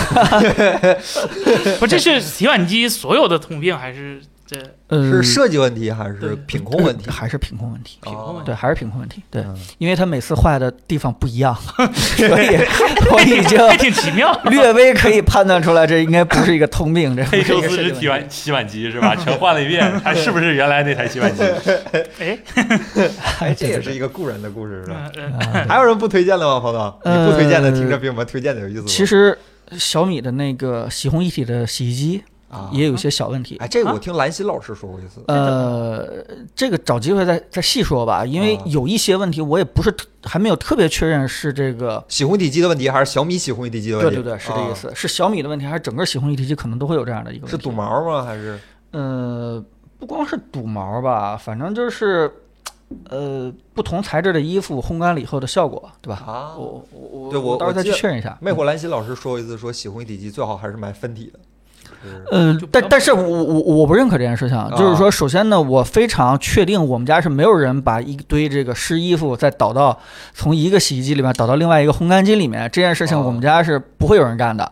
Speaker 1: <laughs>
Speaker 2: 不，这是洗碗机所有的通病还是这
Speaker 4: 呃，
Speaker 1: 是设计问题还是
Speaker 2: 对
Speaker 1: 品控问题？
Speaker 4: 还是品控问题？
Speaker 2: <laughs> 品控问题
Speaker 4: 对，还是品控问题。对，
Speaker 1: 嗯
Speaker 4: 因为它每次坏的地方不一样，所以 <laughs> 我已经
Speaker 2: 还挺奇妙。
Speaker 4: 略微可以判断出来，这应该不是一个通病。这
Speaker 3: <laughs> 黑修
Speaker 4: 这个
Speaker 3: 斯
Speaker 4: 是
Speaker 3: 之洗碗洗碗机是吧？全换了
Speaker 2: <laughs>
Speaker 3: 一遍，它是不是原来那台洗碗机？
Speaker 2: 哎，
Speaker 4: <laughs>
Speaker 1: 哎，这也是一个故人的故事是吧？啊
Speaker 2: 嗯嗯
Speaker 4: 啊
Speaker 1: 还有人不推荐的吗，彭总？
Speaker 4: 呃
Speaker 1: 你不推荐的，听着比我们推荐的有意思吗。
Speaker 4: 其实小米的那个洗烘一体的洗衣机
Speaker 1: 啊，
Speaker 4: 也有一些小问题。
Speaker 1: 哎，这个我听兰心老师说过一次，
Speaker 4: 呃，这个找机会再再细说吧，因为
Speaker 1: 啊
Speaker 4: 有一些问题我也不是特还没有特别确认是这个，
Speaker 1: 洗烘一体机的问题还是小米洗烘一体机的问
Speaker 4: 对
Speaker 1: 题？
Speaker 4: 对对，是这意思，是小米的问题还是整个洗烘一体机可能都会有这样的一个
Speaker 1: 啊。
Speaker 4: 问
Speaker 1: 是
Speaker 4: 题？
Speaker 1: 堵毛吗？还是
Speaker 4: 呃，不光是肚毛吧，反正就是，呃，不同材质的衣服烘干了以后的效果，对吧？
Speaker 1: 啊？
Speaker 4: 我我
Speaker 1: 对我
Speaker 4: 到时候再
Speaker 1: 我记
Speaker 4: 去
Speaker 1: 得
Speaker 4: 确认一下。
Speaker 1: 魅惑兰心老师说过一次，说洗烘一体机最好还是买分体的。是
Speaker 4: 呃
Speaker 2: 就，不
Speaker 4: 但
Speaker 2: 要
Speaker 4: 但是我我我不认可这件事情啊，就是说，首先呢，我非常确定我们家是没有人把一堆这个湿衣服再倒到从一个洗衣机里面倒到另外一个烘干机里面，这件事
Speaker 2: 啊
Speaker 4: 情
Speaker 1: 哦
Speaker 4: 我们家是不会有人干的，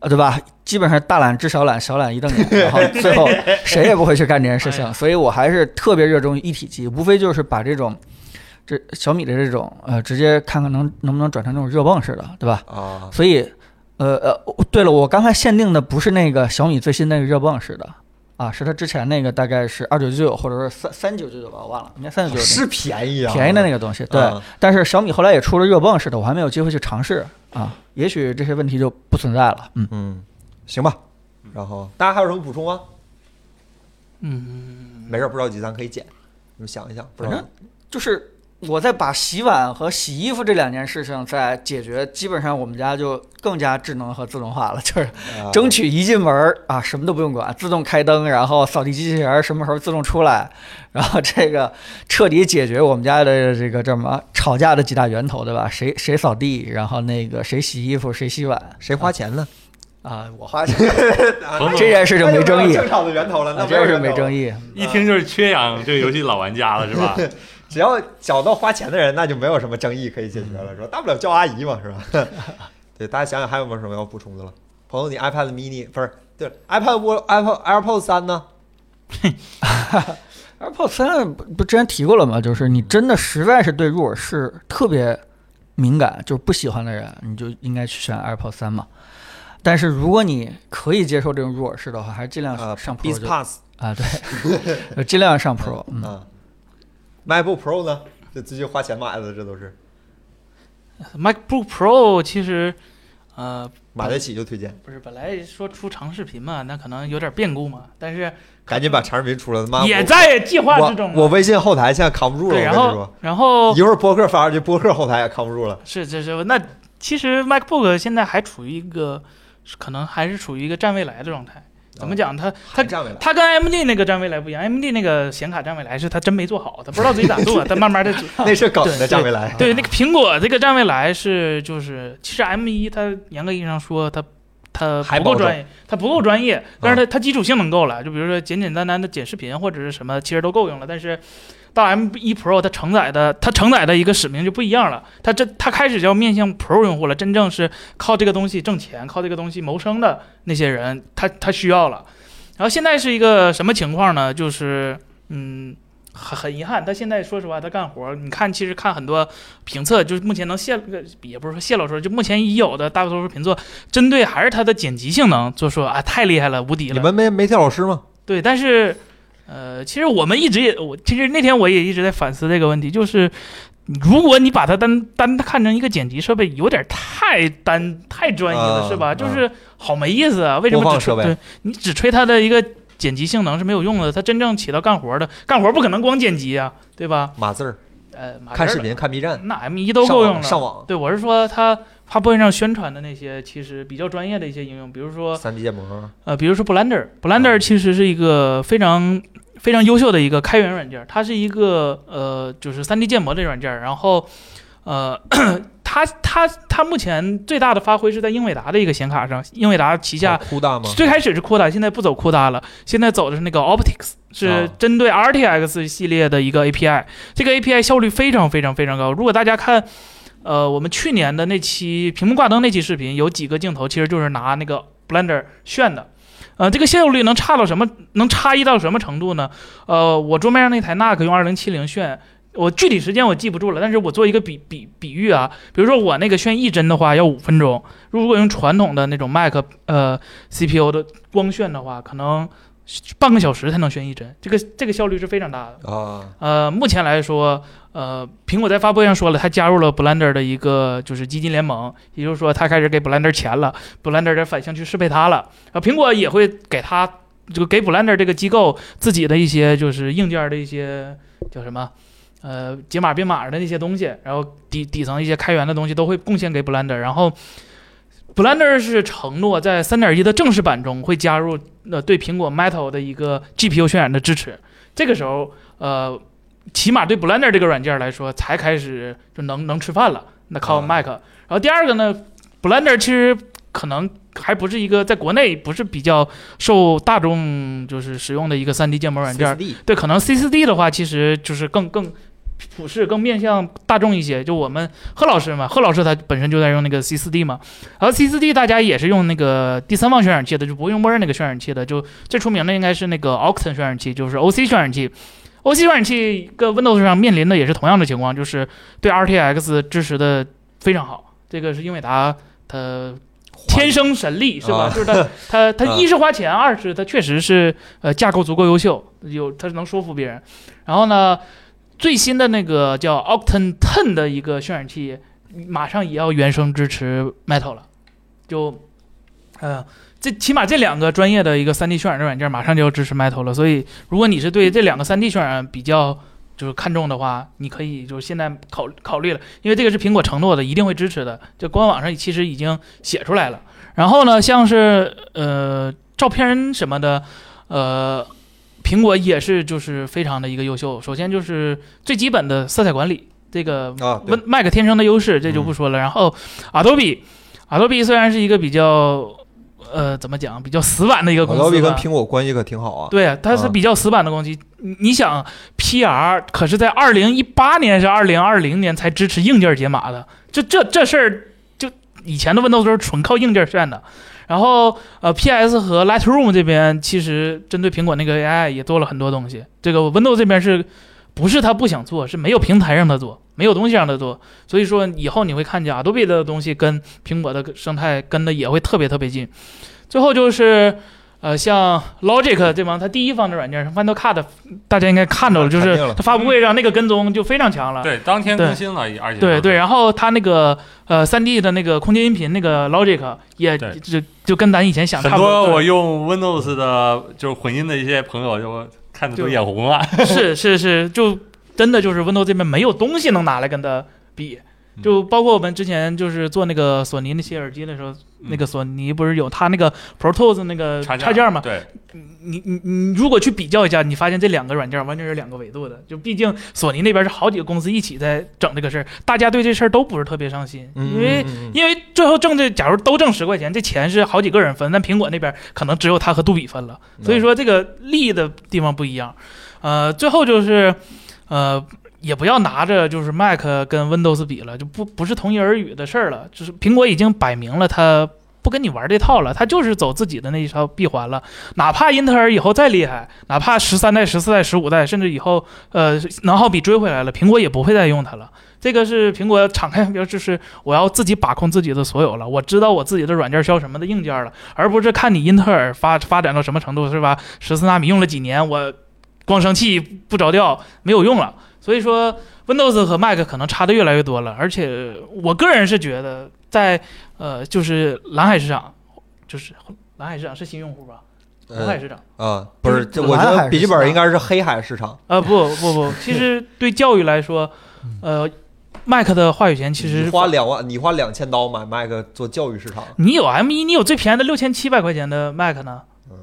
Speaker 4: 呃，对吧？基本上大懒治小懒，小懒一瞪眼，
Speaker 2: <laughs>
Speaker 4: 然后最后谁也不会去干这件事
Speaker 2: 哎
Speaker 4: 情，
Speaker 2: 呀
Speaker 4: 所以我还是特别热衷于一体机，无非就是把这种。这小米的这种，呃，直接看看能能不能转成这种热泵式的，对吧？
Speaker 1: 啊，
Speaker 4: 所以，呃呃，哦对了，我刚才限定的不是那个小米最新那个热泵式的啊，是它之前那个大概是二九九九或者是三三九九九吧，我忘了，应该三九九九
Speaker 1: 是便宜啊，
Speaker 4: 便宜的那嗯个东西。对，
Speaker 1: 啊
Speaker 4: 但是小米后来也出了热泵式的，我还没有机会去尝试啊，也许这些问题就不存在了。嗯，
Speaker 1: 嗯，行吧。然后大家还有什么补充吗？
Speaker 2: 嗯，
Speaker 1: 没事，不着急，咱可以剪。你们想一想，不着
Speaker 4: 反
Speaker 1: 急
Speaker 4: 正就是我在把洗碗和洗衣服这两件事情在解决，基本上我们家就更加智能和自动化了，就是
Speaker 1: 啊
Speaker 4: 争取一进门儿啊，什么都不用管，自动开灯，然后扫地机器人儿什么时候自动出来，然后这个彻底解决我们家的这个叫什么吵架的几大源头，对吧？谁谁扫地，然后那个谁洗衣服，谁洗碗
Speaker 1: 谁花钱呢？
Speaker 4: 啊？我花钱
Speaker 3: 彭总
Speaker 4: <laughs> 这件事情没争议，
Speaker 1: 正常的源头了，那
Speaker 4: 啊这件事
Speaker 1: 源头
Speaker 4: 没争
Speaker 1: 了。
Speaker 4: 议。
Speaker 3: 一听就是缺氧这个游戏老玩家了是
Speaker 2: <laughs>
Speaker 3: 吧？
Speaker 1: 只要找到花钱的人，那就没有什么争议可以解决
Speaker 4: 嗯
Speaker 1: 了，是吧？大不了叫阿姨嘛，是吧？ <laughs> 对，大家想想还有没有什么要补充的了？朋友，你 iPad mini 不是对 iPad Pro iPad AirPods 三呢？
Speaker 4: AirPods 三不不之前提过了吗？就是你真的实在是对入耳式特别敏感，就是不喜欢的人，你就应该去选 AirPods 三嘛。但是如果你可以接受这种入耳式的话，还是尽量
Speaker 1: 啊
Speaker 4: 上 Pro
Speaker 1: ，Beats
Speaker 4: 就
Speaker 1: Pass
Speaker 4: 啊，对， <laughs> 呃尽量上 Pro，嗯，
Speaker 1: 啊，MacBook Pro 呢？这最近花钱买的，这都是
Speaker 2: MacBook Pro 其实，呃，
Speaker 1: 买得起就推荐，
Speaker 2: 不是本来说出长视频嘛，那可能有点变故嘛，但是
Speaker 1: 赶紧把长视频出来，他妈
Speaker 2: 也
Speaker 1: 我
Speaker 2: 在计划之中啊。
Speaker 1: 我我微信后台现在扛不住了，
Speaker 2: 对，
Speaker 1: 我跟
Speaker 2: 然
Speaker 1: 你
Speaker 2: 后哦
Speaker 1: 说，
Speaker 2: 然后
Speaker 1: 一会儿播客发上去，播客后台也扛不住了。
Speaker 2: 是这是那其实 MacBook 现在还处于一个可能还是处于一个站未来的状态。怎么讲？它它
Speaker 1: 啊还站未来 <laughs>
Speaker 2: 它跟 AMD 那个站未来不一样，AMD 那个显卡站未来是它真没做好，它不知道自己咋
Speaker 1: <laughs>
Speaker 2: 做，它慢慢的
Speaker 1: 那是梗的
Speaker 2: 对
Speaker 1: 站未来，
Speaker 2: 对，那个苹果这个站未来是就是，其实 M 一它严格意义上说它它
Speaker 1: 还
Speaker 2: 不够
Speaker 1: 保证嗯
Speaker 2: 专业，它不够专业，但是它它基础性能够了，就比如说简简单单的剪视频或者是什么，其实都够用了。但是到 M 一 Pro 它承载的它承载的一个使命就不一样了，它这它开始要面向 Pro 用户了，真正是靠这个东西挣钱、靠这个东西谋生的那些人，他他需要了。然后现在是一个什么情况呢？就是嗯。很很遗憾，他现在说实话，他干活儿，你看，其实看很多评测，就是目前能泄露，呃也不是说泄露出来，就目前已有的大多数评测，针对还是它的剪辑性能，就说啊太厉害了，无敌
Speaker 1: 你
Speaker 2: 了。
Speaker 1: 们没媒体老师吗？
Speaker 2: 对，但是呃，其实我们一直也，我其实那天我也一直在反思这个问题，就是如果你把它单单看成一个剪辑设备，有点太单太专一了，
Speaker 1: 啊
Speaker 2: 是吧？
Speaker 1: 啊
Speaker 2: 就是好没意思啊，为什
Speaker 1: 播
Speaker 2: 么
Speaker 1: 放
Speaker 2: 只吹
Speaker 1: 设备
Speaker 2: 对你只吹它的一个剪辑性能是没有用的？它真正起到干活的，干活不可能光剪辑啊，对吧？
Speaker 1: 码字儿、
Speaker 2: 呃，马
Speaker 1: 看
Speaker 2: 哲
Speaker 1: 视
Speaker 2: 尔
Speaker 1: 频、看 B 站、
Speaker 2: 那 M 一都
Speaker 1: 上
Speaker 2: 够
Speaker 1: 网
Speaker 2: 用了。
Speaker 1: 上网、
Speaker 2: 对，我是说它发布会上宣传的那些，其实比较专业的一些应用，比如说
Speaker 1: 三 D 建模，
Speaker 2: 呃，比如说 Blender，Blender 其实是一个非常非常优秀的一个开源软件儿，它是一个呃就是3 D 建模的软件儿，然后呃 <coughs> 它它它目前最大的发挥是在英伟达的一个显卡上，英伟达旗下
Speaker 1: 酷大吗？
Speaker 2: 最开始是 CUDA，现在不走 CUDA 了，现在走的是那个 Optics，是
Speaker 1: 啊
Speaker 2: 针对 RTX 系列的一个 API。这个 API 效率非常非常非常高。如果大家看，呃，我们去年的那期屏幕挂灯那期视频，有几个镜头其实就是拿那个 Blender 炫的。呃，这个效率能差到什么？能差异到什么程度呢？呃，我桌面上那台 NAC 用2070炫，我具体时间我记不住了，但是我做一个比比比喻啊，比如说我那个炫一帧的话要五分钟，如果用传统的那种 Mac 呃 CPU 的光炫的话，可能半个小时才能炫一帧，这个这个效率是非常大的。
Speaker 1: 啊，
Speaker 2: 呃，目前来说，呃，苹果在发布会上说了，它加入了 Blender 的一个就是基金联盟，也就是说，它开始给 Blender 钱了，Blender 的反向去适配它了。啊，苹果也会给它这个给 Blender 这个机构自己的一些就是硬件的一些叫什么？呃，解码编码的那些东西，然后底底层一些开源的东西都会贡献给 Blender，然后 Blender 是承诺在3.1的正式版中会加入呃对苹果 Metal 的一个 GPU 渲染的支持。这个时候，呃，起码对 Blender 这个软件来说才开始就能能吃饭了。那靠
Speaker 1: 嗯
Speaker 2: Mac，、然后第二个呢，Blender 其实可能还不是一个在国内不是比较受大众就是使用的一个 3D 建模软件，
Speaker 1: 4D
Speaker 2: 对，可能 C 4 D 的话，其实就是更更普世、更面向大众一些。就我们贺老师嘛，贺老师他本身就在用那个 C 4 D 嘛，然后 C 4 D 大家也是用那个第三方渲染器的，就不会用默认那个渲染器的。就最出名的应该是那个 Octane 渲染器，就是 OC 渲染器。OC 渲染器跟 Windows 上面临的也是同样的情况，就是对 RTX 支持的非常好。这个是英伟达它天生神力是吧？
Speaker 1: 啊
Speaker 2: 就是它它它
Speaker 1: 啊
Speaker 2: 一是花钱，二是它确实是呃架构足够优秀，有它是能说服别人。然后呢，最新的那个叫 Octane Ten 的一个渲染器，马上也要原生支持 Metal 了，就呃。这起码这两个专业的一个 3D 渲染的软件马上就要支持 Metal 了，所以如果你是对这两个 3D 渲染比较就是看重的话，你可以就是现在考考虑了，因为这个是苹果承诺的，一定会支持的。就官网上其实已经写出来了。然后呢，像是呃照片什么的，呃，苹果也是就是非常的一个优秀。首先就是最基本的色彩管理，这个
Speaker 1: 啊，对嗯
Speaker 2: Win Mac 天生的优势，这就不说了。然后呃 Adobe，Adobe 虽然是一个比较呃怎么讲，比较死板的一个公司吧
Speaker 1: ，Adobe 跟苹果关系可挺好啊。
Speaker 2: 对啊，它是
Speaker 1: 啊
Speaker 2: 比较死板的攻击。你你想，PR 可是在二零一八年是二零二零年才支持硬件解码的，就这这事儿，就以前的 Windows 都是纯靠硬件渲的。然后呃，PS 和 Lightroom 这边其实针对苹果那个 AI 也做了很多东西。这个 Windows 这边是不是他不想做，是没有平台让他做，没有东西让他做。所以说以后你会看见 Adobe 的东西跟苹果的生态跟的也会特别特别近。最后就是。呃，像 Logic 这帮，它第一方的软件是 Final Cut，大家应该看到了，就
Speaker 1: 肯
Speaker 3: 嗯
Speaker 2: 是
Speaker 1: 定了
Speaker 2: 它发布会上那个跟踪就非常强了。
Speaker 3: 对，当天更新了，而且
Speaker 2: 对对，然后它那个呃三 D 的那个空间音频那个 Logic 也
Speaker 3: 对
Speaker 2: 就就跟咱以前想
Speaker 3: 很
Speaker 2: 差不多
Speaker 3: 多，我用 Windows 的就是混音的一些朋友就看的都
Speaker 2: 就
Speaker 3: 眼红了。
Speaker 2: 是是是，就真的就是 Windows 这边没有东西能拿来跟它比。
Speaker 3: 嗯
Speaker 2: 就包括我们之前就是做那个索尼那些耳机的时候，那个索尼不是有它那个 Pro Tools 那个
Speaker 3: 插
Speaker 2: 插件嘛？
Speaker 3: 对，
Speaker 2: 你你你如果去比较一下，你发现这两个软件完全是两个维度的。就毕竟索尼那边是好几个公司一起在整这个事儿，大家对这事儿都不是特别上心，
Speaker 1: 嗯，
Speaker 2: 因为
Speaker 1: 嗯嗯嗯
Speaker 2: 因为最后挣这，假如都挣十块钱，这钱是好几个人分，但苹果那边可能只有他和杜比分了，所以说这个利益的地方不一样。呃，最后就是，呃，也不要拿着就是 Mac 跟 Windows 比了，就不不是同一而语的事儿了。就是苹果已经摆明了它不跟你玩这套了，它就是走自己的那一套闭环了。哪怕英特尔以后再厉害，哪怕十三代、十四代、十五代，甚至以后呃能耗比追回来了，苹果也不会再用它了。这个是苹果敞开目标，就是我要自己把控自己的所有了，我知道我自己的软件需要什么的硬件了，而不是看你英特尔发发展到什么程度，是吧？十四纳米用了几年，我光生气不着调没有用了。所以说，Windows 和 Mac 可能差的越来越多了，而且我个人是觉得在呃，就是蓝海市场，就是蓝海市场是新用户吧？红海
Speaker 1: 嗯
Speaker 2: 市场。
Speaker 1: 啊，不是，这我觉
Speaker 4: 蓝海
Speaker 1: 得
Speaker 4: 市
Speaker 1: 笔记本
Speaker 4: 场
Speaker 1: 应该是黑海市场，
Speaker 2: 啊，不不
Speaker 1: <laughs>
Speaker 2: 不，其实对教育来说，呃，Mac 的话语权其实
Speaker 1: 嗯你花两万，你花两千刀买 Mac 做教育市场，
Speaker 2: 你有 M 一，你有最便宜的六千七百块钱的 Mac 呢，
Speaker 1: 嗯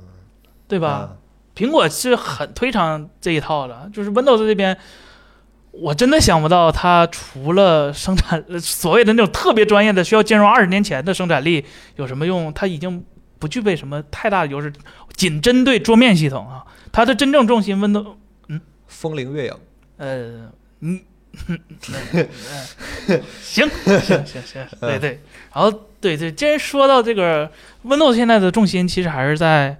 Speaker 2: 对
Speaker 1: 对
Speaker 2: 吧？？苹果是很推崇这一套的，就是 Windows 这边，我真的想不到它除了生产呃所谓的那种特别专业的，需要兼容二十年前的生产力有什么用？它已经不具备什么太大的优势，仅针对桌面系统啊，它的真正重心 Windows
Speaker 1: 风铃月影，
Speaker 2: 呃，
Speaker 1: <laughs>
Speaker 2: 你，呃行行行行，
Speaker 1: 嗯
Speaker 2: 对对，然后对对，既然说到这个 Windows 现在的重心其实还是在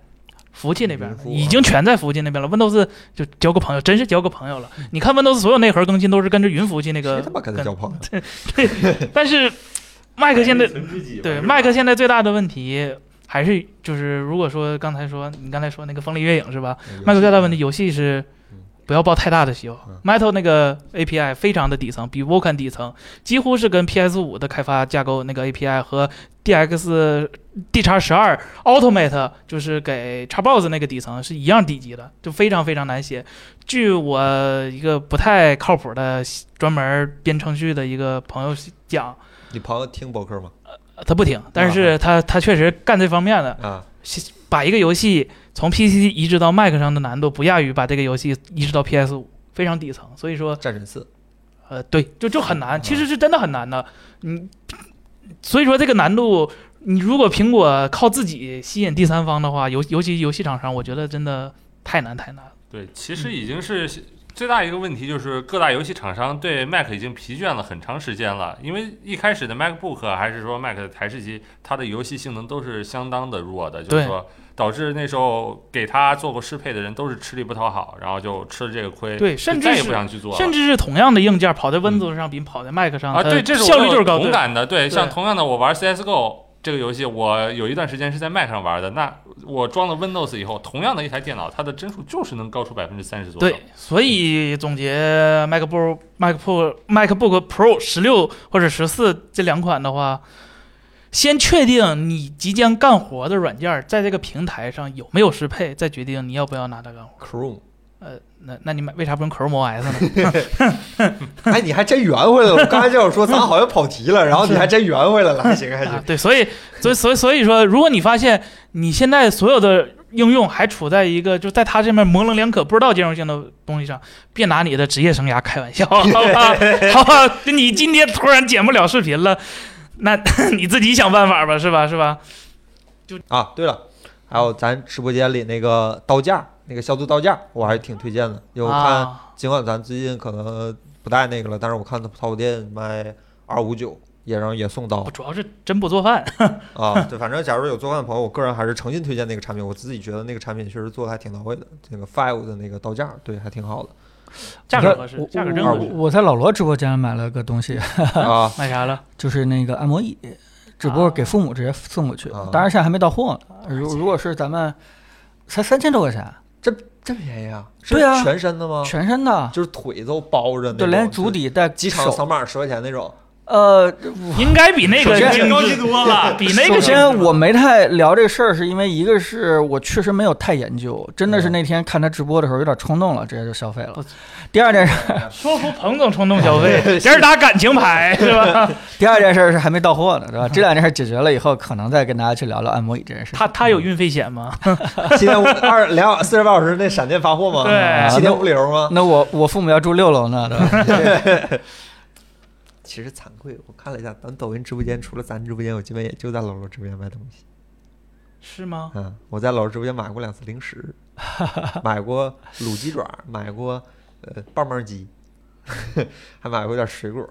Speaker 2: 服务器那边
Speaker 1: 云
Speaker 2: 儿，
Speaker 1: 服务啊
Speaker 2: 已经全在服务器那边了。Windows 就交个朋友，真是交个朋友了。你看 Windows 所有内核更新都是跟着云服务器那
Speaker 1: 谁
Speaker 2: 个
Speaker 1: 他妈跟他交
Speaker 2: 跟，
Speaker 1: 朋友？
Speaker 2: 但是 Mac 现在对
Speaker 3: 麦
Speaker 2: 麦
Speaker 3: 克
Speaker 2: 克现在最大的问题还是就是如果说刚才说你刚才说那个风力月影是吧？麦克最大的问题，游戏是
Speaker 1: 嗯
Speaker 2: 不要抱太大的希望
Speaker 1: 嗯。
Speaker 2: Metal 那个 API 非常的底层，比 Vulkan 底层，几乎是跟 PS 5的开发架构那个 API 和 DX D 叉十二 Ultimate 就是给 Xbox 那个底层是一样底级的，就非常非常难写。据我一个不太靠谱的专门编程序的一个朋友讲，
Speaker 1: 你朋友听博客吗？
Speaker 2: 呃他不听，但是他他确实干这方面的，
Speaker 1: 啊，
Speaker 2: 把一个游戏从 PC 移植到 Mac 上的难度不亚于把这个游戏移植到 PS 5非常底层。所以说，
Speaker 1: 战神四，
Speaker 2: 呃，对，就就很难，其实是真的很难的。你所以说这个难度，你如果苹果靠自己吸引第三方的话，尤尤其游戏厂商，我觉得真的太难太难了。
Speaker 3: 对，其
Speaker 2: 嗯
Speaker 3: 实已经是最大一个问题，就是各大游戏厂商对 Mac 已经疲倦了很长时间了。因为一开始的 MacBook 啊还是说 Mac 的台式机，它的游戏性能都是相当的弱的，就是
Speaker 2: 对
Speaker 3: 说导致那时候给它做过适配的人都是吃力不讨好，然后就吃了这个亏，
Speaker 2: 对
Speaker 3: 就
Speaker 2: 甚至
Speaker 3: 再也
Speaker 2: 是
Speaker 3: 不想去做了。嗯
Speaker 2: 甚至是同样的硬件跑在 Windows 上比跑在 Mac 上，
Speaker 3: 啊，
Speaker 2: 它
Speaker 3: 对，这是我
Speaker 2: 效率就是
Speaker 3: 有
Speaker 2: 高。
Speaker 3: 同
Speaker 2: 对
Speaker 3: 感的。对，像
Speaker 2: 对
Speaker 3: 同样的，我玩 CS:GO 这个游戏，我有一段时间是在 Mac 上玩的。那我装了 Windows 以后，同样的一台电脑，它的帧数就是能高出百分之三十左右
Speaker 2: 对。，所以总结 MacBook、MacBook、MacBook Pro 十六或者十四这两款的话，先确定你即将干活的软件在这个平台上有没有适配，再决定你要不要拿它干活。 <laughs>
Speaker 1: Chrome，
Speaker 2: 呃，那那你买为啥不用 Chrome OS 呢？
Speaker 1: 哎，你还真圆回来了。我刚才就想说，咱好像跑题了，然后你还真圆回来
Speaker 2: <laughs>
Speaker 1: 了，还行还
Speaker 2: 啊
Speaker 1: 行。，
Speaker 2: 对，所以所以所以所以说，如果你发现你现在所有的应用还处在一个就在它这面模棱两可、不知道兼容性的东西上，别拿你的职业生涯开玩笑，好吧？好吧，你今天突然剪不了视频了，那 <laughs> 你自己想办法吧，是吧？是吧？
Speaker 1: 啊，对了，还有咱直播间里那个刀架，那个消毒刀架，我还是挺推荐的。有看，
Speaker 2: 啊，
Speaker 1: 尽管咱最近可能不带那个了，但是我看淘宝店卖二五九，也然后也送刀
Speaker 2: 我主要是真不做饭， <laughs>
Speaker 1: 啊。对，反正假如有做饭的朋友，我个人还是诚心推荐那个产品。我自己觉得那个产品确实做的还挺到位的，这个 Five 的那个刀架，对，还挺好
Speaker 2: <laughs>
Speaker 1: 的
Speaker 2: 价格合适
Speaker 4: 我，
Speaker 2: 价格真
Speaker 4: 我
Speaker 2: 合
Speaker 4: 我
Speaker 2: 适。
Speaker 4: 我在老罗直播间买了个东西， <laughs>
Speaker 1: 啊。
Speaker 2: 买啥了？
Speaker 4: 就是那个按摩椅，只不过给父母直接送过去
Speaker 1: 啊，
Speaker 4: 当然现在还没到货呢。如如果是咱们才三千多块钱，
Speaker 2: 啊
Speaker 1: 这么便宜啊？
Speaker 4: 对啊
Speaker 1: 是全身的吗？
Speaker 4: 全身的，
Speaker 1: 就是腿都包着那种，
Speaker 4: 就连足
Speaker 1: 就
Speaker 4: 底带
Speaker 1: 机场
Speaker 4: 手
Speaker 1: 扫码十块钱那种。
Speaker 4: 呃，
Speaker 2: 应该比那个
Speaker 4: 首先
Speaker 2: 精致
Speaker 3: 高级多了
Speaker 2: 比那
Speaker 4: 首
Speaker 2: 个
Speaker 4: 先
Speaker 2: 精致
Speaker 4: 我没太聊这事儿，是因为一个是我确实没有太研究，
Speaker 2: 嗯
Speaker 4: 真的是那天看他直播的时候有点冲动了，直接就消费了
Speaker 2: 我。
Speaker 4: 第二件事，
Speaker 2: 说服彭总冲动消费，
Speaker 4: <laughs>
Speaker 2: 今儿打感情牌是吧？
Speaker 4: 第二件事是还没到货呢，对吧？这两件事解决了以后，可能再跟大家去聊聊按摩椅这件事。
Speaker 2: 他他有运费险吗？
Speaker 1: <laughs>
Speaker 2: <laughs>
Speaker 1: 七点五二两四十八小时那闪电发货吗？
Speaker 4: 啊
Speaker 1: 嗯
Speaker 2: 对
Speaker 1: 七点五零吗？
Speaker 4: 那我我父母要住六楼呢，对吧？
Speaker 1: <laughs> 其实惭愧，我看了一下，咱抖音直播间除了咱直播间，我基本也就在老罗直播间买东西。
Speaker 2: 是吗？
Speaker 1: 嗯，我在老罗直播间买过两次零食，
Speaker 4: <laughs>
Speaker 1: 买过卤鸡爪，买过呃棒棒鸡， <laughs> 还买过点水果。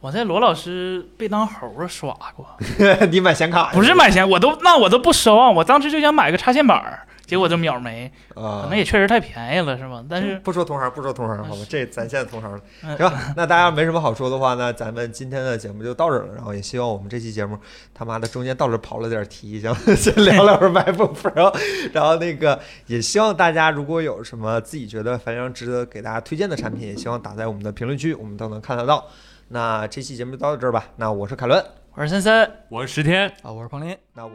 Speaker 2: 我在罗老师被当猴儿啊耍过，
Speaker 1: <laughs> 你买显卡呀
Speaker 2: 不是买钱，我都那我都不奢望，我当时就想买个插线板儿，结果就秒没，
Speaker 1: 啊？
Speaker 2: 可能也确实太便宜了，是吗？但是
Speaker 1: 不说同行，不说同行，好吧，这咱现在同行了，
Speaker 2: 嗯
Speaker 1: 行吧？那大家没什么好说的话呢，咱们今天的节目就到这儿了。然后也希望我们这期节目他妈的中间到这儿跑了点题，行， <laughs> 先聊聊 MacBook Pro。然后那个也希望大家如果有什么自己觉得非常值得给大家推荐的产品，也希望打在我们的评论区，我们都能看得到。那这期节目就到这儿吧。那我是凯伦，
Speaker 2: <laughs> 我是森森，
Speaker 3: 我是十天。
Speaker 4: 啊，我是彭林。
Speaker 1: 那我。